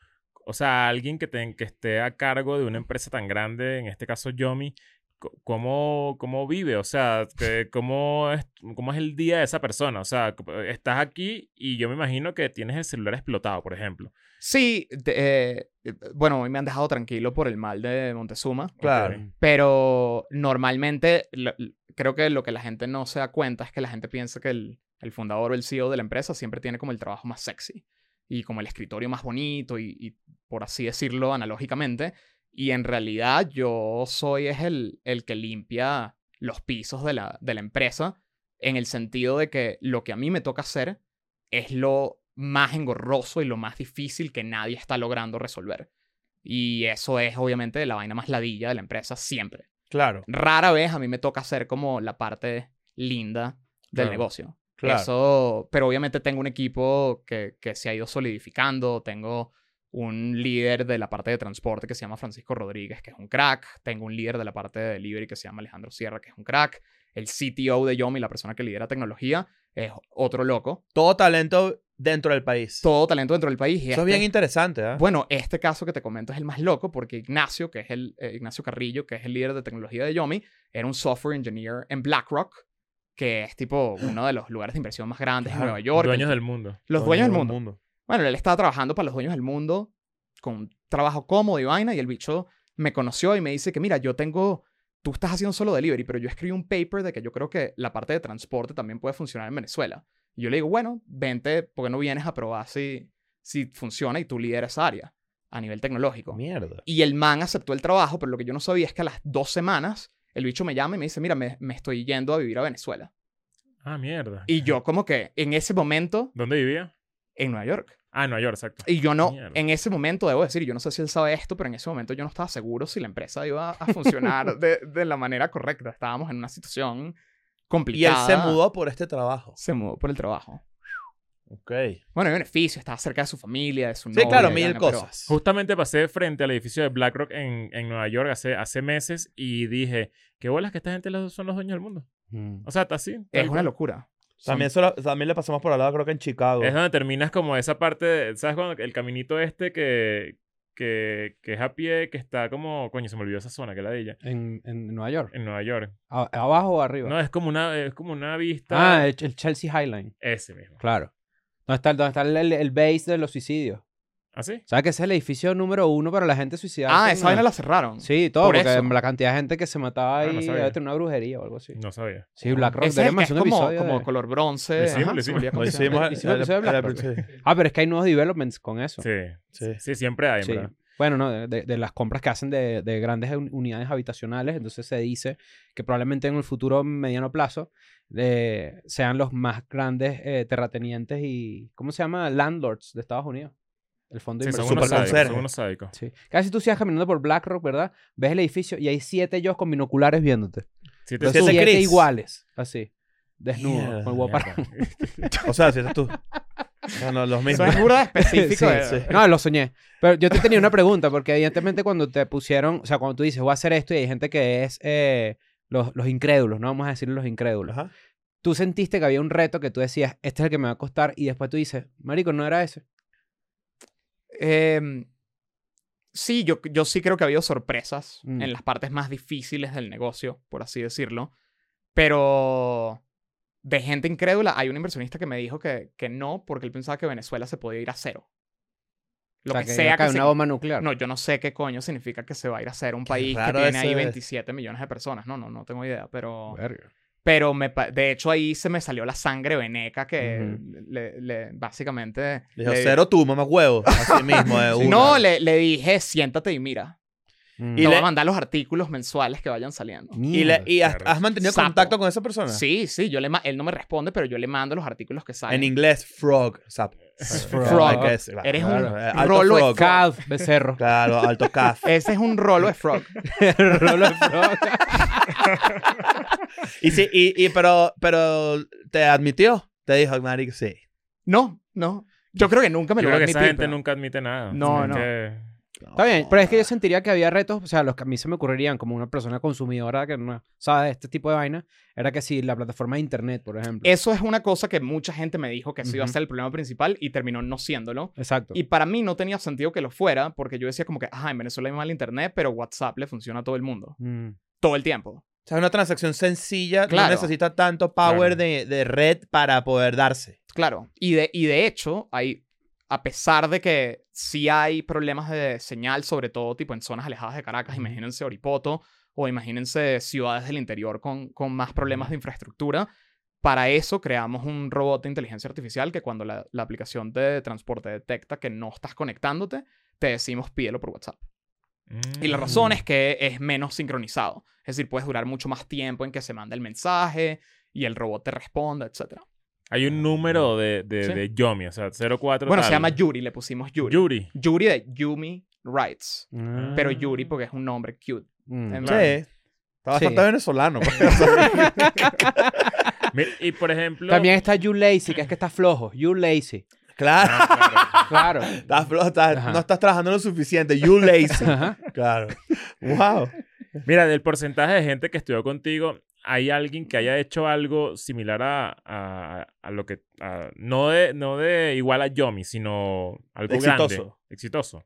[SPEAKER 4] O sea, alguien que, ten- que esté a cargo de una empresa tan grande, en este caso Yomi, co- ¿cómo, cómo vive? O sea, que- ¿cómo, es, ¿cómo es el día de esa persona? O sea, estás aquí y yo me imagino que tienes el celular explotado, por ejemplo.
[SPEAKER 3] Sí, de- eh, bueno, hoy me han dejado tranquilo por el mal de Montezuma.
[SPEAKER 1] Claro.
[SPEAKER 4] Ok.
[SPEAKER 3] Pero normalmente lo- l- creo que lo que la gente no se da cuenta es que la gente piensa que el, el fundador o el CEO de la empresa siempre tiene como el trabajo más sexy y como el escritorio más bonito y, y por así decirlo analógicamente. Y en realidad yo soy es el, el que limpia los pisos de la, de la empresa en el sentido de que lo que a mí me toca hacer es lo más engorroso y lo más difícil que nadie está logrando resolver. Y eso es obviamente la vaina más ladilla de la empresa siempre
[SPEAKER 1] Claro,
[SPEAKER 3] rara vez a mí me toca hacer como la parte linda del
[SPEAKER 1] Claro,
[SPEAKER 3] negocio.
[SPEAKER 1] claro.
[SPEAKER 3] Eso, pero obviamente tengo un equipo que, que se ha ido solidificando, tengo un líder de la parte de transporte que se llama Francisco Rodríguez, que es un crack, tengo un líder de la parte de delivery que se llama Alejandro Sierra, que es un crack, el CTO de Yomi, la persona que lidera tecnología, es otro loco,
[SPEAKER 1] Todo talento dentro del país.
[SPEAKER 3] todo talento dentro del país.
[SPEAKER 1] Eso
[SPEAKER 3] y
[SPEAKER 1] es
[SPEAKER 3] este-
[SPEAKER 1] bien interesante, ¿ah?
[SPEAKER 3] bueno, este caso que te comento es el más loco porque Ignacio, que es el eh, Ignacio Carrillo, que es el líder de tecnología de Yomi, era un software engineer en BlackRock, que es tipo uno de los lugares de inversión más grandes en
[SPEAKER 1] Claro,
[SPEAKER 3] Nueva York.
[SPEAKER 4] Dueños del mundo.
[SPEAKER 3] Los dueños del mundo. Bueno, él estaba trabajando para los dueños del mundo con un trabajo cómodo y vaina y el bicho me conoció y me dice que mira, yo tengo tú estás haciendo solo delivery, pero yo escribí un paper de que yo creo que la parte de transporte también puede funcionar en Venezuela. Y yo le digo, bueno, vente, ¿por qué no vienes a probar si si funciona y tú lideras esa área a nivel tecnológico?
[SPEAKER 1] Mierda.
[SPEAKER 3] Y el man aceptó el trabajo, pero lo que yo no sabía es que a las dos semanas el bicho me llama y me dice, mira, me, me estoy yendo a vivir a Venezuela.
[SPEAKER 4] Ah, mierda.
[SPEAKER 3] Y yo como que en ese momento,
[SPEAKER 4] ¿Dónde vivía?
[SPEAKER 3] en Nueva York.
[SPEAKER 4] Ah, en Nueva York, exacto.
[SPEAKER 3] Y yo no,
[SPEAKER 4] Mierda.
[SPEAKER 3] en ese momento, debo decir, yo no sé si él sabe esto, pero en ese momento yo no estaba seguro si la empresa iba a funcionar de, de la manera correcta. Estábamos en una situación
[SPEAKER 1] Y él
[SPEAKER 3] complicada.
[SPEAKER 1] se mudó por este trabajo.
[SPEAKER 3] Se mudó por el trabajo.
[SPEAKER 1] Ok.
[SPEAKER 3] Bueno, hay beneficio, estaba cerca de su familia, de su
[SPEAKER 1] Sí, claro,
[SPEAKER 3] novia,
[SPEAKER 1] mil
[SPEAKER 3] vaina, pero-
[SPEAKER 1] cosas.
[SPEAKER 4] Justamente pasé frente al edificio de BlackRock en, en Nueva York hace, hace meses y dije, qué bolas que esta gente los- son los dueños del mundo.
[SPEAKER 2] Mm.
[SPEAKER 4] O sea, está así. tal
[SPEAKER 3] Es una
[SPEAKER 4] cual.
[SPEAKER 3] locura. Son-
[SPEAKER 1] También, eso lo- también le pasamos por al lado, creo que en Chicago.
[SPEAKER 4] Es donde terminas como esa parte, de- ¿sabes? Cuando el caminito este que, que, que es a pie, que está como, coño, se me olvidó esa zona, que la de ella,
[SPEAKER 2] En, en Nueva York.
[SPEAKER 4] en Nueva York.
[SPEAKER 2] A- ¿Abajo o arriba?
[SPEAKER 4] No, es como una, es como una vista.
[SPEAKER 2] ah, el, el Chelsea Highline.
[SPEAKER 4] Ese mismo.
[SPEAKER 2] Claro. ¿Dónde está, el- dónde está el, el- el base de los suicidios?
[SPEAKER 4] ¿Así?
[SPEAKER 2] ¿Sabes que ese es el edificio número uno para la gente suicidada?
[SPEAKER 3] Ah, esa vaina la cerraron.
[SPEAKER 2] Sí, todo,
[SPEAKER 3] Por
[SPEAKER 2] porque
[SPEAKER 3] eso.
[SPEAKER 2] la cantidad de gente que se mataba
[SPEAKER 4] Ah,
[SPEAKER 2] ahí
[SPEAKER 4] no sabía.
[SPEAKER 2] debe tener una brujería o algo así.
[SPEAKER 4] No sabía.
[SPEAKER 2] Sí, BlackRock
[SPEAKER 3] Ese es, el
[SPEAKER 2] deberíamos
[SPEAKER 3] que es
[SPEAKER 2] hacer un
[SPEAKER 3] como,
[SPEAKER 2] episodio
[SPEAKER 3] como
[SPEAKER 2] de-
[SPEAKER 3] color
[SPEAKER 4] Lo
[SPEAKER 3] bronce.
[SPEAKER 4] hicimos,
[SPEAKER 3] Ajá,
[SPEAKER 4] lo
[SPEAKER 3] se me olvidó
[SPEAKER 1] Lo
[SPEAKER 3] cómo se
[SPEAKER 1] hicimos
[SPEAKER 3] llama.
[SPEAKER 1] el-
[SPEAKER 2] Hicimos
[SPEAKER 1] el-
[SPEAKER 2] episodio de
[SPEAKER 1] el-
[SPEAKER 2] Black
[SPEAKER 1] el-
[SPEAKER 2] Ah, pero es que hay nuevos developments con eso.
[SPEAKER 4] Sí.
[SPEAKER 1] sí.
[SPEAKER 4] Sí, siempre hay, en
[SPEAKER 2] Sí.
[SPEAKER 4] ¿verdad?
[SPEAKER 2] Bueno, no, de, de- de las compras que hacen de, de grandes un- unidades habitacionales, entonces se dice que probablemente en el futuro mediano plazo eh, sean los más grandes eh, terratenientes y, ¿cómo se llama? Landlords de Estados Unidos. El fondo de
[SPEAKER 4] Sí, son
[SPEAKER 1] Super
[SPEAKER 2] inversión.
[SPEAKER 4] unos sádicos.
[SPEAKER 1] conserje.
[SPEAKER 4] Son unos sádicos.
[SPEAKER 2] Sí. Casi tú sigas caminando por BlackRock, ¿verdad? Ves el edificio y hay siete yo con binoculares viéndote.
[SPEAKER 4] Sí, te
[SPEAKER 2] Los
[SPEAKER 1] siete
[SPEAKER 2] siete
[SPEAKER 1] Chris.
[SPEAKER 2] iguales, así, desnudos,
[SPEAKER 1] Mierda,
[SPEAKER 2] con el guapa-
[SPEAKER 1] O sea, si eres tú. No, no, los
[SPEAKER 3] Eso
[SPEAKER 1] mismos.
[SPEAKER 3] es burda
[SPEAKER 2] Sí,
[SPEAKER 3] específico.
[SPEAKER 2] eh.
[SPEAKER 3] de-
[SPEAKER 1] sí.
[SPEAKER 2] No, lo soñé. Pero yo te tenía una pregunta, porque evidentemente cuando te pusieron, o sea, cuando tú dices voy a hacer esto, y hay gente que es eh, los, los incrédulos, ¿no? Vamos a decir los incrédulos.
[SPEAKER 1] Ajá.
[SPEAKER 2] Tú sentiste que había un reto que tú decías, este es el que me va a costar, y después tú dices, Marico, no era ese.
[SPEAKER 3] Em, sí, yo, yo sí creo que ha habido sorpresas
[SPEAKER 2] Mm.
[SPEAKER 3] en las partes más difíciles del negocio, por así decirlo. Pero de gente incrédula, hay un inversionista que me dijo que, que no, porque él pensaba que Venezuela se podía ir a cero. Lo
[SPEAKER 2] O sea,
[SPEAKER 3] que,
[SPEAKER 2] que iba a
[SPEAKER 3] sea que
[SPEAKER 2] caer
[SPEAKER 3] se-
[SPEAKER 2] una bomba nuclear.
[SPEAKER 3] No, yo no sé qué coño significa que se va a ir a cero un país que
[SPEAKER 1] raro
[SPEAKER 3] tiene ahí
[SPEAKER 1] eso de-
[SPEAKER 3] 27 millones de personas. No, no, no tengo idea, pero...
[SPEAKER 2] Verga.
[SPEAKER 3] Pero me, pa- de hecho ahí se me salió la sangre veneca que
[SPEAKER 2] Ujú.
[SPEAKER 3] le, le- básicamente...
[SPEAKER 1] Le dijo,
[SPEAKER 3] le-
[SPEAKER 1] cero tú, mamá huevo. Así mismo, de
[SPEAKER 2] Sí.
[SPEAKER 1] una.
[SPEAKER 3] No, le, le dije, siéntate y mira.
[SPEAKER 2] Mm.
[SPEAKER 1] Y
[SPEAKER 3] Y le voy a
[SPEAKER 1] le-
[SPEAKER 3] mandar los artículos mensuales que vayan saliendo.
[SPEAKER 1] ¿Y, le- y has,
[SPEAKER 4] Mierda.
[SPEAKER 1] has mantenido
[SPEAKER 3] Sapo.
[SPEAKER 1] contacto con esa persona?
[SPEAKER 3] Sí, sí, yo le ma- él no me responde, pero yo le mando los artículos que
[SPEAKER 1] En
[SPEAKER 3] salen.
[SPEAKER 1] inglés, frog. Sapo.
[SPEAKER 2] Frog.
[SPEAKER 1] Hay que decir,
[SPEAKER 3] Eres
[SPEAKER 1] claro,
[SPEAKER 3] un
[SPEAKER 1] eh, alto
[SPEAKER 3] rolo de
[SPEAKER 1] frog.
[SPEAKER 2] Calf, becerro.
[SPEAKER 1] Claro, alto caf.
[SPEAKER 3] Ese es un rolo de frog.
[SPEAKER 2] Rolo de frog.
[SPEAKER 1] y sí, y, y- pero, pero te admitió. Te dijo, Marico, sí.
[SPEAKER 3] No, no. Yo creo que nunca me
[SPEAKER 4] Yo
[SPEAKER 3] lo voy
[SPEAKER 4] creo que
[SPEAKER 3] a
[SPEAKER 4] esa
[SPEAKER 3] admitir,
[SPEAKER 4] gente
[SPEAKER 3] pero-
[SPEAKER 4] nunca admite nada.
[SPEAKER 3] No,
[SPEAKER 4] Es
[SPEAKER 3] no.
[SPEAKER 4] que-
[SPEAKER 2] Está bien, pero es que yo sentiría que había retos, o sea, los que a mí se me ocurrirían como una persona consumidora que no sabe de este tipo de vaina, era que si la plataforma de internet, por ejemplo.
[SPEAKER 3] Eso es una cosa que mucha gente me dijo que eso iba a
[SPEAKER 2] Ujú.
[SPEAKER 3] ser el problema principal y terminó no siéndolo.
[SPEAKER 2] Exacto.
[SPEAKER 3] Y para mí no tenía sentido que lo fuera porque yo decía como que, ajá, en Venezuela hay mal internet, pero WhatsApp le funciona a todo el mundo.
[SPEAKER 2] Mm.
[SPEAKER 3] Todo el tiempo.
[SPEAKER 1] O sea, una transacción sencilla
[SPEAKER 3] Claro.
[SPEAKER 1] no necesita tanto power
[SPEAKER 4] Claro.
[SPEAKER 1] de, de red para poder darse.
[SPEAKER 3] Claro, y de, y de hecho, hay, a pesar de que sí hay problemas de señal, sobre todo tipo en zonas alejadas de Caracas, imagínense Oripoto o imagínense ciudades del interior con, con más problemas de infraestructura, Para eso creamos un robot de inteligencia artificial que cuando la, la aplicación de transporte detecta que no estás conectándote, te decimos pídelo por WhatsApp.
[SPEAKER 4] Mm.
[SPEAKER 3] Y la razón es que es menos sincronizado. Es decir, puedes durar mucho más tiempo en que se manda el mensaje y el robot te responda, etc.
[SPEAKER 4] Hay un número de, de,
[SPEAKER 3] Sí.
[SPEAKER 4] de Yomi, o sea, 04
[SPEAKER 3] Bueno, se
[SPEAKER 4] tal.
[SPEAKER 3] llama Yuri, le pusimos Yuri. Yuri,
[SPEAKER 4] Yuri.
[SPEAKER 3] de Yumi Rights.
[SPEAKER 2] Ah.
[SPEAKER 3] Pero
[SPEAKER 1] Mm.
[SPEAKER 3] Yuri porque es un nombre cute.
[SPEAKER 2] Mm.
[SPEAKER 3] en
[SPEAKER 1] Sí.
[SPEAKER 3] verdad.
[SPEAKER 1] Está
[SPEAKER 2] Sí.
[SPEAKER 1] bastante venezolano. pues, o sea,
[SPEAKER 4] Mira, Y por ejemplo...
[SPEAKER 2] También está You Lazy, que es que está flojo. You Lazy.
[SPEAKER 1] claro.
[SPEAKER 4] Ah, claro.
[SPEAKER 2] Claro.
[SPEAKER 1] Estás flo- estás-
[SPEAKER 2] Ajá.
[SPEAKER 1] no estás trabajando lo suficiente. You lazy.
[SPEAKER 2] Ajá.
[SPEAKER 1] Claro. Wow.
[SPEAKER 4] Mira, del porcentaje de gente que estudió contigo, ¿hay alguien que haya hecho algo similar a, a, a lo que... a- no, de, no de igual a Yomi, sino algo grande.
[SPEAKER 1] Exitoso.
[SPEAKER 4] Exitoso.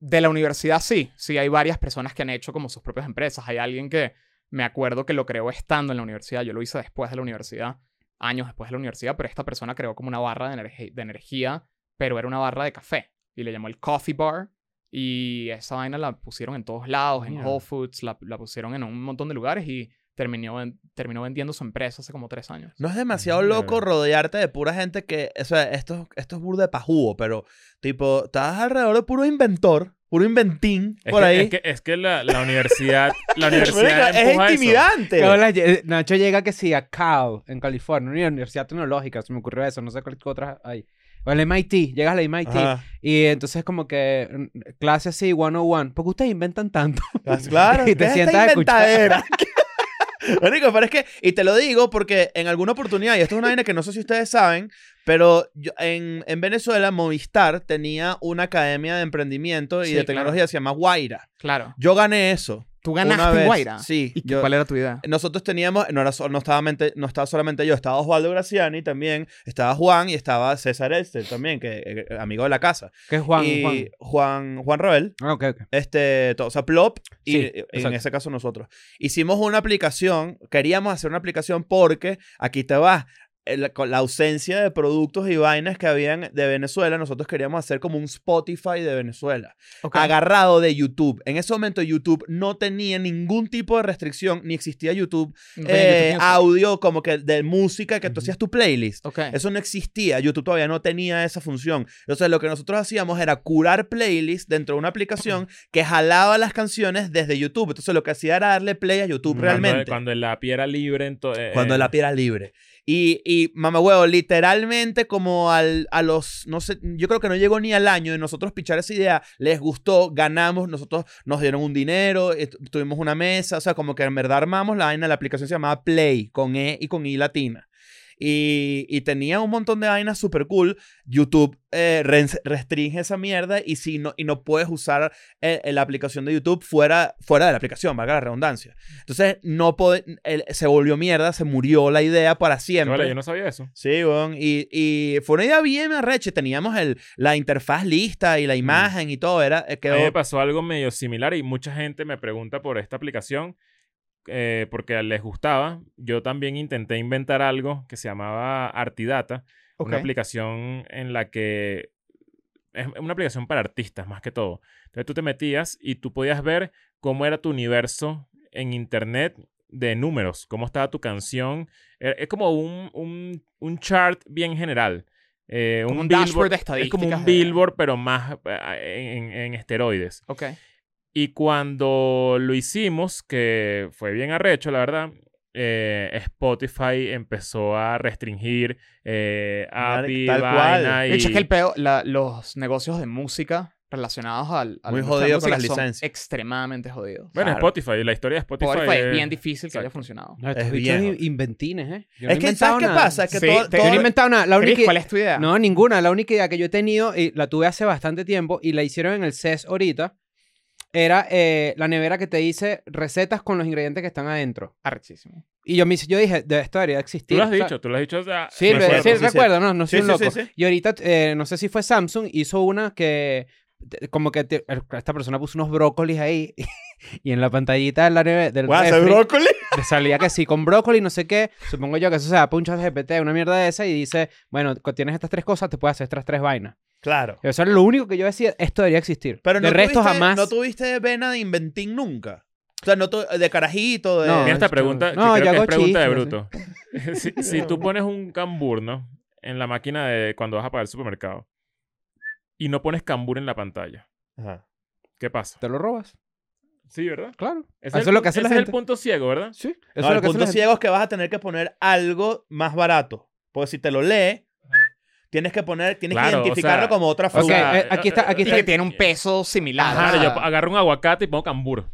[SPEAKER 3] De la universidad sí, sí hay varias personas que han hecho como sus propias empresas. Hay alguien que me acuerdo que lo creó estando en la universidad, yo lo hice después de la universidad, años después de la universidad, pero esta persona creó como una barra de, energi- de energía, pero era una barra de café y le llamó el Coffee Bar y esa vaina la pusieron en todos lados, en
[SPEAKER 2] Mierda.
[SPEAKER 3] Whole Foods, la, la pusieron en un montón de lugares y terminó, ven- terminó vendiendo su empresa hace como tres años.
[SPEAKER 1] No es demasiado
[SPEAKER 4] Mierda.
[SPEAKER 1] loco rodearte de pura gente que. O sea, esto, esto es burda de pajúo, pero tipo, estás alrededor de puro inventor, puro inventín
[SPEAKER 4] Es
[SPEAKER 1] por
[SPEAKER 4] que,
[SPEAKER 1] ahí.
[SPEAKER 4] Es que, es que la, la universidad... la
[SPEAKER 1] Marica,
[SPEAKER 4] universidad
[SPEAKER 1] es
[SPEAKER 4] empuja eso.
[SPEAKER 1] intimidante.
[SPEAKER 2] Que hola, ye- Nacho llega que sí a Cal, en California, una universidad tecnológica, se me ocurrió eso, no sé cuál otra hay. O el MIT, llegas al MIT
[SPEAKER 1] Ajá.
[SPEAKER 2] y entonces como que mm, clase así, 101, porque ustedes inventan tanto.
[SPEAKER 1] Ah, Claro,
[SPEAKER 2] Y
[SPEAKER 1] ¿qué
[SPEAKER 2] te
[SPEAKER 1] es esta
[SPEAKER 2] sientas a escuchar.
[SPEAKER 1] inventadera? Marico, pero es que, y te lo digo porque en alguna oportunidad, y esto es una vaina que no sé si ustedes saben, pero yo- en, en Venezuela Movistar tenía una academia de emprendimiento y
[SPEAKER 3] Sí,
[SPEAKER 1] de
[SPEAKER 3] claro.
[SPEAKER 1] tecnología, se llama Guaira.
[SPEAKER 3] Claro.
[SPEAKER 1] Yo gané eso.
[SPEAKER 3] ¿Tú
[SPEAKER 1] una
[SPEAKER 3] ganaste
[SPEAKER 1] vez.
[SPEAKER 3] en Guaira?
[SPEAKER 1] Sí,
[SPEAKER 3] ¿Y qué-
[SPEAKER 1] yo-
[SPEAKER 3] cuál era tu idea?
[SPEAKER 1] Nosotros teníamos, no, era so- no, estaba mente- no estaba solamente yo, estaba Osvaldo Graciani también, estaba Juan y estaba César Elster también, que eh, amigo de la casa.
[SPEAKER 2] Que es Juan,
[SPEAKER 1] y
[SPEAKER 2] Juan.
[SPEAKER 1] Juan, Juan Rabel.
[SPEAKER 2] Ah, ok, ok.
[SPEAKER 1] Este, to- o sea, Plop y
[SPEAKER 2] Sí,
[SPEAKER 1] y en
[SPEAKER 2] exacto.
[SPEAKER 1] ese caso nosotros. Hicimos una aplicación, queríamos hacer una aplicación porque aquí te vas. el- con la ausencia de productos y vainas que habían de Venezuela, nosotros queríamos hacer como un Spotify de Venezuela,
[SPEAKER 3] Ok.
[SPEAKER 1] agarrado de YouTube. En ese momento YouTube no tenía ningún tipo de restricción, ni existía YouTube,
[SPEAKER 3] No tenía YouTube
[SPEAKER 1] eh,
[SPEAKER 3] Music.
[SPEAKER 1] audio como que de música, que tú
[SPEAKER 2] Ujú.
[SPEAKER 1] hacías tu playlist.
[SPEAKER 3] Ok.
[SPEAKER 1] Eso no existía, YouTube todavía no tenía esa función. Entonces lo que nosotros hacíamos era curar playlists dentro de una aplicación que jalaba las canciones desde YouTube. Entonces lo que hacía era darle play a YouTube
[SPEAKER 4] Cuando-
[SPEAKER 1] realmente.
[SPEAKER 4] Cuando el API era libre, eh, entonces...
[SPEAKER 1] Cuando la piel era libre. Y, y mamá huevo, literalmente como al, a los, no sé, yo creo que no llegó ni al año de nosotros pichar esa idea, les gustó, ganamos, nosotros nos dieron un dinero, est- tuvimos una mesa, o sea, como que en verdad armamos la vaina, la aplicación se llamaba Play, con E y con I latina. Y, y tenía un montón de vainas super cool. YouTube eh, ren- restringe esa mierda y, si no, y no puedes usar eh, la aplicación de YouTube fuera, fuera de la aplicación, valga la redundancia. Entonces, no pode- el- se volvió mierda, se murió la idea para siempre.
[SPEAKER 4] Vale, eh, yo no sabía eso.
[SPEAKER 1] Sí, weón. Y, y fue una idea bien arrecha. Teníamos el, la interfaz lista y la imagen y todo. Era, eh,
[SPEAKER 4] A mí
[SPEAKER 1] quedó...
[SPEAKER 4] me pasó algo medio similar y mucha gente me pregunta por esta aplicación eh, porque les gustaba. Yo también intenté inventar algo que se llamaba Artidata,
[SPEAKER 3] Ok.
[SPEAKER 4] una aplicación en la que es una aplicación para artistas más que todo. Entonces tú te metías y tú podías ver cómo era tu universo en internet de números, cómo estaba tu canción. Eh, Es como un, un, un chart bien general. Eh,
[SPEAKER 3] Como un
[SPEAKER 4] billboard-
[SPEAKER 3] dashboard de
[SPEAKER 4] es como
[SPEAKER 3] estadísticas
[SPEAKER 4] un
[SPEAKER 3] de-
[SPEAKER 4] billboard, pero más eh, en, en esteroides.
[SPEAKER 3] Ok.
[SPEAKER 4] Y cuando lo hicimos, que fue bien arrecho, la verdad, eh, Spotify empezó a restringir eh,
[SPEAKER 1] Mar-
[SPEAKER 4] API,
[SPEAKER 1] tal
[SPEAKER 4] vaina
[SPEAKER 1] cual.
[SPEAKER 4] y...
[SPEAKER 3] De hecho, es que el peo- la- los negocios de música relacionados al, a la
[SPEAKER 1] Muy
[SPEAKER 3] industria de
[SPEAKER 1] jodido con
[SPEAKER 3] música
[SPEAKER 1] las
[SPEAKER 3] son
[SPEAKER 1] licencias.
[SPEAKER 3] Extremadamente jodidos.
[SPEAKER 4] Bueno,
[SPEAKER 1] Claro.
[SPEAKER 4] Spotify, la historia de Spotify...
[SPEAKER 3] Spotify
[SPEAKER 4] eh,
[SPEAKER 3] es bien difícil que haya
[SPEAKER 4] exacto.
[SPEAKER 3] funcionado.
[SPEAKER 2] No, estos
[SPEAKER 1] Es
[SPEAKER 2] bichos
[SPEAKER 1] viejo.
[SPEAKER 2] inventines, ¿eh? Yo no he
[SPEAKER 1] es que,
[SPEAKER 2] inventado
[SPEAKER 1] ¿sabes qué
[SPEAKER 2] nada.
[SPEAKER 1] pasa? Es que
[SPEAKER 3] Sí,
[SPEAKER 1] todo,
[SPEAKER 3] te-
[SPEAKER 2] Yo
[SPEAKER 1] todo-
[SPEAKER 2] no he inventado nada. La única...
[SPEAKER 3] Chris, ¿cuál es tu idea?
[SPEAKER 2] No, ninguna. La única idea que yo he tenido, y la tuve hace bastante tiempo, y la hicieron en el CES ahorita, era eh, la nevera que te dice recetas con los ingredientes que están adentro.
[SPEAKER 3] Arrechísimo.
[SPEAKER 2] Y yo me hice- yo dije, de- esto debería
[SPEAKER 4] Tú
[SPEAKER 2] existir.
[SPEAKER 4] lo has
[SPEAKER 2] o sea,
[SPEAKER 4] dicho, tú lo has dicho... o sea,
[SPEAKER 2] Sí,
[SPEAKER 1] Me
[SPEAKER 2] re-
[SPEAKER 1] acuerdo,
[SPEAKER 2] sí,
[SPEAKER 1] sí, sí.
[SPEAKER 2] recuerdo, no, no soy
[SPEAKER 1] Sí,
[SPEAKER 2] un
[SPEAKER 1] sí,
[SPEAKER 2] loco.
[SPEAKER 1] sí, sí.
[SPEAKER 2] Y ahorita, eh, no sé si fue Samsung, hizo una que te- como que te- esta persona puso unos brócolis ahí y en la pantallita de la neve, del
[SPEAKER 1] Guau, ese
[SPEAKER 2] refri,
[SPEAKER 1] brócoli.
[SPEAKER 2] le salía que sí, con brócoli, no sé qué. Supongo yo que eso se da para un chat GPT, una mierda de esa, y dice, bueno, cu- tienes estas tres cosas, te puedes hacer estas tres vainas.
[SPEAKER 1] Claro.
[SPEAKER 2] Eso era lo único que yo decía, esto debería existir.
[SPEAKER 1] Pero no
[SPEAKER 2] de resto
[SPEAKER 1] tuviste,
[SPEAKER 2] jamás.
[SPEAKER 1] no tuviste vena de inventín nunca. O sea, no to- de carajito, de...
[SPEAKER 2] No,
[SPEAKER 4] Mira esta
[SPEAKER 2] es chulo.
[SPEAKER 4] pregunta, que
[SPEAKER 2] No, yo
[SPEAKER 4] creo que
[SPEAKER 2] hago
[SPEAKER 4] es pregunta de
[SPEAKER 2] chistes,
[SPEAKER 4] bruto. si, si tú pones un cambur, ¿no? En la máquina de cuando vas a pagar el supermercado y no pones cambur en la pantalla,
[SPEAKER 1] Ajá.
[SPEAKER 4] ¿qué pasa?
[SPEAKER 2] Te lo robas.
[SPEAKER 4] Sí, ¿verdad?
[SPEAKER 2] Claro.
[SPEAKER 4] Ese
[SPEAKER 2] Eso
[SPEAKER 4] el
[SPEAKER 2] es lo
[SPEAKER 4] pu-
[SPEAKER 2] que hace la
[SPEAKER 4] ese es el
[SPEAKER 2] gente.
[SPEAKER 4] punto ciego, ¿verdad?
[SPEAKER 2] Sí. Eso
[SPEAKER 1] No,
[SPEAKER 2] es
[SPEAKER 1] el
[SPEAKER 2] lo que hace
[SPEAKER 1] punto
[SPEAKER 2] la gente.
[SPEAKER 1] ciego es que vas a tener que poner algo más barato. Porque si te lo lee, tienes que poner, tienes
[SPEAKER 4] Claro,
[SPEAKER 1] que
[SPEAKER 4] o
[SPEAKER 1] identificarlo
[SPEAKER 4] sea,
[SPEAKER 1] como otra
[SPEAKER 2] Ok,
[SPEAKER 1] fruta.
[SPEAKER 2] eh, aquí está, aquí
[SPEAKER 3] Y
[SPEAKER 2] está.
[SPEAKER 3] que tiene un peso similar.
[SPEAKER 4] Claro,
[SPEAKER 3] o
[SPEAKER 4] yo
[SPEAKER 3] sea,
[SPEAKER 4] agarro un aguacate y pongo cambur.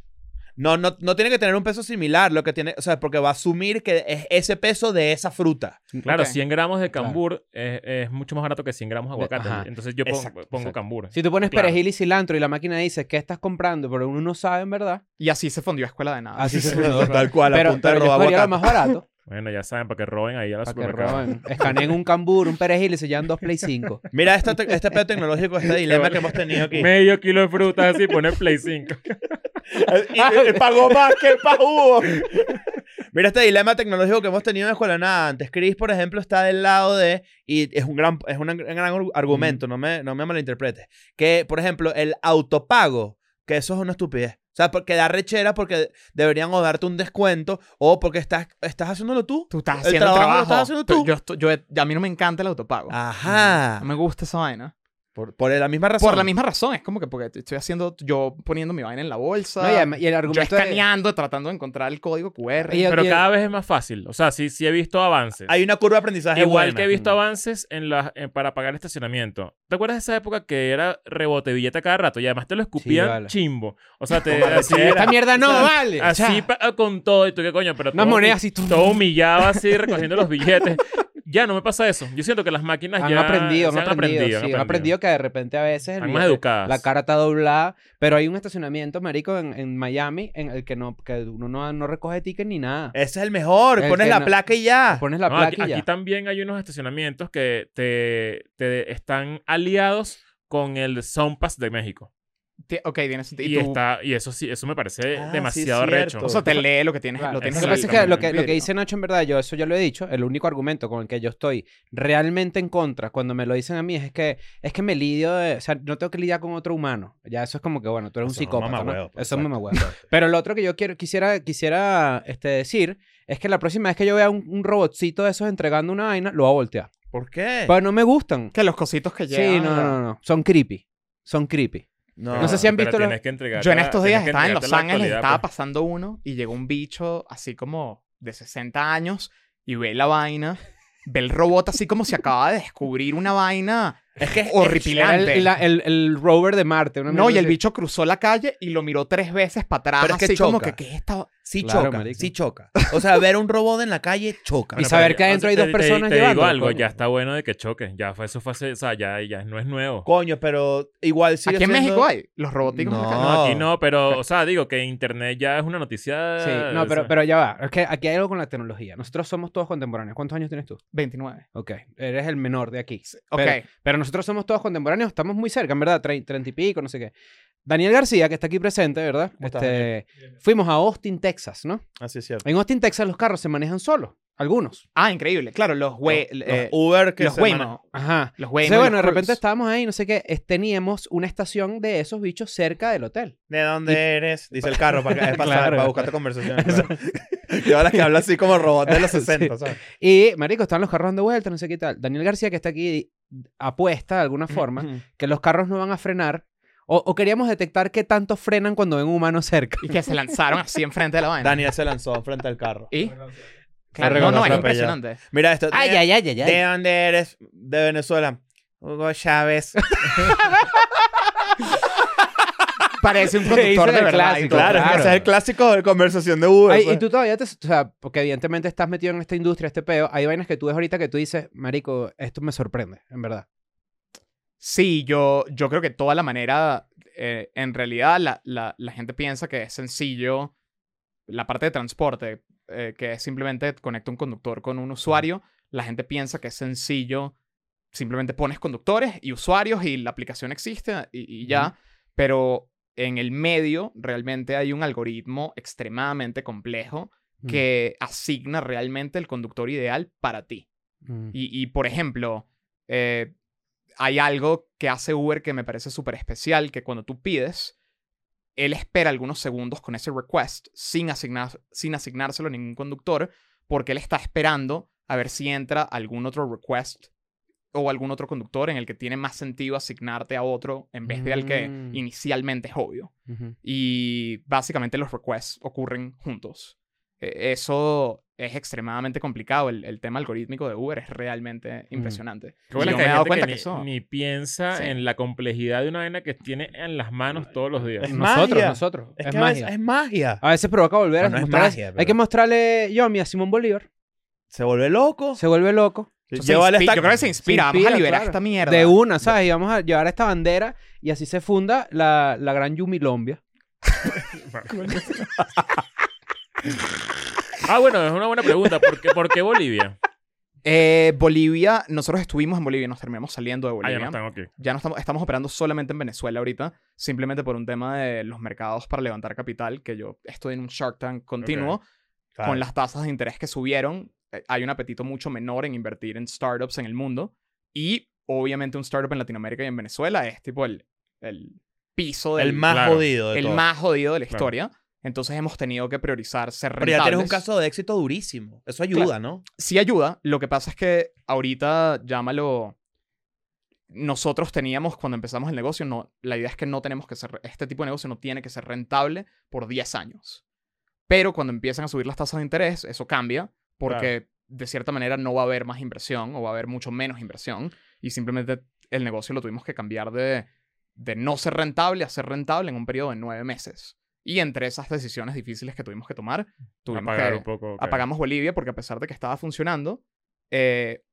[SPEAKER 1] No, no, no tiene que tener un peso similar, lo que tiene, o sea, porque va a asumir que es ese peso de esa fruta.
[SPEAKER 4] Claro,
[SPEAKER 3] Ok.
[SPEAKER 4] 100 gramos de cambur es, es mucho más barato que 100 gramos de
[SPEAKER 2] De-
[SPEAKER 4] aguacate.
[SPEAKER 2] ajá.
[SPEAKER 4] Entonces yo pongo,
[SPEAKER 2] Exacto,
[SPEAKER 4] pongo
[SPEAKER 2] exacto.
[SPEAKER 4] cambur.
[SPEAKER 2] Si tú pones
[SPEAKER 4] Claro.
[SPEAKER 2] perejil y cilantro y la máquina dice qué estás comprando, pero uno no sabe en verdad,
[SPEAKER 3] Y así se fundió Escuela de Nada.
[SPEAKER 2] así se
[SPEAKER 1] Tal cual,
[SPEAKER 2] Pero,
[SPEAKER 1] a punta de
[SPEAKER 2] pero yo
[SPEAKER 1] robar
[SPEAKER 2] escogería lo más
[SPEAKER 1] aguacate.
[SPEAKER 2] barato.
[SPEAKER 4] Bueno, ya saben, para que roben ahí a la
[SPEAKER 2] para que
[SPEAKER 4] supermercado.
[SPEAKER 2] roben. Escaneen un cambur, un perejil y se llevan dos Play 5.
[SPEAKER 1] Mira esta te- este pedo tecnológico, este dilema que hemos tenido aquí.
[SPEAKER 4] Medio kilo de frutas así, poner Play 5.
[SPEAKER 1] Y- y- y pagó más que el pajugo. Mira este dilema tecnológico que hemos tenido en Escuela de Nada. Antes, Chris, por ejemplo, está del lado de, y es un gran, es un gran argu- argumento, no, me, no me malinterpretes, que, por ejemplo, el autopago, que eso es una estupidez. O sea, porque da rechera porque deberían o darte un descuento o porque estás, estás haciéndolo tú.
[SPEAKER 3] Tú estás
[SPEAKER 1] El
[SPEAKER 3] haciendo el
[SPEAKER 1] trabajo lo
[SPEAKER 3] trabajo.
[SPEAKER 1] estás haciendo tú. Ah.
[SPEAKER 3] Yo estoy- yo he- a mí no me encanta el autopago.
[SPEAKER 1] Ajá.
[SPEAKER 3] No me gusta esa vaina.
[SPEAKER 1] Por, por la misma razón.
[SPEAKER 3] Por la misma razón. Es como que porque estoy haciendo, yo poniendo mi vaina en la bolsa.
[SPEAKER 2] No, y, además- y el
[SPEAKER 3] yo
[SPEAKER 2] argumento de-
[SPEAKER 3] escaneando, tratando de encontrar el código QR.
[SPEAKER 2] Y-
[SPEAKER 4] Pero
[SPEAKER 2] y-
[SPEAKER 4] cada vez es más fácil. O sea, sí, sí he visto avances.
[SPEAKER 1] Hay una curva de aprendizaje
[SPEAKER 4] Igual
[SPEAKER 1] buena.
[SPEAKER 4] que he visto avances en las en- para pagar estacionamiento. ¿Te acuerdas de esa época que era rebote billete cada rato? Y además te lo escupían
[SPEAKER 2] vale.
[SPEAKER 4] chimbo. O sea, te así, era-
[SPEAKER 2] Esta mierda no vale.
[SPEAKER 4] así
[SPEAKER 2] Ya.
[SPEAKER 4] pa- ah, con todo. ¿Y tú qué coño? Pero
[SPEAKER 2] Unas
[SPEAKER 4] todo-
[SPEAKER 2] monedas así.
[SPEAKER 4] todo humillado así recogiendo los billetes. Ya no me pasa eso. Yo siento que las máquinas
[SPEAKER 2] Han
[SPEAKER 4] ya
[SPEAKER 2] aprendido, han
[SPEAKER 4] se
[SPEAKER 2] aprendido, sí, han aprendido. que de repente a veces el
[SPEAKER 4] Están más
[SPEAKER 2] billete-
[SPEAKER 4] educadas.
[SPEAKER 2] la cara está doblada, pero hay un estacionamiento, marico, en, en Miami en el que no que uno no, no recoge ticket ni nada.
[SPEAKER 1] Ese es el mejor.
[SPEAKER 2] El
[SPEAKER 1] Pones
[SPEAKER 2] que
[SPEAKER 1] la
[SPEAKER 2] no-
[SPEAKER 1] placa y ya.
[SPEAKER 2] Pones la
[SPEAKER 4] No,
[SPEAKER 2] placa
[SPEAKER 4] aquí,
[SPEAKER 2] y ya.
[SPEAKER 4] aquí también hay unos estacionamientos que te, te están aliados con el Soundpass de México.
[SPEAKER 3] Ti- Ok, tiene sentido.
[SPEAKER 4] Y,
[SPEAKER 3] Y tú-
[SPEAKER 4] está, y eso sí, eso me parece
[SPEAKER 1] Ah, sí,
[SPEAKER 4] demasiado
[SPEAKER 1] es
[SPEAKER 4] recho.
[SPEAKER 1] cierto.
[SPEAKER 3] O sea, te lee lo que tienes.
[SPEAKER 2] Claro.
[SPEAKER 3] Lo tienes
[SPEAKER 2] Lo que pasa es que lo que, lo que
[SPEAKER 3] vidrio.
[SPEAKER 2] dice Nacho, en verdad, yo eso ya lo he dicho, el único argumento con el que yo estoy realmente en contra cuando me lo dicen a mí es que es que me lidio, de- o sea, no tengo que lidiar con otro humano. Ya eso es como que, bueno, tú eres
[SPEAKER 1] Eso
[SPEAKER 2] un
[SPEAKER 1] es un
[SPEAKER 2] psicópata, ¿no?
[SPEAKER 1] mamahuevo, pues,
[SPEAKER 2] Eso es
[SPEAKER 1] exacto.
[SPEAKER 2] un mamahuevo. Pero lo otro que yo quiero, quisiera, quisiera este, decir es que la próxima vez que yo vea un, un robotcito de esos entregando una vaina, lo voy a voltear.
[SPEAKER 1] ¿Por qué?
[SPEAKER 2] Pero no me gustan.
[SPEAKER 3] Que los cositos que llegan.
[SPEAKER 2] Sí, no,
[SPEAKER 3] la-
[SPEAKER 2] no, no. Son creepy. Son creepy. No sé si han
[SPEAKER 4] pero
[SPEAKER 2] visto los-
[SPEAKER 4] tienes que entregar
[SPEAKER 3] Yo en
[SPEAKER 4] la-
[SPEAKER 3] estos días
[SPEAKER 4] ah, tienes que
[SPEAKER 3] estaba en
[SPEAKER 4] entregarte
[SPEAKER 3] Los
[SPEAKER 4] la
[SPEAKER 3] Ángeles,
[SPEAKER 4] actualidad,
[SPEAKER 3] estaba
[SPEAKER 4] pues.
[SPEAKER 3] pasando uno y llegó un bicho así como de 60 años y ve la vaina, ve el robot así como si acaba de descubrir una vaina
[SPEAKER 1] Es que es-
[SPEAKER 2] Era el,
[SPEAKER 3] horripilante.
[SPEAKER 2] la- el- el rover de Marte. una
[SPEAKER 3] no,
[SPEAKER 2] mierda
[SPEAKER 3] y el
[SPEAKER 2] así.
[SPEAKER 3] bicho cruzó la calle y lo miró tres veces para atrás,
[SPEAKER 1] Pero es que
[SPEAKER 3] así como
[SPEAKER 1] choca.
[SPEAKER 3] que, ¿qué es esta?
[SPEAKER 1] sí
[SPEAKER 2] Claro,
[SPEAKER 1] choca,
[SPEAKER 2] marico.
[SPEAKER 1] sí choca. O sea, ver un robot en la calle choca.
[SPEAKER 2] Y saber
[SPEAKER 4] pero
[SPEAKER 2] que
[SPEAKER 4] ya-
[SPEAKER 2] adentro hay
[SPEAKER 4] te-
[SPEAKER 2] dos
[SPEAKER 4] te-
[SPEAKER 2] personas
[SPEAKER 4] te, digo
[SPEAKER 2] llevándolo,
[SPEAKER 4] algo,
[SPEAKER 2] coño.
[SPEAKER 4] ya está bueno de que choque. Ya fue, eso fue hace- o sea, ya, ya no es nuevo.
[SPEAKER 1] Coño, pero igual sigue
[SPEAKER 3] Aquí en
[SPEAKER 1] siendo-
[SPEAKER 3] México hay los roboticos. en la calle.
[SPEAKER 1] No.
[SPEAKER 4] No, aquí no, pero, o sea, digo que internet ya es una noticia.
[SPEAKER 2] Sí,
[SPEAKER 4] o
[SPEAKER 2] no, pero,
[SPEAKER 4] sea,
[SPEAKER 2] pero ya va. Es que aquí hay algo con la tecnología. Nosotros somos todos contemporáneos. ¿Cuántos años tienes tú?
[SPEAKER 3] 29.
[SPEAKER 2] Ok, eres el menor de aquí.
[SPEAKER 3] Ok.
[SPEAKER 2] Pero, pero nosotros somos todos contemporáneos, estamos muy cerca, en verdad, Tre- treinta y pico, no sé qué. Daniel García, que está aquí presente, ¿verdad?
[SPEAKER 1] ¿Cómo estás,
[SPEAKER 2] Este, fuimos a Austin, Texas, ¿no?
[SPEAKER 1] Así es cierto.
[SPEAKER 2] En Austin, Texas, los carros se manejan solos, algunos.
[SPEAKER 3] Ah, increíble. Claro, los güey.
[SPEAKER 1] Los
[SPEAKER 3] eh,
[SPEAKER 1] Uber que
[SPEAKER 3] los
[SPEAKER 1] se manejan-
[SPEAKER 3] Waymo.
[SPEAKER 2] Ajá.
[SPEAKER 3] Los
[SPEAKER 2] Entonces,
[SPEAKER 3] Waymo. y
[SPEAKER 2] bueno, de
[SPEAKER 3] los
[SPEAKER 2] repente
[SPEAKER 3] Cruise.
[SPEAKER 2] estábamos ahí, no sé qué, es- teníamos una estación de esos bichos cerca del hotel.
[SPEAKER 1] ¿De dónde eres? Dice el carro para, que- es para,
[SPEAKER 2] Claro.
[SPEAKER 1] saber, para buscarte conversaciones. Claro. Y ahora que habla así como robot de los 60, ¿sabes?
[SPEAKER 2] Y, marico, estaban los carros dando vueltas, no sé qué tal. Daniel García, que está aquí, apuesta de alguna forma que los carros no van a frenar. O, o queríamos detectar qué tanto frenan cuando ven un humano cerca.
[SPEAKER 3] Y que se lanzaron así enfrente de la vaina.
[SPEAKER 1] Daniel se lanzó frente al carro.
[SPEAKER 3] ¿Y?
[SPEAKER 1] Se
[SPEAKER 3] Claro, no, no, es
[SPEAKER 1] reconoció.
[SPEAKER 3] impresionante.
[SPEAKER 1] Mira esto.
[SPEAKER 2] Ay, ay, ay, ay,
[SPEAKER 1] ¿De
[SPEAKER 2] ay.
[SPEAKER 1] dónde eres? De Venezuela. Hugo Chávez.
[SPEAKER 3] Parece un
[SPEAKER 2] Ese
[SPEAKER 3] conductor
[SPEAKER 2] era
[SPEAKER 3] de
[SPEAKER 2] el
[SPEAKER 3] verdad. y
[SPEAKER 2] clásico,
[SPEAKER 3] todo.
[SPEAKER 1] Claro, es que
[SPEAKER 2] claro.
[SPEAKER 1] ese es el clásico de conversación de Uber.
[SPEAKER 2] Ay,
[SPEAKER 1] pues.
[SPEAKER 2] y tú todavía te... O sea, porque evidentemente estás metido en esta industria, este peo. Hay vainas que tú ves ahorita que tú dices, marico, esto me sorprende, en verdad.
[SPEAKER 3] Sí, yo, yo creo que toda la manera, eh, en realidad la, la- la gente piensa que es sencillo la parte de transporte, eh, que es simplemente conecta un conductor con un usuario, la gente piensa que es sencillo, simplemente pones conductores y usuarios y la aplicación existe ah, y, y ya, pero en el medio realmente hay un algoritmo extremadamente complejo
[SPEAKER 2] Ujú.
[SPEAKER 3] que asigna realmente el conductor ideal para ti.
[SPEAKER 2] Mm.
[SPEAKER 3] Y, y, por ejemplo, eh, hay algo que hace Uber que me parece súper especial, que cuando tú pides, él espera algunos segundos con ese request sin, asignar, sin asignárselo a ningún conductor porque él está esperando a ver si entra algún otro request o algún otro conductor en el que tiene más sentido asignarte a otro en vez de al que
[SPEAKER 2] Mm.
[SPEAKER 3] inicialmente es obvio.
[SPEAKER 2] Ujú.
[SPEAKER 3] Y básicamente los requests ocurren juntos. Eh, Eso es extremadamente complicado. El, el tema algorítmico de Uber es realmente impresionante.
[SPEAKER 4] Qué bueno
[SPEAKER 3] Y yo me
[SPEAKER 4] que
[SPEAKER 3] he
[SPEAKER 4] hay
[SPEAKER 3] dado
[SPEAKER 4] gente
[SPEAKER 3] cuenta
[SPEAKER 4] que
[SPEAKER 3] que,
[SPEAKER 4] ni,
[SPEAKER 3] eso...
[SPEAKER 4] ni piensa
[SPEAKER 3] Sí.
[SPEAKER 4] en la complejidad de una vaina que tiene en las manos todos los días.
[SPEAKER 1] Es
[SPEAKER 2] Nosotros,
[SPEAKER 1] magia.
[SPEAKER 2] nosotros.
[SPEAKER 1] Es,
[SPEAKER 2] Es,
[SPEAKER 1] que a veces
[SPEAKER 2] magia. Ah.
[SPEAKER 1] es magia.
[SPEAKER 2] A veces provoca volver
[SPEAKER 1] Bueno,
[SPEAKER 2] a
[SPEAKER 1] es
[SPEAKER 2] mostrar-
[SPEAKER 1] magia, pero-
[SPEAKER 2] Hay que mostrarle Yomi a Simón Bolívar.
[SPEAKER 1] Se vuelve loco.
[SPEAKER 2] Se vuelve loco.
[SPEAKER 3] eso se
[SPEAKER 1] Llévale
[SPEAKER 3] inspi-
[SPEAKER 1] esta-
[SPEAKER 3] Yo creo que se inspira. Vamos
[SPEAKER 2] inspira,
[SPEAKER 3] a liberar
[SPEAKER 2] claro.
[SPEAKER 3] esta mierda.
[SPEAKER 2] De una, ¿sabes? Y vamos a llevar esta bandera y así se funda la, la gran Yumilombia.
[SPEAKER 4] Ah, bueno, es una buena pregunta. ¿Por qué, por qué Bolivia? Ah,
[SPEAKER 3] Eh, Bolivia, nosotros estuvimos en Bolivia, nos terminamos saliendo de
[SPEAKER 4] Ah, ya
[SPEAKER 3] Bolivia.
[SPEAKER 4] no están, ok.
[SPEAKER 3] ya no estamos, estamos operando solamente en Venezuela ahorita, simplemente por un tema de los mercados para levantar capital, que yo estoy en un Shark Tank continuo,
[SPEAKER 1] Claro.
[SPEAKER 3] con las tasas de interés que subieron, eh, hay un apetito mucho menor en invertir en startups en el mundo, y obviamente un startup en Latinoamérica y en Venezuela es tipo el, el piso del
[SPEAKER 1] El más
[SPEAKER 4] Claro.
[SPEAKER 1] jodido de
[SPEAKER 3] el
[SPEAKER 1] todos.
[SPEAKER 3] más jodido de la
[SPEAKER 4] Claro.
[SPEAKER 3] historia. Entonces hemos tenido que priorizar ser
[SPEAKER 1] Pero ya tienes un
[SPEAKER 3] rentables.
[SPEAKER 1] caso de éxito durísimo. Eso ayuda,
[SPEAKER 3] Claro.
[SPEAKER 1] ¿no?
[SPEAKER 3] sí ayuda. Lo que pasa es que ahorita, llámalo. Nosotros teníamos, cuando empezamos el negocio, no, la idea es que no tenemos que ser. Este tipo de negocio no tiene que ser rentable por 10 años. Pero cuando empiezan a subir las tasas de interés, eso cambia, porque de cierta manera no va a haber más inversión o va a haber mucho menos inversión. Y simplemente el negocio lo tuvimos que cambiar de, de no ser rentable a ser rentable en un periodo de nueve meses. Y entre esas decisiones difíciles que tuvimos que tomar, tuvimos
[SPEAKER 4] Apagar
[SPEAKER 3] que
[SPEAKER 4] un poco. ok.
[SPEAKER 3] apagamos Bolivia porque a pesar de que estaba funcionando, eh,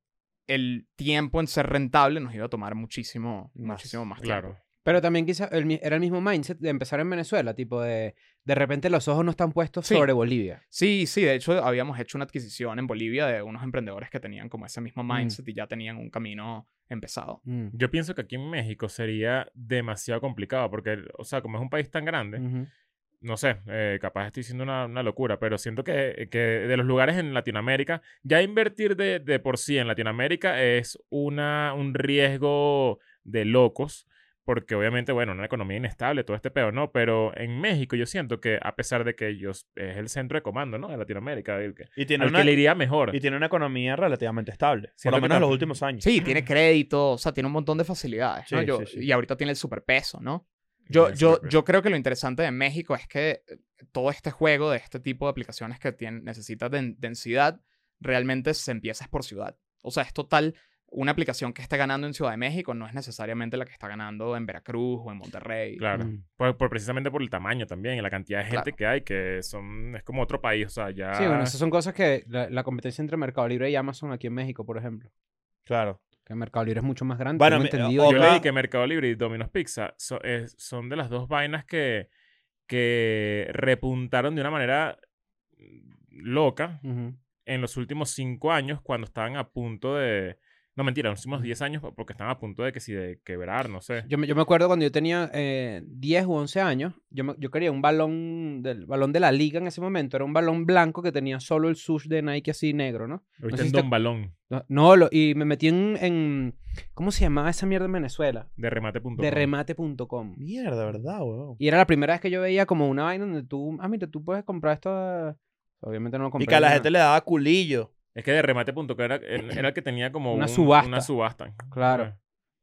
[SPEAKER 3] el tiempo en ser rentable nos iba a tomar muchísimo más,
[SPEAKER 2] Más,
[SPEAKER 3] muchísimo más tiempo.
[SPEAKER 4] Claro.
[SPEAKER 2] Pero también quizás era el mismo mindset de empezar en Venezuela, tipo de de repente los ojos no están puestos
[SPEAKER 3] Sí.
[SPEAKER 2] sobre Bolivia.
[SPEAKER 3] Sí, sí, de hecho habíamos hecho una adquisición en Bolivia de unos emprendedores que tenían como ese mismo mindset y ya tenían un camino empezado.
[SPEAKER 2] Mm.
[SPEAKER 4] Yo pienso que aquí en México sería demasiado complicado porque, o sea, como es un país tan grande,
[SPEAKER 2] Ujú.
[SPEAKER 4] no sé, eh, capaz estoy diciendo una, una locura, pero siento que, que de los lugares en Latinoamérica, ya invertir de, de por sí en Latinoamérica es una, un riesgo de locos, porque obviamente, bueno, una economía inestable, todo este pedo, ¿no? Pero en México yo siento que, a pesar de que ellos es el centro de comando, ¿no? De Latinoamérica, el que,
[SPEAKER 1] Y tiene,
[SPEAKER 4] al
[SPEAKER 1] una,
[SPEAKER 4] que le iría mejor.
[SPEAKER 1] y tiene una economía relativamente estable.
[SPEAKER 4] Siento
[SPEAKER 1] por lo
[SPEAKER 4] que
[SPEAKER 1] menos en los
[SPEAKER 4] tampoco-
[SPEAKER 1] últimos años.
[SPEAKER 3] Sí, tiene crédito, o sea, tiene un montón de facilidades. ¿no?
[SPEAKER 1] Mm. Sí,
[SPEAKER 3] Yo-
[SPEAKER 1] sí, sí.
[SPEAKER 3] Y ahorita tiene el superpeso, ¿no? Yo, yo, yo creo que lo interesante de México es que eh, todo este juego de este tipo de aplicaciones que tienen, necesitas den- densidad, realmente se empieza es por ciudad. O sea, es total. Una aplicación que esté ganando en Ciudad de México no es necesariamente la que está ganando en Veracruz o en Monterrey.
[SPEAKER 4] Claro.
[SPEAKER 2] Mm.
[SPEAKER 4] Por, por- precisamente por el tamaño también y la cantidad de gente
[SPEAKER 3] Claro.
[SPEAKER 4] que hay, que son, es como otro país, o sea, ya...
[SPEAKER 2] Sí, bueno, esas son cosas que la, la competencia entre Mercado Libre y Amazon aquí en México, por ejemplo.
[SPEAKER 1] Claro.
[SPEAKER 2] Que Mercado Libre es mucho más grande.
[SPEAKER 1] Bueno,
[SPEAKER 2] tengo
[SPEAKER 1] mi- eh,
[SPEAKER 2] entendido
[SPEAKER 1] o-
[SPEAKER 2] yo.
[SPEAKER 4] Yo
[SPEAKER 1] Otra-
[SPEAKER 4] leí que Mercado Libre y Domino's Pizza so- es- son de las dos vainas que, que repuntaron de una manera mm, loca
[SPEAKER 2] Ujú.
[SPEAKER 4] en los últimos cinco años cuando estaban a punto de... No, mentira, en los últimos diez años porque estaban a punto de que si de quebrar, no sé.
[SPEAKER 2] Yo me, yo me acuerdo cuando yo tenía eh, 10 u 11 años, yo, me- yo quería un balón del balón de la liga en ese momento. Era un balón blanco que tenía solo el sush de Nike así negro, ¿no? sé
[SPEAKER 4] Lo viste
[SPEAKER 2] si
[SPEAKER 4] en
[SPEAKER 2] te-
[SPEAKER 4] Don Balón
[SPEAKER 2] No, No, lo- y me metí en, en- ¿Cómo se llamaba esa mierda en Venezuela?
[SPEAKER 4] de remate.com.
[SPEAKER 2] De remate.com.
[SPEAKER 1] Mierda, ¿verdad, weón?
[SPEAKER 2] Y era la primera vez que yo veía como una vaina donde tú. Ah, mira, tú puedes comprar esto. a-". Obviamente no lo compré.
[SPEAKER 1] Y que a la
[SPEAKER 2] ni
[SPEAKER 1] gente
[SPEAKER 2] nada.
[SPEAKER 1] le daba culillo.
[SPEAKER 4] Es que de remate.com era, era el que tenía como
[SPEAKER 2] Una
[SPEAKER 4] un-
[SPEAKER 2] subasta.
[SPEAKER 4] Una subasta.
[SPEAKER 2] Claro.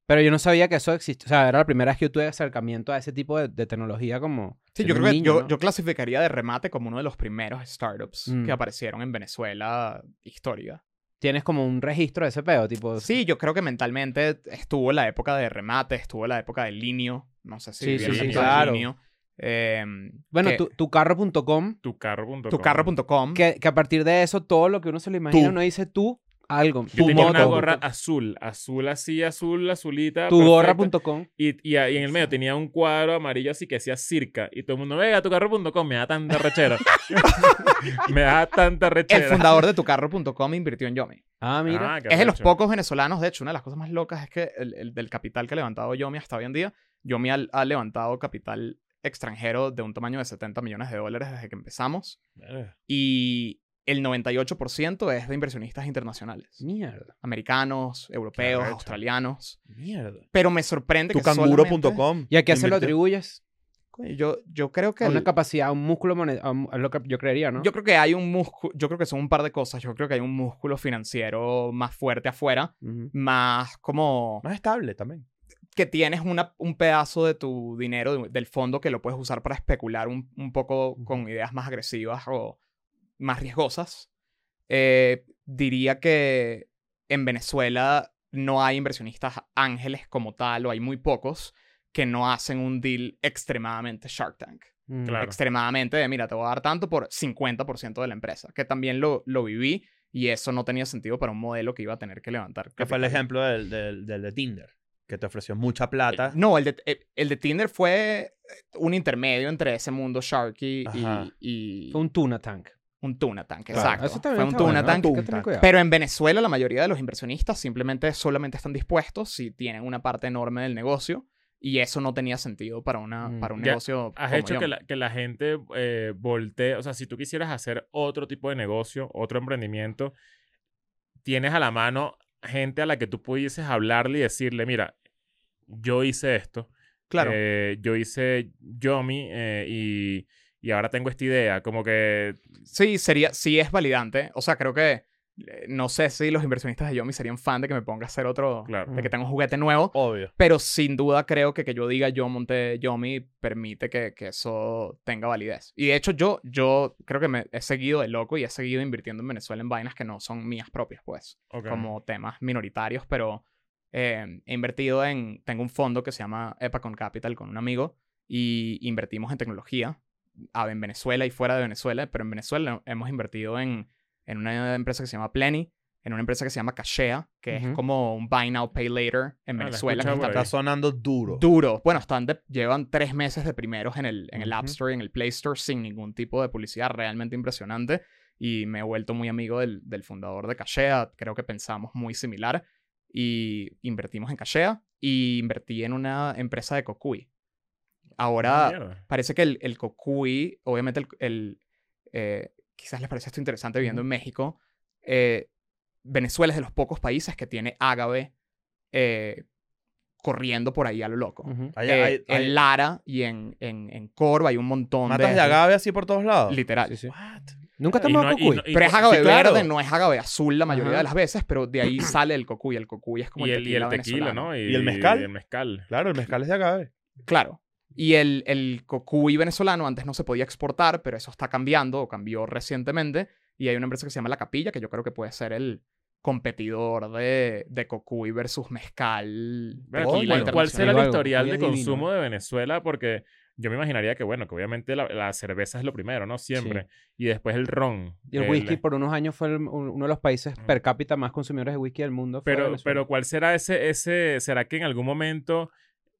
[SPEAKER 2] Pero yo no sabía que eso existe. O sea, era la primera vez que yo tuve acercamiento a ese tipo de, de tecnología como.
[SPEAKER 3] Sí,
[SPEAKER 2] siendo
[SPEAKER 3] yo creo que
[SPEAKER 2] un niño,
[SPEAKER 3] yo,
[SPEAKER 2] ¿no?
[SPEAKER 3] yo clasificaría de remate como uno de los primeros startups
[SPEAKER 2] Mm.
[SPEAKER 3] que aparecieron en Venezuela histórica.
[SPEAKER 2] Tienes como un registro de ese pedo, tipo.
[SPEAKER 3] Sí, yo creo que mentalmente estuvo la época de remate, estuvo la época de linio. No sé si
[SPEAKER 2] Sí,
[SPEAKER 3] vieron
[SPEAKER 4] sí,
[SPEAKER 3] la
[SPEAKER 4] sí,
[SPEAKER 3] época de
[SPEAKER 1] claro.
[SPEAKER 3] Linio. Eh,
[SPEAKER 2] Bueno,
[SPEAKER 3] que-
[SPEAKER 2] tu, tucarro.com,
[SPEAKER 4] Tucarro.com.
[SPEAKER 3] tucarro.com.
[SPEAKER 2] que, que a partir de eso, todo lo que uno se le imagina,
[SPEAKER 1] Tú.
[SPEAKER 2] uno dice tú, algo.
[SPEAKER 4] Yo
[SPEAKER 2] Tu
[SPEAKER 4] tenía una
[SPEAKER 2] moto,
[SPEAKER 4] gorra azul, azul así, azul, azulita.
[SPEAKER 2] tu
[SPEAKER 4] perfecta.
[SPEAKER 2] gorra.com.
[SPEAKER 4] Y, y, a- y en el medio tenía un cuadro amarillo así que decía circa. Y todo el mundo, venga, tucarro.com, me da tanta rechera. me da tanta
[SPEAKER 3] El
[SPEAKER 4] rechera.
[SPEAKER 3] fundador de tucarro.com invirtió en Yomi.
[SPEAKER 2] Ah, mira.
[SPEAKER 4] Ah, qué
[SPEAKER 3] Es de los
[SPEAKER 4] arrecho.
[SPEAKER 3] pocos venezolanos, de hecho, una de las cosas más locas es que el, el del capital que ha levantado Yomi hasta hoy en día, Yomi ha, ha levantado capital extranjero de un tamaño de 70 millones de dólares desde que empezamos Eh, y el 98% es de inversionistas
[SPEAKER 2] Mm.
[SPEAKER 3] internacionales,
[SPEAKER 2] Mierda.
[SPEAKER 3] americanos, europeos,
[SPEAKER 4] arrecho.
[SPEAKER 3] australianos,
[SPEAKER 1] Mierda.
[SPEAKER 3] pero me sorprende que solamente-
[SPEAKER 1] Tucanguro.com.
[SPEAKER 2] ¿Y a qué se lo
[SPEAKER 1] Invirtió-
[SPEAKER 2] atribuyes?
[SPEAKER 3] Coño, Yo, yo creo que...
[SPEAKER 2] A Una
[SPEAKER 3] el-
[SPEAKER 2] capacidad, a un músculo monetario, lo que yo creería, ¿no?
[SPEAKER 3] Yo creo que hay un músculo, yo creo que son un par de cosas. Yo creo que hay un músculo financiero más fuerte afuera,
[SPEAKER 2] Ujú.
[SPEAKER 3] más como
[SPEAKER 1] Más estable también.
[SPEAKER 3] que tienes una, un pedazo de tu dinero de- del fondo que lo puedes usar para especular un, un poco con ideas más agresivas o más riesgosas. Eh, diría que en Venezuela no hay inversionistas ángeles como tal, o hay muy pocos que no hacen un deal extremadamente Shark Tank
[SPEAKER 2] Mm.
[SPEAKER 4] Claro.
[SPEAKER 3] extremadamente de, mira, te voy a dar tanto por 50% de la empresa, que también lo, lo viví y eso no tenía sentido para un modelo que iba a tener que levantar.
[SPEAKER 1] Que fue el
[SPEAKER 3] capital.
[SPEAKER 1] ejemplo del, del, del de Tinder, que te ofreció mucha plata.
[SPEAKER 3] No, el de, eh, el de Tinder fue eh, un intermedio entre ese mundo Sharky
[SPEAKER 1] Ajá.
[SPEAKER 3] y, y
[SPEAKER 2] Fue un tuna tank.
[SPEAKER 3] un Tuna Tank,
[SPEAKER 1] Claro.
[SPEAKER 3] exacto.
[SPEAKER 2] Eso
[SPEAKER 3] fue
[SPEAKER 2] también
[SPEAKER 3] un
[SPEAKER 2] está bueno,
[SPEAKER 3] Tuna
[SPEAKER 2] ¿no?
[SPEAKER 3] Tank.
[SPEAKER 2] Hay que tener cuidado.
[SPEAKER 3] Pero en Venezuela la mayoría de los inversionistas simplemente solamente están dispuestos si tienen una parte enorme del negocio y eso no tenía sentido para, una,
[SPEAKER 2] Mm.
[SPEAKER 3] para un
[SPEAKER 4] Ya,
[SPEAKER 3] negocio
[SPEAKER 4] Has
[SPEAKER 3] como
[SPEAKER 4] hecho
[SPEAKER 3] yo.
[SPEAKER 4] que la, que la gente eh, voltee. O sea, si tú quisieras hacer otro tipo de negocio, otro emprendimiento, tienes a la mano gente a la que tú pudieses hablarle y decirle, mira, yo hice esto.
[SPEAKER 3] Claro.
[SPEAKER 4] eh, yo hice Yomi eh, y, y ahora tengo esta idea. Como que...
[SPEAKER 3] Sí, sería, sí es validante. O sea, creo que eh, no sé si los inversionistas de Yomi serían fan de que me ponga a hacer otro,
[SPEAKER 4] Claro.
[SPEAKER 2] Mm.
[SPEAKER 3] de que tenga un juguete nuevo,
[SPEAKER 1] Obvio.
[SPEAKER 3] pero sin duda creo que que yo diga yo monté Yomi permite que, que eso tenga validez. Y de hecho yo, yo creo que me he seguido de loco y he seguido invirtiendo en Venezuela en vainas que no son mías propias, pues,
[SPEAKER 4] ok.
[SPEAKER 3] como temas minoritarios, pero eh, he invertido en, tengo un fondo que se llama Epacon Capital con un amigo y invertimos en tecnología a- en Venezuela y fuera de Venezuela, pero en Venezuela hemos invertido en, en una empresa que se llama Pleny, en una empresa que se llama Cachea, que es
[SPEAKER 2] Ujú.
[SPEAKER 3] como un Buy Now, Pay Later en
[SPEAKER 4] Ah, la
[SPEAKER 3] Venezuela.
[SPEAKER 4] escuchaba
[SPEAKER 3] que
[SPEAKER 4] por
[SPEAKER 3] está
[SPEAKER 4] ahí.
[SPEAKER 1] Está sonando duro.
[SPEAKER 3] duro. Bueno, están de- llevan tres meses de primeros en el, en el App
[SPEAKER 1] Ujú.
[SPEAKER 3] Store y en el Play Store sin ningún tipo de publicidad, realmente impresionante. Y me he vuelto muy amigo del, del fundador de Cachea, creo que pensamos muy similar. Y invertimos en Cachea y invertí en una empresa de Cocuy. Ahora,
[SPEAKER 4] Mierda.
[SPEAKER 3] parece que el, el cocuy, obviamente el, el, eh, quizás les parece esto interesante viviendo en México, eh, Venezuela es de los pocos países que tiene ágave eh, corriendo por ahí a lo loco.
[SPEAKER 2] Ujú.
[SPEAKER 1] Hay-
[SPEAKER 3] Eh,
[SPEAKER 1] hay- hay-
[SPEAKER 3] En Lara y en, en, en Corva hay un montón
[SPEAKER 1] matas
[SPEAKER 3] de...
[SPEAKER 1] de agave así por todos lados.
[SPEAKER 3] Literal.
[SPEAKER 2] Sí, sí.
[SPEAKER 1] What?
[SPEAKER 2] Nunca
[SPEAKER 4] Eh, Y
[SPEAKER 2] tomamos
[SPEAKER 4] no- y
[SPEAKER 2] cocuy.
[SPEAKER 4] no- y-
[SPEAKER 3] Pero es
[SPEAKER 4] sí,
[SPEAKER 3] agave
[SPEAKER 4] claro.
[SPEAKER 3] verde, no es agave azul la mayoría
[SPEAKER 2] Ajá.
[SPEAKER 3] de las veces, pero de ahí sale el cocuy. El cocuy es como
[SPEAKER 4] Y
[SPEAKER 3] el
[SPEAKER 4] el, y el
[SPEAKER 3] tequila,
[SPEAKER 4] tequila,
[SPEAKER 3] venezolano.
[SPEAKER 4] ¿no?
[SPEAKER 1] ¿Y el mezcal?
[SPEAKER 4] y el mezcal.
[SPEAKER 1] Claro, el mezcal es de agave.
[SPEAKER 3] Claro. Y el, el cocuy venezolano antes no se podía exportar, pero eso está cambiando o cambió recientemente. Y hay una empresa que se llama La Capilla, que yo creo que puede ser el competidor de, de cocuy versus mezcal.
[SPEAKER 4] Bueno,
[SPEAKER 3] tequila
[SPEAKER 4] ¿cuál, cuál será
[SPEAKER 3] internacional.
[SPEAKER 4] el
[SPEAKER 2] Algo,
[SPEAKER 4] historial
[SPEAKER 2] algo
[SPEAKER 4] de
[SPEAKER 2] divino.
[SPEAKER 4] consumo de Venezuela? Porque yo me imaginaría que, bueno, que obviamente la, la cerveza es lo primero, ¿no? Siempre. Y después el ron.
[SPEAKER 2] Y el whisky por unos años fue el- un- uno de los países per cápita más consumidores de whisky del mundo. fue
[SPEAKER 4] Pero,
[SPEAKER 2] Venezuela.
[SPEAKER 4] pero ¿cuál será ese, ese... ¿Será que en algún momento...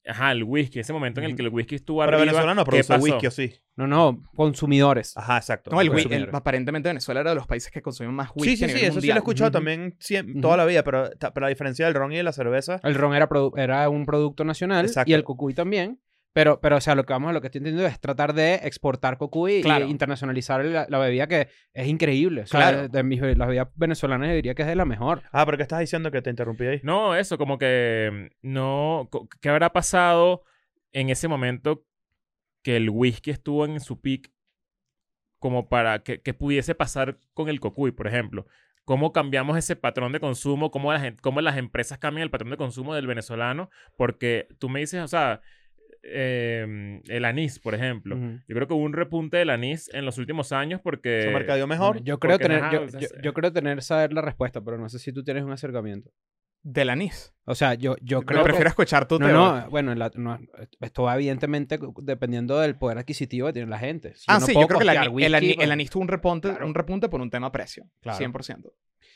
[SPEAKER 4] Ajá, el whisky. Ese momento en el que el whisky estuvo
[SPEAKER 1] Pero
[SPEAKER 4] arriba.
[SPEAKER 1] Venezuela no
[SPEAKER 4] ¿qué
[SPEAKER 1] produce
[SPEAKER 4] pasó?
[SPEAKER 1] whisky, ¿o sí?
[SPEAKER 2] No, no, consumidores.
[SPEAKER 1] Ajá, exacto.
[SPEAKER 3] No, el
[SPEAKER 1] Ok.
[SPEAKER 3] whi- el- aparentemente Venezuela era de los países que consumían más whisky.
[SPEAKER 1] Sí, sí,
[SPEAKER 3] a
[SPEAKER 1] sí,
[SPEAKER 3] nivel
[SPEAKER 1] eso sí lo he
[SPEAKER 3] mundial.
[SPEAKER 1] escuchado
[SPEAKER 2] Ujú.
[SPEAKER 1] también siem-
[SPEAKER 2] Ujú.
[SPEAKER 1] toda la vida, pero, ta- pero la diferencia del ron y de la cerveza,
[SPEAKER 2] El ron era, produ- era un producto nacional
[SPEAKER 1] Exacto.
[SPEAKER 2] y el cocuy también. Pero, pero, o sea, lo que vamos a lo que estoy entendiendo es tratar de exportar cocuy
[SPEAKER 3] Claro.
[SPEAKER 2] y internacionalizar la, la bebida que es increíble. O sea,
[SPEAKER 3] Claro.
[SPEAKER 2] de, de mis be- las bebidas venezolanas yo diría que es de la mejor.
[SPEAKER 1] Ah, pero ¿qué estás diciendo que te interrumpí ahí?
[SPEAKER 4] No, eso, como que mm, no. co- ¿Qué habrá pasado en ese momento que el whisky estuvo en su peak? Como para que, que pudiese pasar con el cocuy, por ejemplo. ¿Cómo cambiamos ese patrón de consumo? ¿Cómo, la gen- cómo las empresas cambian el patrón de consumo del venezolano? Porque tú me dices, o sea, em, el anís, por ejemplo.
[SPEAKER 2] Ujú.
[SPEAKER 4] Yo creo que hubo un repunte del anís en los últimos años porque...
[SPEAKER 1] ¿Se mercadeó mejor?
[SPEAKER 2] yo creo
[SPEAKER 4] porque,
[SPEAKER 2] tener,
[SPEAKER 4] ajá,
[SPEAKER 2] yo,
[SPEAKER 4] o sea,
[SPEAKER 2] yo-
[SPEAKER 4] se-
[SPEAKER 2] yo creo tener saber la respuesta, pero no sé si tú tienes un acercamiento.
[SPEAKER 3] Del anís.
[SPEAKER 2] O sea, yo, yo
[SPEAKER 3] Pero
[SPEAKER 2] creo que-
[SPEAKER 3] prefiero escuchar tu
[SPEAKER 2] No,
[SPEAKER 3] teoría.
[SPEAKER 2] no, bueno, la- no, esto va evidentemente dependiendo del poder adquisitivo que tiene la gente. Si
[SPEAKER 3] Ah,
[SPEAKER 2] no
[SPEAKER 3] sí,
[SPEAKER 2] puedo
[SPEAKER 3] yo creo que el,
[SPEAKER 2] costear
[SPEAKER 3] ani-
[SPEAKER 2] whisky,
[SPEAKER 3] el ani-
[SPEAKER 2] pues-
[SPEAKER 3] el anís tuvo un repunte,
[SPEAKER 2] Claro.
[SPEAKER 3] un repunte por un tema precio.
[SPEAKER 2] Claro.
[SPEAKER 3] 100%.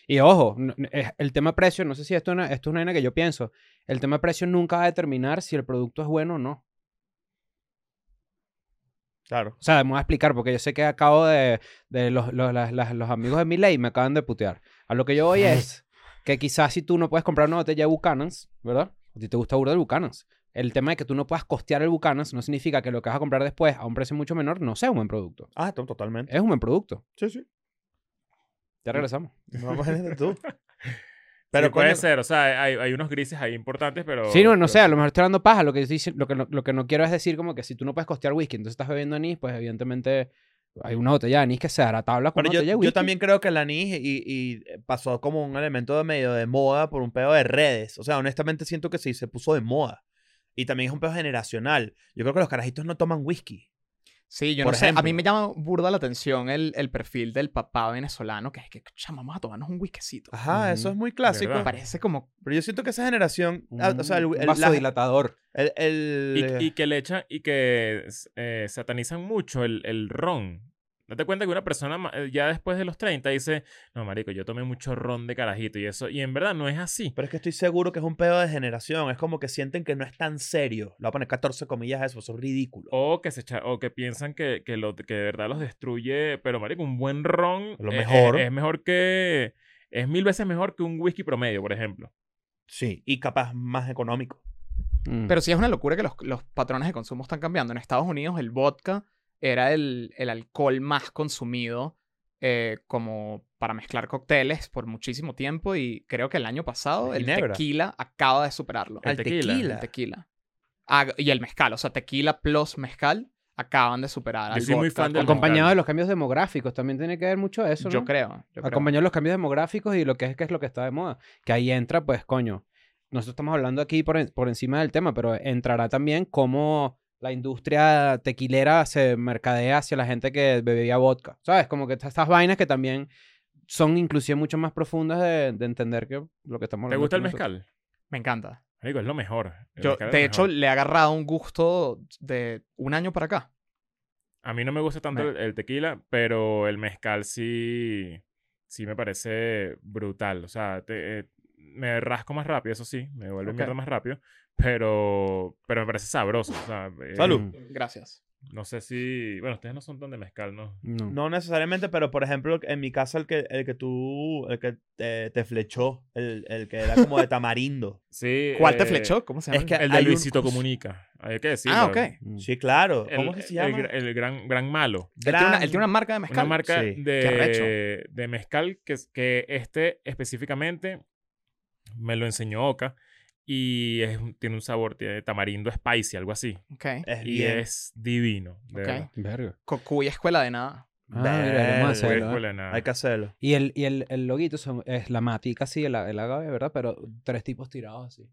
[SPEAKER 2] Y ojo, no- no- es- el tema precio, no sé si esto, es una- esto es una vaina que yo pienso. El tema precio nunca va a determinar si el producto es bueno o no.
[SPEAKER 1] Claro.
[SPEAKER 2] O sea, me voy a explicar porque yo sé que acabo de... de los, los, las- las- los amigos de mi ley me acaban de putear. A lo que yo voy es que quizás si tú no puedes comprar una botella de Buchanan's, ¿verdad? A ti te gusta burda el Buchanan's. El tema de que tú no puedas costear el Buchanan's no significa que lo que vas a comprar después a un precio mucho menor no sea un buen producto.
[SPEAKER 1] Ah, to- totalmente.
[SPEAKER 2] Es un buen producto.
[SPEAKER 1] Sí, sí.
[SPEAKER 2] Ya regresamos.
[SPEAKER 1] No, imagínate tú.
[SPEAKER 4] Pero
[SPEAKER 1] Pero
[SPEAKER 4] puede
[SPEAKER 1] coño,
[SPEAKER 4] ser, o sea, hay, hay unos grises ahí importantes, pero.
[SPEAKER 2] Sí, no, no
[SPEAKER 4] pero-
[SPEAKER 2] sé, a lo mejor estoy dando paja. Lo que, dice- lo, que no, lo que no quiero es decir como que si tú no puedes costear whisky, entonces estás bebiendo anís, pues evidentemente hay una botella de anís que se hará tabla con
[SPEAKER 1] Pero
[SPEAKER 2] una
[SPEAKER 1] yo,
[SPEAKER 2] botella de
[SPEAKER 1] yo
[SPEAKER 2] whisky.
[SPEAKER 1] también creo que el anís y, y pasó como un elemento de medio de moda por un pedo de redes. O sea, honestamente siento que sí, se puso de moda. Y también es un pedo generacional. Yo creo que los carajitos no toman whisky.
[SPEAKER 3] Sí, yo
[SPEAKER 1] Por
[SPEAKER 3] no sé. A mí
[SPEAKER 1] ejemplo.
[SPEAKER 3] me llama burda la atención el, el perfil del papá venezolano, que es que, chama, vamos a tomarnos un whiskycito.
[SPEAKER 1] Ajá,
[SPEAKER 2] Ujú,
[SPEAKER 1] eso es muy clásico.
[SPEAKER 4] ¿verdad?
[SPEAKER 3] Parece como.
[SPEAKER 1] Pero yo siento que esa generación,
[SPEAKER 2] Un,
[SPEAKER 1] ah, o sea, el,
[SPEAKER 2] un
[SPEAKER 1] el- la-
[SPEAKER 2] vasodilatador.
[SPEAKER 1] el- el-
[SPEAKER 4] Y, y que le echan y que eh, satanizan mucho el, el ron. Date cuenta que una persona ma- eh, ya después de los 30 dice, no, marico, yo tomé mucho ron de carajito y eso. Y en verdad no es así.
[SPEAKER 1] Pero es que estoy seguro que es un pedo de generación. Es como que sienten que no es tan serio. Le voy a poner 14 comillas a eso, eso es ridículo.
[SPEAKER 4] O que se echa- o que piensan que, que, lo, que de verdad los destruye. Pero, marico, un buen ron
[SPEAKER 1] Lo
[SPEAKER 4] eh,
[SPEAKER 1] mejor.
[SPEAKER 4] eh, Es, mejor que. Es mil veces mejor que un whisky promedio, por ejemplo.
[SPEAKER 1] Sí. Y capaz más económico.
[SPEAKER 2] Mm.
[SPEAKER 3] Pero sí es una locura que los, los patrones de consumo están cambiando. En Estados Unidos, el vodka era el, el alcohol más consumido eh, como para mezclar cócteles por muchísimo tiempo. Y creo que el año pasado el
[SPEAKER 1] Ginebra.
[SPEAKER 3] tequila acaba de superarlo.
[SPEAKER 4] El
[SPEAKER 1] Al
[SPEAKER 4] tequila,
[SPEAKER 1] tequila.
[SPEAKER 4] el
[SPEAKER 3] El tequila. Ah, y el mezcal, o sea, tequila plus mezcal acaban de superar
[SPEAKER 4] Yo
[SPEAKER 3] al
[SPEAKER 4] soy muy
[SPEAKER 3] vodka
[SPEAKER 4] fan del
[SPEAKER 3] como-
[SPEAKER 4] mezcal.
[SPEAKER 2] Acompañado de los cambios demográficos, también tiene que ver mucho eso, ¿no?
[SPEAKER 3] Yo creo. yo creo.
[SPEAKER 2] Acompañado de los cambios demográficos y lo que es, que es lo que está de moda. Que ahí entra, pues, coño. Nosotros estamos hablando aquí por, en- por encima del tema, pero entrará también cómo la industria tequilera se mercadea hacia la gente que bebía vodka. ¿Sabes? Como que estas, estas vainas que también son inclusive mucho más profundas de, de entender que lo que estamos hablando.
[SPEAKER 4] ¿Te gusta el
[SPEAKER 2] aquí nosotros.
[SPEAKER 4] mezcal?
[SPEAKER 3] Me encanta.
[SPEAKER 4] Marico, es lo mejor. El
[SPEAKER 3] Yo,
[SPEAKER 4] mezcal es
[SPEAKER 3] de
[SPEAKER 4] lo
[SPEAKER 3] hecho,
[SPEAKER 4] mejor.
[SPEAKER 3] le he agarrado un gusto de un año para acá.
[SPEAKER 4] a mí no me gusta tanto
[SPEAKER 2] Me-
[SPEAKER 4] el, el tequila, pero el mezcal sí, sí me parece brutal. O sea, te- eh, me rasco más rápido, eso sí, me vuelve
[SPEAKER 3] Ok.
[SPEAKER 4] mierda más rápido, pero, pero me parece sabroso. O sea, eh,
[SPEAKER 1] Salud.
[SPEAKER 2] Mm.
[SPEAKER 3] Gracias.
[SPEAKER 4] No sé si, bueno, ustedes no son tan de mezcal, ¿no?
[SPEAKER 2] Mm, No.
[SPEAKER 1] No necesariamente, pero por ejemplo, en mi casa el que, el que tú, el que te, te flechó, el, el que era como de tamarindo.
[SPEAKER 4] Sí.
[SPEAKER 3] ¿Cuál te
[SPEAKER 4] eh,
[SPEAKER 3] flechó? ¿Cómo se llama?
[SPEAKER 1] es que-
[SPEAKER 4] El de
[SPEAKER 1] Hay un-
[SPEAKER 4] Luisito Comunica. Hay que decirlo.
[SPEAKER 3] ah, ok.
[SPEAKER 2] Mm.
[SPEAKER 1] Sí, claro.
[SPEAKER 4] El-
[SPEAKER 1] ¿Cómo es que se
[SPEAKER 4] el
[SPEAKER 1] llama?
[SPEAKER 4] gra- El, gran, gran malo.
[SPEAKER 3] Él tiene, una, él tiene una marca de mezcal.
[SPEAKER 4] Una marca
[SPEAKER 1] Sí.
[SPEAKER 3] Qué arrecho.
[SPEAKER 4] de, de mezcal que, es- que este específicamente me lo enseñó Oka y es un- tiene un sabor tiene tamarindo spicy, algo así.
[SPEAKER 3] Ok.
[SPEAKER 1] Es
[SPEAKER 4] Y
[SPEAKER 1] bien.
[SPEAKER 4] es divino. De
[SPEAKER 3] Ok.
[SPEAKER 4] verdad.
[SPEAKER 2] Verga.
[SPEAKER 3] Cocuya escuela de nada.
[SPEAKER 2] Ah, mira, lo más
[SPEAKER 1] Verga.
[SPEAKER 4] Fue
[SPEAKER 2] hacerlo, ¿eh?
[SPEAKER 4] escuela de nada.
[SPEAKER 1] Hay que hacerlo.
[SPEAKER 2] Y el, y el, el loguito son- es la matica, sí, el, a- el agave, ¿verdad? Pero tres tipos tirados así.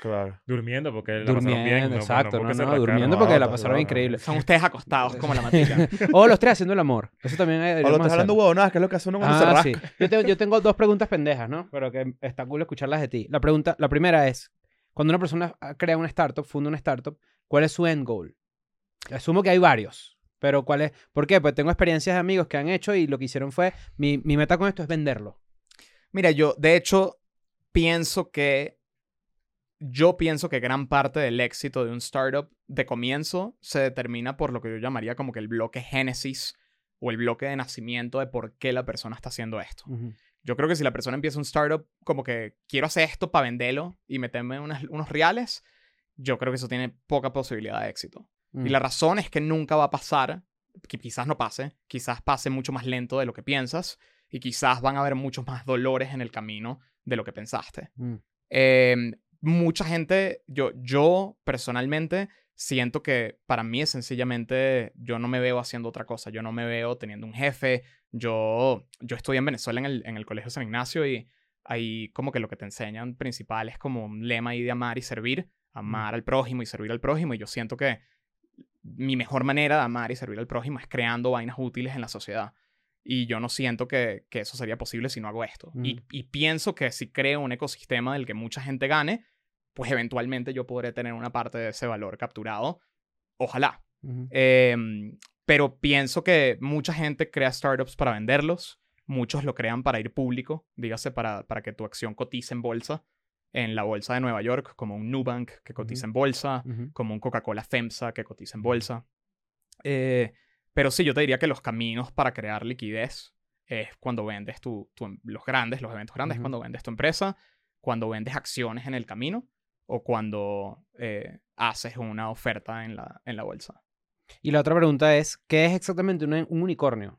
[SPEAKER 1] Claro.
[SPEAKER 4] Durmiendo porque la pasaron
[SPEAKER 2] durmiendo,
[SPEAKER 4] bien. no-
[SPEAKER 2] exacto.
[SPEAKER 4] porque
[SPEAKER 2] No,
[SPEAKER 4] se
[SPEAKER 2] no,
[SPEAKER 4] rascaron.
[SPEAKER 2] durmiendo
[SPEAKER 1] no,
[SPEAKER 2] porque la
[SPEAKER 1] no,
[SPEAKER 2] pasaron
[SPEAKER 1] no.
[SPEAKER 2] increíble.
[SPEAKER 3] Son ustedes acostados como la matilla.
[SPEAKER 2] O los tres haciendo el amor. Eso también hay.
[SPEAKER 1] O lo estás hablando huevonadas, que es lo que hace uno
[SPEAKER 2] Ah,
[SPEAKER 1] cuando se rasca.
[SPEAKER 2] Yo, te- yo tengo dos preguntas pendejas, ¿no? Pero que está cool escucharlas de ti. La, pregunta, la primera es, cuando una persona crea una startup, funda una startup, ¿cuál es su end goal? Asumo que hay varios. Pero ¿cuál es? ¿Por qué? Pues tengo experiencias de amigos que han hecho y lo que hicieron fue, mi, mi meta con esto es venderlo.
[SPEAKER 3] Mira, yo de hecho pienso que yo pienso que gran parte del éxito de un startup de comienzo se determina por lo que yo llamaría como que el bloque génesis o el bloque de nacimiento de por qué la persona está haciendo esto. Yo creo que si la persona empieza un startup como que quiero hacer esto para venderlo y meterme unas- unos reales, yo creo que eso tiene poca posibilidad de éxito. Y
[SPEAKER 2] Mm.
[SPEAKER 3] la razón es que nunca va a pasar, que quizás no pase, quizás pase mucho más lento de lo que piensas y quizás van a haber muchos más dolores en el camino de lo que pensaste.
[SPEAKER 2] Mm.
[SPEAKER 3] Eh, mucha gente, yo, yo personalmente siento que para mí es sencillamente, yo no me veo haciendo otra cosa, yo no me veo teniendo un jefe, yo, yo estudié en Venezuela en el, en el Colegio San Ignacio y ahí como que lo que te enseñan principal es como un lema ahí de amar y servir, amar al prójimo y servir al prójimo y yo siento que mi mejor manera de amar y servir al prójimo es creando vainas útiles en la sociedad. Y yo no siento que, que eso sería posible si no hago esto. Y,
[SPEAKER 2] Mm.
[SPEAKER 3] y pienso que si creo un ecosistema del que mucha gente gane, pues eventualmente yo podré tener una parte de ese valor capturado. Ojalá.
[SPEAKER 2] Ujú.
[SPEAKER 4] Eh,
[SPEAKER 3] Em, pero pienso que mucha gente crea startups para venderlos, muchos lo crean para ir público, dígase para, para que tu acción cotice en bolsa, en la bolsa de Nueva York, como un Nubank que cotiza en bolsa,
[SPEAKER 2] Ujú.
[SPEAKER 3] como un Coca-Cola FEMSA que cotiza en bolsa. Eh, pero sí, yo te diría que los caminos para crear liquidez es cuando vendes tu, tu em- los grandes, los eventos grandes, es
[SPEAKER 2] Ujú.
[SPEAKER 3] cuando vendes tu empresa, cuando vendes acciones en el camino o cuando eh, haces una oferta en la, en la bolsa.
[SPEAKER 2] Y la otra pregunta es, ¿qué es exactamente un, un unicornio?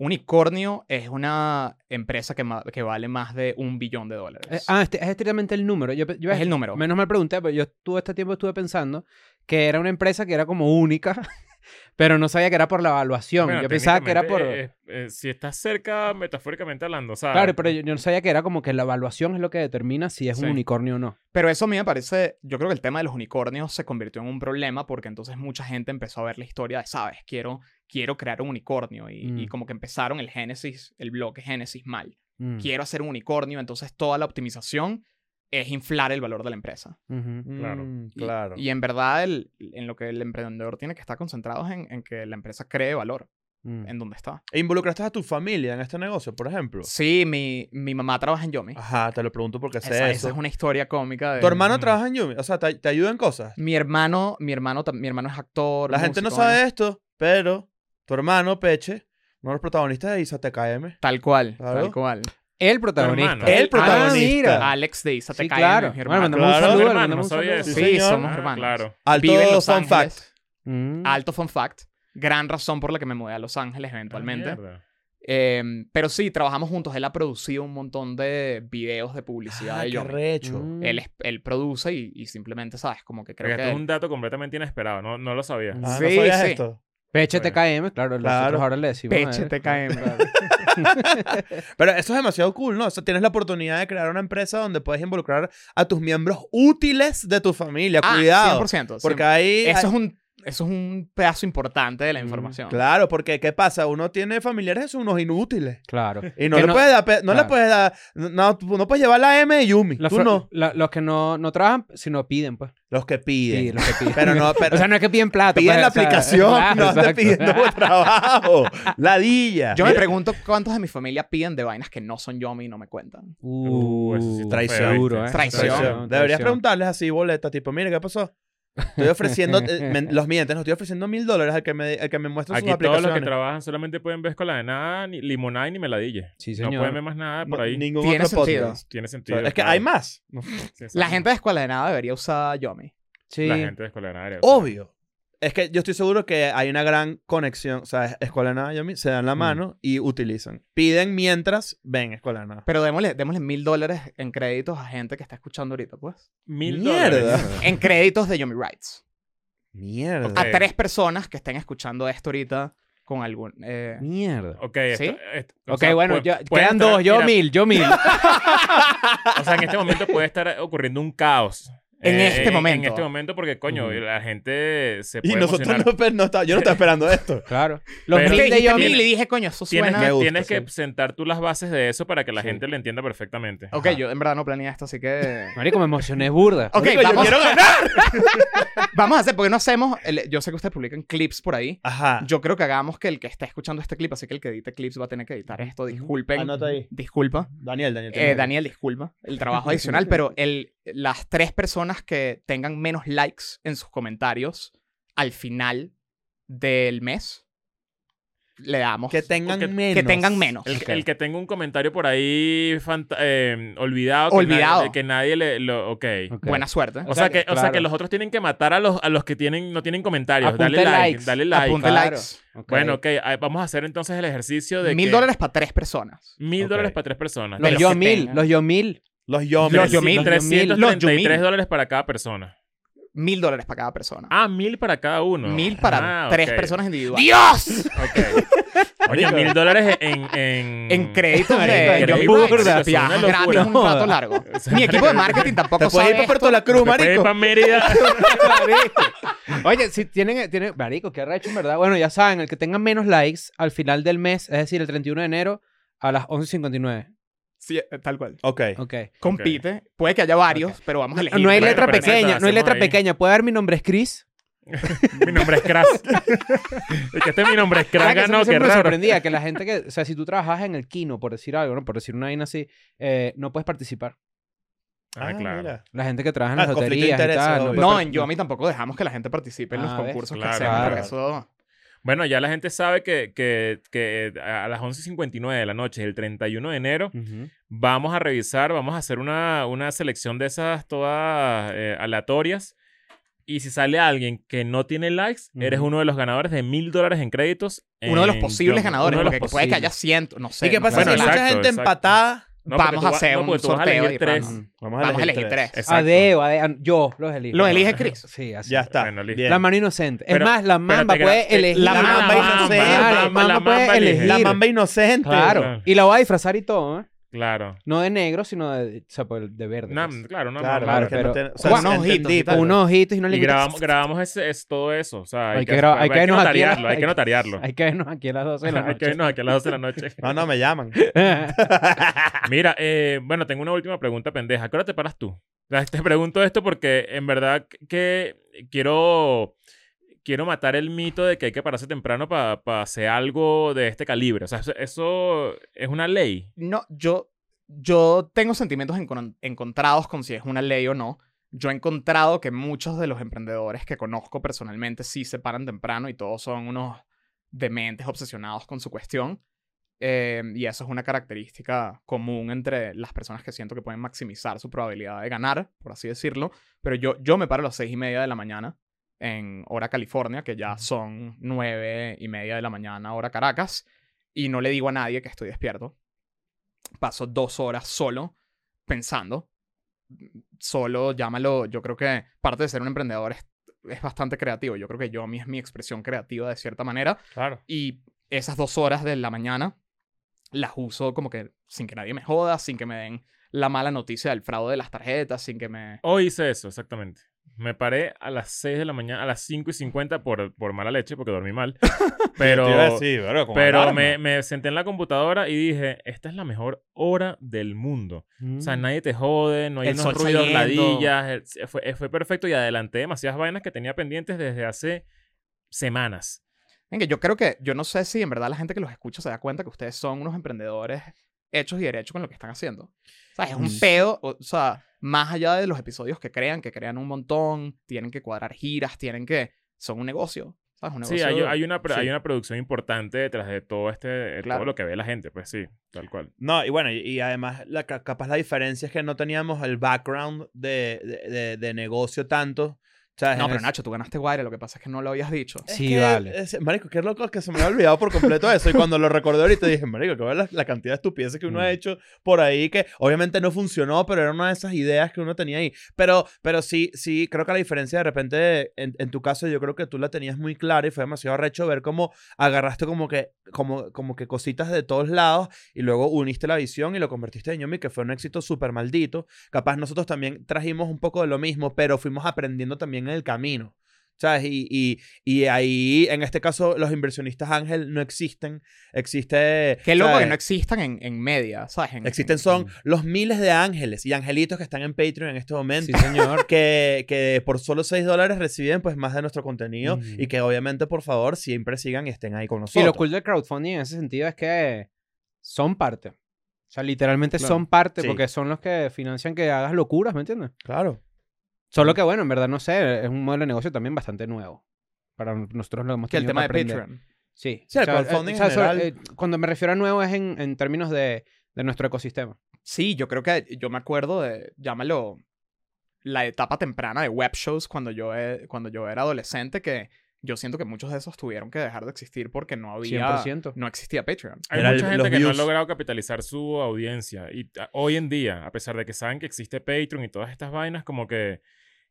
[SPEAKER 3] Unicornio es una empresa que, ma- que vale más de un billón de dólares.
[SPEAKER 2] Eh, ah, este- es estrictamente el número. Yo, pe- yo-
[SPEAKER 3] Pues es el número.
[SPEAKER 2] Menos mal pregunté, pero yo estuve este tiempo estuve pensando que era una empresa que era como única, pero no sabía que era por la evaluación.
[SPEAKER 4] Bueno,
[SPEAKER 2] yo pensaba que era por.
[SPEAKER 4] técnicamente, eh, eh, si estás cerca, metafóricamente hablando, ¿sabes?
[SPEAKER 2] Claro, pero yo, yo no sabía que era como que la evaluación es lo que determina si es
[SPEAKER 3] Sí.
[SPEAKER 2] un unicornio o no.
[SPEAKER 3] Pero eso a mí me parece, yo creo que el tema de los unicornios se convirtió en un problema porque entonces mucha gente empezó a ver la historia de, sabes, quiero, quiero crear un unicornio y, y
[SPEAKER 2] Mm.
[SPEAKER 3] como que empezaron el Génesis, el bloque Génesis mal.
[SPEAKER 2] Mm.
[SPEAKER 3] Quiero hacer un unicornio, entonces toda la optimización es inflar el valor de la empresa.
[SPEAKER 2] Ujú.
[SPEAKER 1] Claro,
[SPEAKER 3] Mm, y-
[SPEAKER 1] claro.
[SPEAKER 3] Y, en verdad el- en lo que el emprendedor tiene que estar concentrado es en, en que la empresa cree valor
[SPEAKER 2] Mm.
[SPEAKER 3] en donde está.
[SPEAKER 1] ¿E involucraste a tu familia en este negocio, por ejemplo?
[SPEAKER 3] Sí, mi, mi mamá trabaja en Yomi.
[SPEAKER 1] Ajá, te lo pregunto porque sé
[SPEAKER 3] Esa,
[SPEAKER 1] Ah, eso.
[SPEAKER 3] esa es una historia cómica de...
[SPEAKER 1] ¿Tu hermano
[SPEAKER 4] Mm.
[SPEAKER 1] trabaja en Yumi? O sea, ¿te, te ayuda en cosas?
[SPEAKER 3] Mi hermano, mi hermano, tam- mi hermano es actor.
[SPEAKER 1] La gente no
[SPEAKER 3] músico, ¿eh?
[SPEAKER 1] sabe esto, pero tu hermano, Peche, uno de los protagonistas de Isa TKM.
[SPEAKER 3] Tal cual,
[SPEAKER 1] Claro.
[SPEAKER 3] tal cual.
[SPEAKER 2] El protagonista.
[SPEAKER 4] hermano.
[SPEAKER 1] El
[SPEAKER 2] Ah,
[SPEAKER 1] protagonista.
[SPEAKER 2] mira.
[SPEAKER 3] Alex de Isa
[SPEAKER 2] Sí,
[SPEAKER 3] TKM,
[SPEAKER 2] claro.
[SPEAKER 3] mi
[SPEAKER 2] Bueno,
[SPEAKER 3] hermano.
[SPEAKER 2] mandamos
[SPEAKER 1] Claro.
[SPEAKER 2] un saludo.
[SPEAKER 4] Hermano,
[SPEAKER 2] le mandamos
[SPEAKER 4] no
[SPEAKER 2] un
[SPEAKER 4] sabía
[SPEAKER 2] saludo.
[SPEAKER 4] eso.
[SPEAKER 1] Sí,
[SPEAKER 3] sí,
[SPEAKER 1] señor.
[SPEAKER 3] somos
[SPEAKER 4] Ah,
[SPEAKER 3] hermanos.
[SPEAKER 4] Claro.
[SPEAKER 1] Alto
[SPEAKER 3] Vive en Los
[SPEAKER 1] fun fact.
[SPEAKER 3] Ángeles.
[SPEAKER 2] Mm.
[SPEAKER 3] Alto fun fact. Gran razón por la que me mudé a Los Ángeles
[SPEAKER 1] Ah,
[SPEAKER 3] eventualmente.
[SPEAKER 4] Mierda.
[SPEAKER 3] Eh, pero sí, trabajamos juntos. Él ha producido un montón de videos de publicidad
[SPEAKER 1] Ah,
[SPEAKER 3] de
[SPEAKER 1] qué
[SPEAKER 3] Yomi.
[SPEAKER 1] recho.
[SPEAKER 2] Mm.
[SPEAKER 3] Él, es- él produce y, y simplemente, ¿sabes? Como que creo
[SPEAKER 4] Porque
[SPEAKER 3] que...
[SPEAKER 4] esto es un dato completamente inesperado. No, no lo sabía.
[SPEAKER 2] Mm.
[SPEAKER 1] Ah, ¿no
[SPEAKER 3] Sí,
[SPEAKER 1] sabías
[SPEAKER 3] sí.
[SPEAKER 1] esto?
[SPEAKER 2] Peche
[SPEAKER 4] Bueno.
[SPEAKER 2] TKM,
[SPEAKER 1] Claro.
[SPEAKER 2] claro, nosotros ahora le decimos. a él.
[SPEAKER 3] Peche TKM.
[SPEAKER 1] Pero eso es demasiado cool, ¿no? O sea, tienes la oportunidad de crear una empresa donde puedes involucrar a tus miembros útiles de tu familia.
[SPEAKER 3] Ah,
[SPEAKER 1] Cuidado.
[SPEAKER 3] 100%.
[SPEAKER 1] Porque
[SPEAKER 3] 100%.
[SPEAKER 1] ahí... Mm,
[SPEAKER 3] Eso es un... Eso es un pedazo importante de la información.
[SPEAKER 1] Claro, porque ¿qué pasa? Uno tiene familiares que son unos inútiles.
[SPEAKER 2] Claro.
[SPEAKER 1] Y no
[SPEAKER 2] Que
[SPEAKER 1] le
[SPEAKER 2] no-
[SPEAKER 1] puedes dar... pe- No le
[SPEAKER 2] claro.
[SPEAKER 1] puedes dar... No, tú no puedes llevar la M de Yumi.
[SPEAKER 2] Los,
[SPEAKER 1] Tú
[SPEAKER 2] fr-
[SPEAKER 1] no.
[SPEAKER 2] la- los que no, no trabajan, sino piden, pues.
[SPEAKER 1] Los que piden.
[SPEAKER 2] Sí, los que piden.
[SPEAKER 1] Pero no... Pero...
[SPEAKER 2] o sea, no es que piden plata.
[SPEAKER 1] Piden
[SPEAKER 2] pues,
[SPEAKER 1] la
[SPEAKER 2] o sea,
[SPEAKER 1] aplicación,
[SPEAKER 2] claro,
[SPEAKER 1] no andes
[SPEAKER 2] exacto.
[SPEAKER 1] pidiendo por trabajo. Ladilla.
[SPEAKER 3] Yo me pregunto cuántos de mi familia piden de vainas que no son Yomi y no me cuentan.
[SPEAKER 2] Uh,
[SPEAKER 4] Uh, eso sí está
[SPEAKER 1] Traición.
[SPEAKER 4] feo, ¿viste?
[SPEAKER 2] Duro, ¿eh?
[SPEAKER 3] Traición.
[SPEAKER 1] Traición. Deberías preguntarles así, boleta, tipo, mire, ¿qué pasó? Estoy ofreciendo, eh, me- los mientes, no estoy ofreciendo mil dólares al que me, al que me muestra sus
[SPEAKER 4] Aquí todos los que
[SPEAKER 1] aplicaciones.
[SPEAKER 4] trabajan solamente pueden ver con la de nada, ni limonada y ni meladilla.
[SPEAKER 2] Sí,
[SPEAKER 4] No
[SPEAKER 2] señor.
[SPEAKER 4] pueden ver más nada por
[SPEAKER 1] No,
[SPEAKER 4] ahí.
[SPEAKER 1] ningún
[SPEAKER 3] Tiene
[SPEAKER 1] otro
[SPEAKER 3] sentido.
[SPEAKER 1] podcast.
[SPEAKER 4] Tiene
[SPEAKER 1] O sea,
[SPEAKER 4] sentido.
[SPEAKER 1] es que
[SPEAKER 4] claro.
[SPEAKER 1] hay más.
[SPEAKER 4] Sí, exacto.
[SPEAKER 3] La gente de escuela de nada debería usar Yomi.
[SPEAKER 2] Sí.
[SPEAKER 4] La gente de escuela de nada.
[SPEAKER 1] Obvio. Es que yo estoy seguro que hay una gran conexión. O sea, Escuela de Nada, Yomi, se dan la
[SPEAKER 2] Mm.
[SPEAKER 1] mano y utilizan. Piden mientras ven Escuela de Nada.
[SPEAKER 3] Pero démosle, démosle mil dólares en créditos a gente que está escuchando ahorita, pues.
[SPEAKER 4] Mil
[SPEAKER 1] Mierda.
[SPEAKER 4] dólares.
[SPEAKER 3] En créditos de Yomi Rights.
[SPEAKER 1] Mierda.
[SPEAKER 3] A
[SPEAKER 4] Ok.
[SPEAKER 3] tres personas que estén escuchando esto ahorita con algún... eh, pues,
[SPEAKER 2] Mierda.
[SPEAKER 4] Ok, esto-
[SPEAKER 3] ¿Sí?
[SPEAKER 4] esto- o
[SPEAKER 2] Mm. Ok,
[SPEAKER 4] sea,
[SPEAKER 2] bueno,
[SPEAKER 4] pu-
[SPEAKER 2] ya-
[SPEAKER 4] puede
[SPEAKER 2] quedan
[SPEAKER 4] estar-
[SPEAKER 2] dos, yo
[SPEAKER 4] mira,
[SPEAKER 2] mil, yo mil.
[SPEAKER 4] O sea, en este momento puede estar ocurriendo un caos.
[SPEAKER 3] En este
[SPEAKER 4] En
[SPEAKER 3] momento.
[SPEAKER 4] este momento, porque coño,
[SPEAKER 2] Ujú.
[SPEAKER 4] la gente se puede
[SPEAKER 1] y nosotros
[SPEAKER 4] emocionar.
[SPEAKER 1] no, pero no está- yo no estaba esperando esto.
[SPEAKER 2] Claro. Los
[SPEAKER 4] Pero-
[SPEAKER 3] es que
[SPEAKER 2] mil de
[SPEAKER 3] dijiste
[SPEAKER 2] yo
[SPEAKER 3] mil
[SPEAKER 2] mil.
[SPEAKER 3] y dije, coño, eso
[SPEAKER 4] Tienes,
[SPEAKER 3] suena...
[SPEAKER 1] Me
[SPEAKER 4] que,
[SPEAKER 1] gusta,
[SPEAKER 4] tienes que
[SPEAKER 1] sí.
[SPEAKER 4] sentar tú las bases de eso para que la
[SPEAKER 2] Sí.
[SPEAKER 4] gente lo entienda perfectamente.
[SPEAKER 3] Ok, yo en verdad no planeé esto, así que...
[SPEAKER 2] Marico, me emocioné burda.
[SPEAKER 3] Ok,
[SPEAKER 1] Marico, yo
[SPEAKER 3] vamos,
[SPEAKER 1] quiero ganar.
[SPEAKER 3] vamos a hacer, porque no hacemos... el- yo sé que ustedes publican clips por ahí.
[SPEAKER 2] Ah.
[SPEAKER 1] Ajá.
[SPEAKER 3] Yo creo que hagamos que el que está escuchando este clip, así que el que edite clips va a tener que editar esto. Disculpen.
[SPEAKER 1] Anota ahí.
[SPEAKER 3] Disculpa.
[SPEAKER 1] Daniel, Daniel.
[SPEAKER 3] Eh, Daniel, disculpa el trabajo adicional, pero el, las tres personas que tengan menos likes en sus comentarios al final del mes, le damos
[SPEAKER 1] Que tengan
[SPEAKER 4] Que- que
[SPEAKER 1] menos.
[SPEAKER 3] que tengan menos.
[SPEAKER 4] El,
[SPEAKER 2] Ok.
[SPEAKER 4] el que tenga un comentario por ahí fanta- eh, olvidado,
[SPEAKER 3] Olvidado.
[SPEAKER 4] Que, nadie, que nadie le lo, ok.
[SPEAKER 2] Ok.
[SPEAKER 3] Buena suerte.
[SPEAKER 4] O sea que, o sea
[SPEAKER 2] Claro.
[SPEAKER 4] que los otros tienen que matar a los a los que tienen no tienen comentarios.
[SPEAKER 2] Apunte
[SPEAKER 4] dale like,
[SPEAKER 2] likes.
[SPEAKER 4] dale like.
[SPEAKER 3] Apunte
[SPEAKER 2] claro.
[SPEAKER 3] likes.
[SPEAKER 2] Ok.
[SPEAKER 4] Bueno, ok, ah, vamos a hacer entonces el ejercicio de
[SPEAKER 3] Mil
[SPEAKER 4] que-
[SPEAKER 3] dólares para tres personas.
[SPEAKER 4] Mil
[SPEAKER 2] Ok.
[SPEAKER 4] dólares para tres personas.
[SPEAKER 2] Los
[SPEAKER 3] de los
[SPEAKER 2] yo
[SPEAKER 3] que
[SPEAKER 2] mil,
[SPEAKER 3] tengan.
[SPEAKER 2] los yo mil.
[SPEAKER 1] Los yomis.
[SPEAKER 3] Los
[SPEAKER 4] Los
[SPEAKER 3] Yomil.
[SPEAKER 4] Yomil.
[SPEAKER 2] Los Yomil.
[SPEAKER 4] 333
[SPEAKER 3] Los
[SPEAKER 4] dólares para cada persona.
[SPEAKER 3] Mil dólares para cada persona.
[SPEAKER 4] Ah, mil para cada uno.
[SPEAKER 3] Mil para
[SPEAKER 4] Ah,
[SPEAKER 3] tres
[SPEAKER 4] ok.
[SPEAKER 3] personas individuales.
[SPEAKER 4] ¡Dios! Ok. Oye,
[SPEAKER 1] Marico.
[SPEAKER 4] mil dólares en... En,
[SPEAKER 3] En créditos de
[SPEAKER 4] Marico,
[SPEAKER 3] Johnny
[SPEAKER 4] marico,
[SPEAKER 3] Rice. Ya,
[SPEAKER 4] burda, es una
[SPEAKER 3] gratis
[SPEAKER 4] locura.
[SPEAKER 3] un rato largo. Mi equipo de marketing tampoco
[SPEAKER 1] Te puedes
[SPEAKER 3] sabe
[SPEAKER 1] ir para
[SPEAKER 3] esto.
[SPEAKER 1] Puerto La Cruz,
[SPEAKER 4] Te puedes ir
[SPEAKER 1] marico.
[SPEAKER 4] pa' Mérida.
[SPEAKER 2] Oye, si tienen, tienen, marico, qué arrecho, en ¿verdad? Bueno, ya saben, el que tenga menos likes al final del mes, es decir, el 31 de enero a las 11.59.
[SPEAKER 3] Sí, eh, tal cual.
[SPEAKER 1] Ok.
[SPEAKER 2] Ok.
[SPEAKER 3] Compite. Puede que haya varios, pero vamos a elegir.
[SPEAKER 2] No hay
[SPEAKER 4] Bueno,
[SPEAKER 2] letra
[SPEAKER 4] pero entonces
[SPEAKER 2] pequeña, no hay
[SPEAKER 4] hacemos
[SPEAKER 2] letra
[SPEAKER 4] ahí.
[SPEAKER 2] pequeña. ¿Puede dar mi nombre es Chris?
[SPEAKER 4] mi nombre es Crash. es que este es mi nombre es
[SPEAKER 2] Ah,
[SPEAKER 4] Crash.
[SPEAKER 2] que eso
[SPEAKER 4] ganó,
[SPEAKER 2] siempre
[SPEAKER 4] qué
[SPEAKER 2] me
[SPEAKER 4] raro.
[SPEAKER 2] sorprendía que la gente que, o sea, si tú trabajas en el kino, por decir algo, ¿no? por decir una vaina así, eh, no puedes participar.
[SPEAKER 4] Ah, claro.
[SPEAKER 1] mira.
[SPEAKER 2] La gente que trabaja en
[SPEAKER 1] Ah,
[SPEAKER 2] las
[SPEAKER 1] conflicto de
[SPEAKER 2] loterías y
[SPEAKER 1] intereses,
[SPEAKER 2] tal.
[SPEAKER 1] obvio.
[SPEAKER 2] puede
[SPEAKER 3] No,
[SPEAKER 2] par-
[SPEAKER 3] en Yomi tampoco dejamos que la gente participe en los
[SPEAKER 2] Ah, ¿ves?
[SPEAKER 3] concursos
[SPEAKER 4] Claro,
[SPEAKER 3] que hacemos.
[SPEAKER 4] claro.
[SPEAKER 3] porque eso-
[SPEAKER 4] Bueno, ya la gente sabe que, que, que eh, a las 11.59 de la noche, el 31 de enero,
[SPEAKER 2] Ujú.
[SPEAKER 4] vamos a revisar, vamos a hacer una, una selección de esas todas eh, aleatorias Y si sale alguien que no tiene likes,
[SPEAKER 2] Ujú.
[SPEAKER 4] eres uno de los ganadores de mil dólares en créditos.
[SPEAKER 3] Uno de los
[SPEAKER 4] en
[SPEAKER 3] posibles
[SPEAKER 4] Jumbo.
[SPEAKER 3] ganadores,
[SPEAKER 4] Uno de los
[SPEAKER 3] porque puede que haya
[SPEAKER 4] posibles.
[SPEAKER 3] cientos, no sé.
[SPEAKER 1] ¿Y qué
[SPEAKER 3] no
[SPEAKER 1] pasa
[SPEAKER 3] sé.
[SPEAKER 4] Bueno,
[SPEAKER 1] si hay mucha
[SPEAKER 4] exacto,
[SPEAKER 1] gente
[SPEAKER 4] exacto.
[SPEAKER 1] empatada?
[SPEAKER 4] No, porque
[SPEAKER 3] Vamos
[SPEAKER 4] tú
[SPEAKER 3] a
[SPEAKER 4] vas-
[SPEAKER 3] hacer
[SPEAKER 4] no,
[SPEAKER 3] un
[SPEAKER 4] porque tú vas a
[SPEAKER 3] sorteo
[SPEAKER 4] elegir
[SPEAKER 3] y
[SPEAKER 4] tres.
[SPEAKER 3] vamos.
[SPEAKER 1] Vamos a elegir
[SPEAKER 3] tres.
[SPEAKER 4] Exacto.
[SPEAKER 2] Ah, Adeo, adeo. Yo los elijo.
[SPEAKER 3] Lo elige Chris.
[SPEAKER 2] Sí, así.
[SPEAKER 1] Ya está.
[SPEAKER 4] Bueno, listo.
[SPEAKER 1] Bien.
[SPEAKER 2] La mano inocente.
[SPEAKER 4] Pero-
[SPEAKER 2] es más, la mamba
[SPEAKER 4] espérate,
[SPEAKER 2] puede
[SPEAKER 4] que-
[SPEAKER 2] elegir.
[SPEAKER 1] la mamba inocente.
[SPEAKER 2] Claro,
[SPEAKER 1] La
[SPEAKER 2] La mamba,
[SPEAKER 4] mamba
[SPEAKER 2] puede
[SPEAKER 4] elige.
[SPEAKER 2] elegir.
[SPEAKER 1] La mamba inocente.
[SPEAKER 2] Claro.
[SPEAKER 4] Claro.
[SPEAKER 2] Y la voy a disfrazar y todo, ¿eh?
[SPEAKER 4] Claro.
[SPEAKER 2] No de negro, sino de, o sea, pues, de verde.
[SPEAKER 4] No,
[SPEAKER 2] pues.
[SPEAKER 4] claro, no,
[SPEAKER 1] Claro,
[SPEAKER 4] no,
[SPEAKER 1] claro.
[SPEAKER 4] no.
[SPEAKER 1] es que no
[SPEAKER 2] pero-
[SPEAKER 1] te- o sea,
[SPEAKER 3] Unos
[SPEAKER 1] entendí,
[SPEAKER 3] ojitos y
[SPEAKER 1] tal.
[SPEAKER 3] claro.
[SPEAKER 2] Unos ojitos y no le
[SPEAKER 4] Y grabamos, grabamos ese, es todo eso. O sea, hay,
[SPEAKER 2] Hay
[SPEAKER 4] que,
[SPEAKER 2] que graba- hay
[SPEAKER 4] hay
[SPEAKER 2] que
[SPEAKER 4] que
[SPEAKER 2] vernos aquí a la-
[SPEAKER 4] notariarlo, hay que notariarlo.
[SPEAKER 2] Hay que vernos aquí a las 12 de la
[SPEAKER 4] Hay que
[SPEAKER 2] noche.
[SPEAKER 4] vernos aquí a las 12 de la noche.
[SPEAKER 1] No, no, me llaman.
[SPEAKER 2] Ah.
[SPEAKER 4] Mira, eh, bueno, tengo una última pregunta pendeja. ¿A qué hora te paras tú? O sea, Te pregunto esto porque en verdad que quiero, quiero matar el mito de que hay que pararse temprano para hacer algo de este calibre. O sea, eso- eso es una ley.
[SPEAKER 3] No, yo, yo tengo sentimientos encon- encontrados con si es una ley o no. Yo he encontrado que muchos de los emprendedores que conozco personalmente sí se paran temprano y todos son unos dementes obsesionados con su cuestión. Eh, y eso es una característica común entre las personas que siento que pueden maximizar su probabilidad de ganar, por así decirlo. Pero yo, yo me paro a las seis y media de la mañana en hora California, que ya son nueve y media de la mañana hora Caracas, y no le digo a nadie que estoy despierto paso dos horas solo pensando. Solo, llámalo, yo creo que parte de ser un emprendedor es, es bastante creativo. Yo creo que yo a mí es mi expresión creativa de cierta manera.
[SPEAKER 4] Claro.
[SPEAKER 3] Y esas dos horas de la mañana las uso como que sin que nadie me joda, sin que me den la mala noticia del fraude de las tarjetas, sin que me...
[SPEAKER 4] Hoy hice eso, exactamente. Me paré a las 6 de la mañana, a las 5 y 50 por, por mala leche, porque dormí mal. Pero,
[SPEAKER 1] Te iba a decir, bro, como
[SPEAKER 4] pero
[SPEAKER 1] alarma.
[SPEAKER 4] me, me senté en la computadora y dije, esta es la mejor hora del mundo. O sea, nadie te jode, no hay
[SPEAKER 3] Mm. El
[SPEAKER 4] unos
[SPEAKER 3] sol
[SPEAKER 4] ruidos,
[SPEAKER 3] saliendo.
[SPEAKER 4] ladillas. eh, Fue, eh, fue perfecto y adelanté demasiadas vainas que tenía pendientes desde hace semanas.
[SPEAKER 3] Venga, yo creo que, yo no sé si en verdad la gente que los escucha se da cuenta que ustedes son unos emprendedores hechos y derechos con lo que están haciendo. O sea, es un
[SPEAKER 1] Mm.
[SPEAKER 3] pedo, o o sea, más allá de los episodios que crean, que crean un montón, tienen que cuadrar giras, tienen que, son un negocio, ¿sabes? Un
[SPEAKER 4] Sí,
[SPEAKER 3] negocio.
[SPEAKER 4] hay, hay una, pro-
[SPEAKER 3] sí.
[SPEAKER 4] hay una producción importante detrás de todo este, de
[SPEAKER 3] Claro.
[SPEAKER 4] todo lo que ve la gente, pues sí, tal cual.
[SPEAKER 1] No, y bueno, y, y además, la, ca- capaz la diferencia es que no teníamos el background de, de, de- de negocio tanto. ¿sabes?
[SPEAKER 3] No,
[SPEAKER 1] En
[SPEAKER 3] pero
[SPEAKER 1] el-
[SPEAKER 3] Nacho, tú ganaste Wire, lo que pasa es que no lo habías dicho.
[SPEAKER 1] Es
[SPEAKER 2] Sí,
[SPEAKER 1] que,
[SPEAKER 2] vale.
[SPEAKER 1] es- marico, qué loco que se me había olvidado por completo eso. Y cuando lo recordé ahorita dije, marico, que la, la cantidad de estupideces que uno
[SPEAKER 4] Mm.
[SPEAKER 1] ha hecho por ahí, que obviamente no funcionó, pero era una de esas ideas que uno tenía ahí. Pero, pero sí, sí, creo que la diferencia de repente, en, en tu caso, yo creo que tú la tenías muy clara y fue demasiado arrecho ver cómo agarraste como que, como, como que cositas de todos lados y luego uniste la visión y lo convertiste en Yomi, que fue un éxito súper maldito. Capaz nosotros también trajimos un poco de lo mismo, pero fuimos aprendiendo también en el camino. ¿Sabes? Y, y, y ahí, en este caso, los inversionistas ángel no existen. Existe.
[SPEAKER 3] Qué loco
[SPEAKER 1] ¿sabes?
[SPEAKER 3] que no existan en, en media, ¿sabes? En-
[SPEAKER 1] Existen
[SPEAKER 3] en-
[SPEAKER 1] son los miles de ángeles y angelitos que están en Patreon en este momento.
[SPEAKER 2] Sí, señor.
[SPEAKER 1] Que, que por solo 6 dólares reciben pues más de nuestro contenido
[SPEAKER 4] Ujú.
[SPEAKER 1] y que obviamente por favor siempre sigan y estén ahí con
[SPEAKER 2] Sí,
[SPEAKER 1] nosotros.
[SPEAKER 2] lo cool del crowdfunding en ese sentido es que son parte. O sea, literalmente
[SPEAKER 3] Claro.
[SPEAKER 2] son parte
[SPEAKER 1] Sí.
[SPEAKER 2] porque son los que financian que hagas locuras, ¿me entiendes?
[SPEAKER 1] Claro.
[SPEAKER 2] Solo que, bueno, en verdad, no sé, es un modelo de negocio también bastante nuevo. Para nosotros lo hemos
[SPEAKER 3] Que el
[SPEAKER 2] tenido
[SPEAKER 3] tema
[SPEAKER 2] que
[SPEAKER 3] de
[SPEAKER 2] aprender.
[SPEAKER 3] Patreon.
[SPEAKER 2] Sí.
[SPEAKER 1] Sí, el
[SPEAKER 2] O sea,
[SPEAKER 1] crowdfunding
[SPEAKER 2] eh, o sea,
[SPEAKER 1] en general.
[SPEAKER 2] sobre- eh, cuando me refiero a nuevo es en, en términos de, de nuestro ecosistema.
[SPEAKER 3] Sí, yo creo que yo me acuerdo de, llámalo, la etapa temprana de web shows cuando yo, eh, cuando yo era adolescente, que yo siento que muchos de esos tuvieron que dejar de existir porque no había,
[SPEAKER 2] 100%.
[SPEAKER 3] no existía Patreon.
[SPEAKER 4] Hay
[SPEAKER 1] Era el-
[SPEAKER 4] mucha gente
[SPEAKER 1] los
[SPEAKER 4] que no ha
[SPEAKER 1] views.
[SPEAKER 4] logrado capitalizar su audiencia. Y t- hoy en día, a pesar de que saben que existe Patreon y todas estas vainas, como que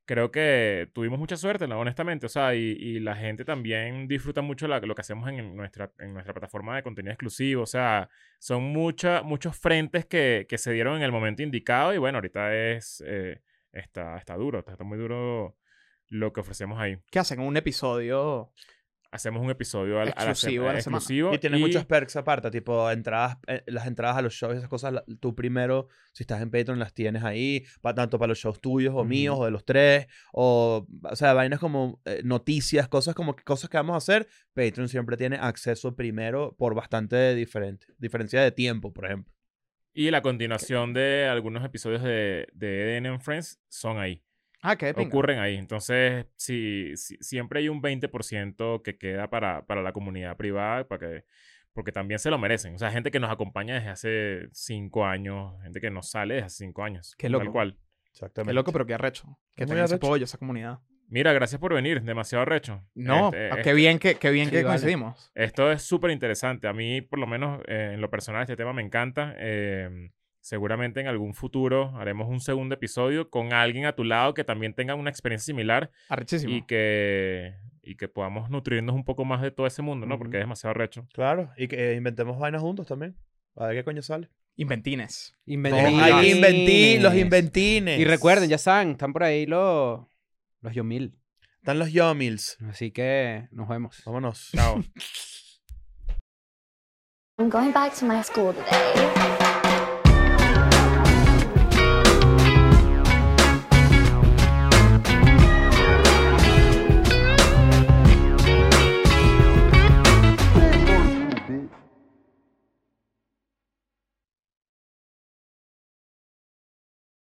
[SPEAKER 4] creo que tuvimos mucha suerte, ¿no? honestamente. O sea, y, y la gente también disfruta mucho la- lo que hacemos en, nuestra, en nuestra plataforma de contenido exclusivo. O sea, son mucha, muchos frentes que, que se dieron en el momento indicado. Y bueno, ahorita es, eh, está, está duro, está, está muy duro lo que ofrecemos ahí.
[SPEAKER 3] Que hacen un episodio.
[SPEAKER 4] Hacemos un episodio al, eh,
[SPEAKER 3] Exclusivo a la semana.
[SPEAKER 4] exclusivo.
[SPEAKER 1] Y tienes muchos perks aparte, tipo entradas, eh, las entradas a los shows, esas cosas, la- tú primero, si estás en Patreon, las tienes ahí, pa- tanto para los shows tuyos o
[SPEAKER 4] Ujú.
[SPEAKER 1] míos o de los tres, o, o sea, vainas como eh, noticias, cosas como que- cosas que vamos a hacer, Patreon siempre tiene acceso primero por bastante diferente, diferencia de tiempo, por ejemplo.
[SPEAKER 4] Y la continuación de algunos episodios de, de EDN and Friends son ahí.
[SPEAKER 3] Ah, qué de pinga.
[SPEAKER 4] Ocurren ahí. Entonces, sí, sí, siempre hay un 20% que queda para, para la comunidad privada, para que, porque también se lo merecen. O sea, gente que nos acompaña desde hace cinco años, gente que nos sale desde hace cinco años.
[SPEAKER 3] Qué loco.
[SPEAKER 4] Tal cual.
[SPEAKER 1] Exactamente.
[SPEAKER 3] Qué loco, pero qué arrecho. Que
[SPEAKER 1] Muy
[SPEAKER 3] tengan ese
[SPEAKER 1] arrecho.
[SPEAKER 3] apoyo, esa comunidad.
[SPEAKER 4] Mira, gracias por venir. Demasiado recho.
[SPEAKER 3] No,
[SPEAKER 4] Este,
[SPEAKER 3] ah,
[SPEAKER 4] este-
[SPEAKER 3] qué bien que, qué bien
[SPEAKER 2] Sí,
[SPEAKER 3] que
[SPEAKER 2] vale.
[SPEAKER 3] coincidimos.
[SPEAKER 4] Esto es súper interesante. A mí, por lo menos, eh, en lo personal, este tema me encanta. Eh, seguramente en algún futuro haremos un segundo episodio con alguien a tu lado que también tenga una experiencia similar
[SPEAKER 3] Arrechísimo.
[SPEAKER 4] y que, y que podamos nutrirnos un poco más de todo ese mundo, ¿no?
[SPEAKER 2] Ujú.
[SPEAKER 4] Porque es demasiado recho.
[SPEAKER 1] Claro, y que eh, inventemos vainas juntos también. A ver qué coño sale.
[SPEAKER 3] Inventines.
[SPEAKER 2] Inventines.
[SPEAKER 1] Hay que inventir los inventines.
[SPEAKER 2] Y recuerden, ya saben, están por ahí los, los Yomil.
[SPEAKER 1] Están los Yomils.
[SPEAKER 2] Así que nos vemos.
[SPEAKER 1] Vámonos.
[SPEAKER 4] Chao.
[SPEAKER 5] I'm going back to my school today.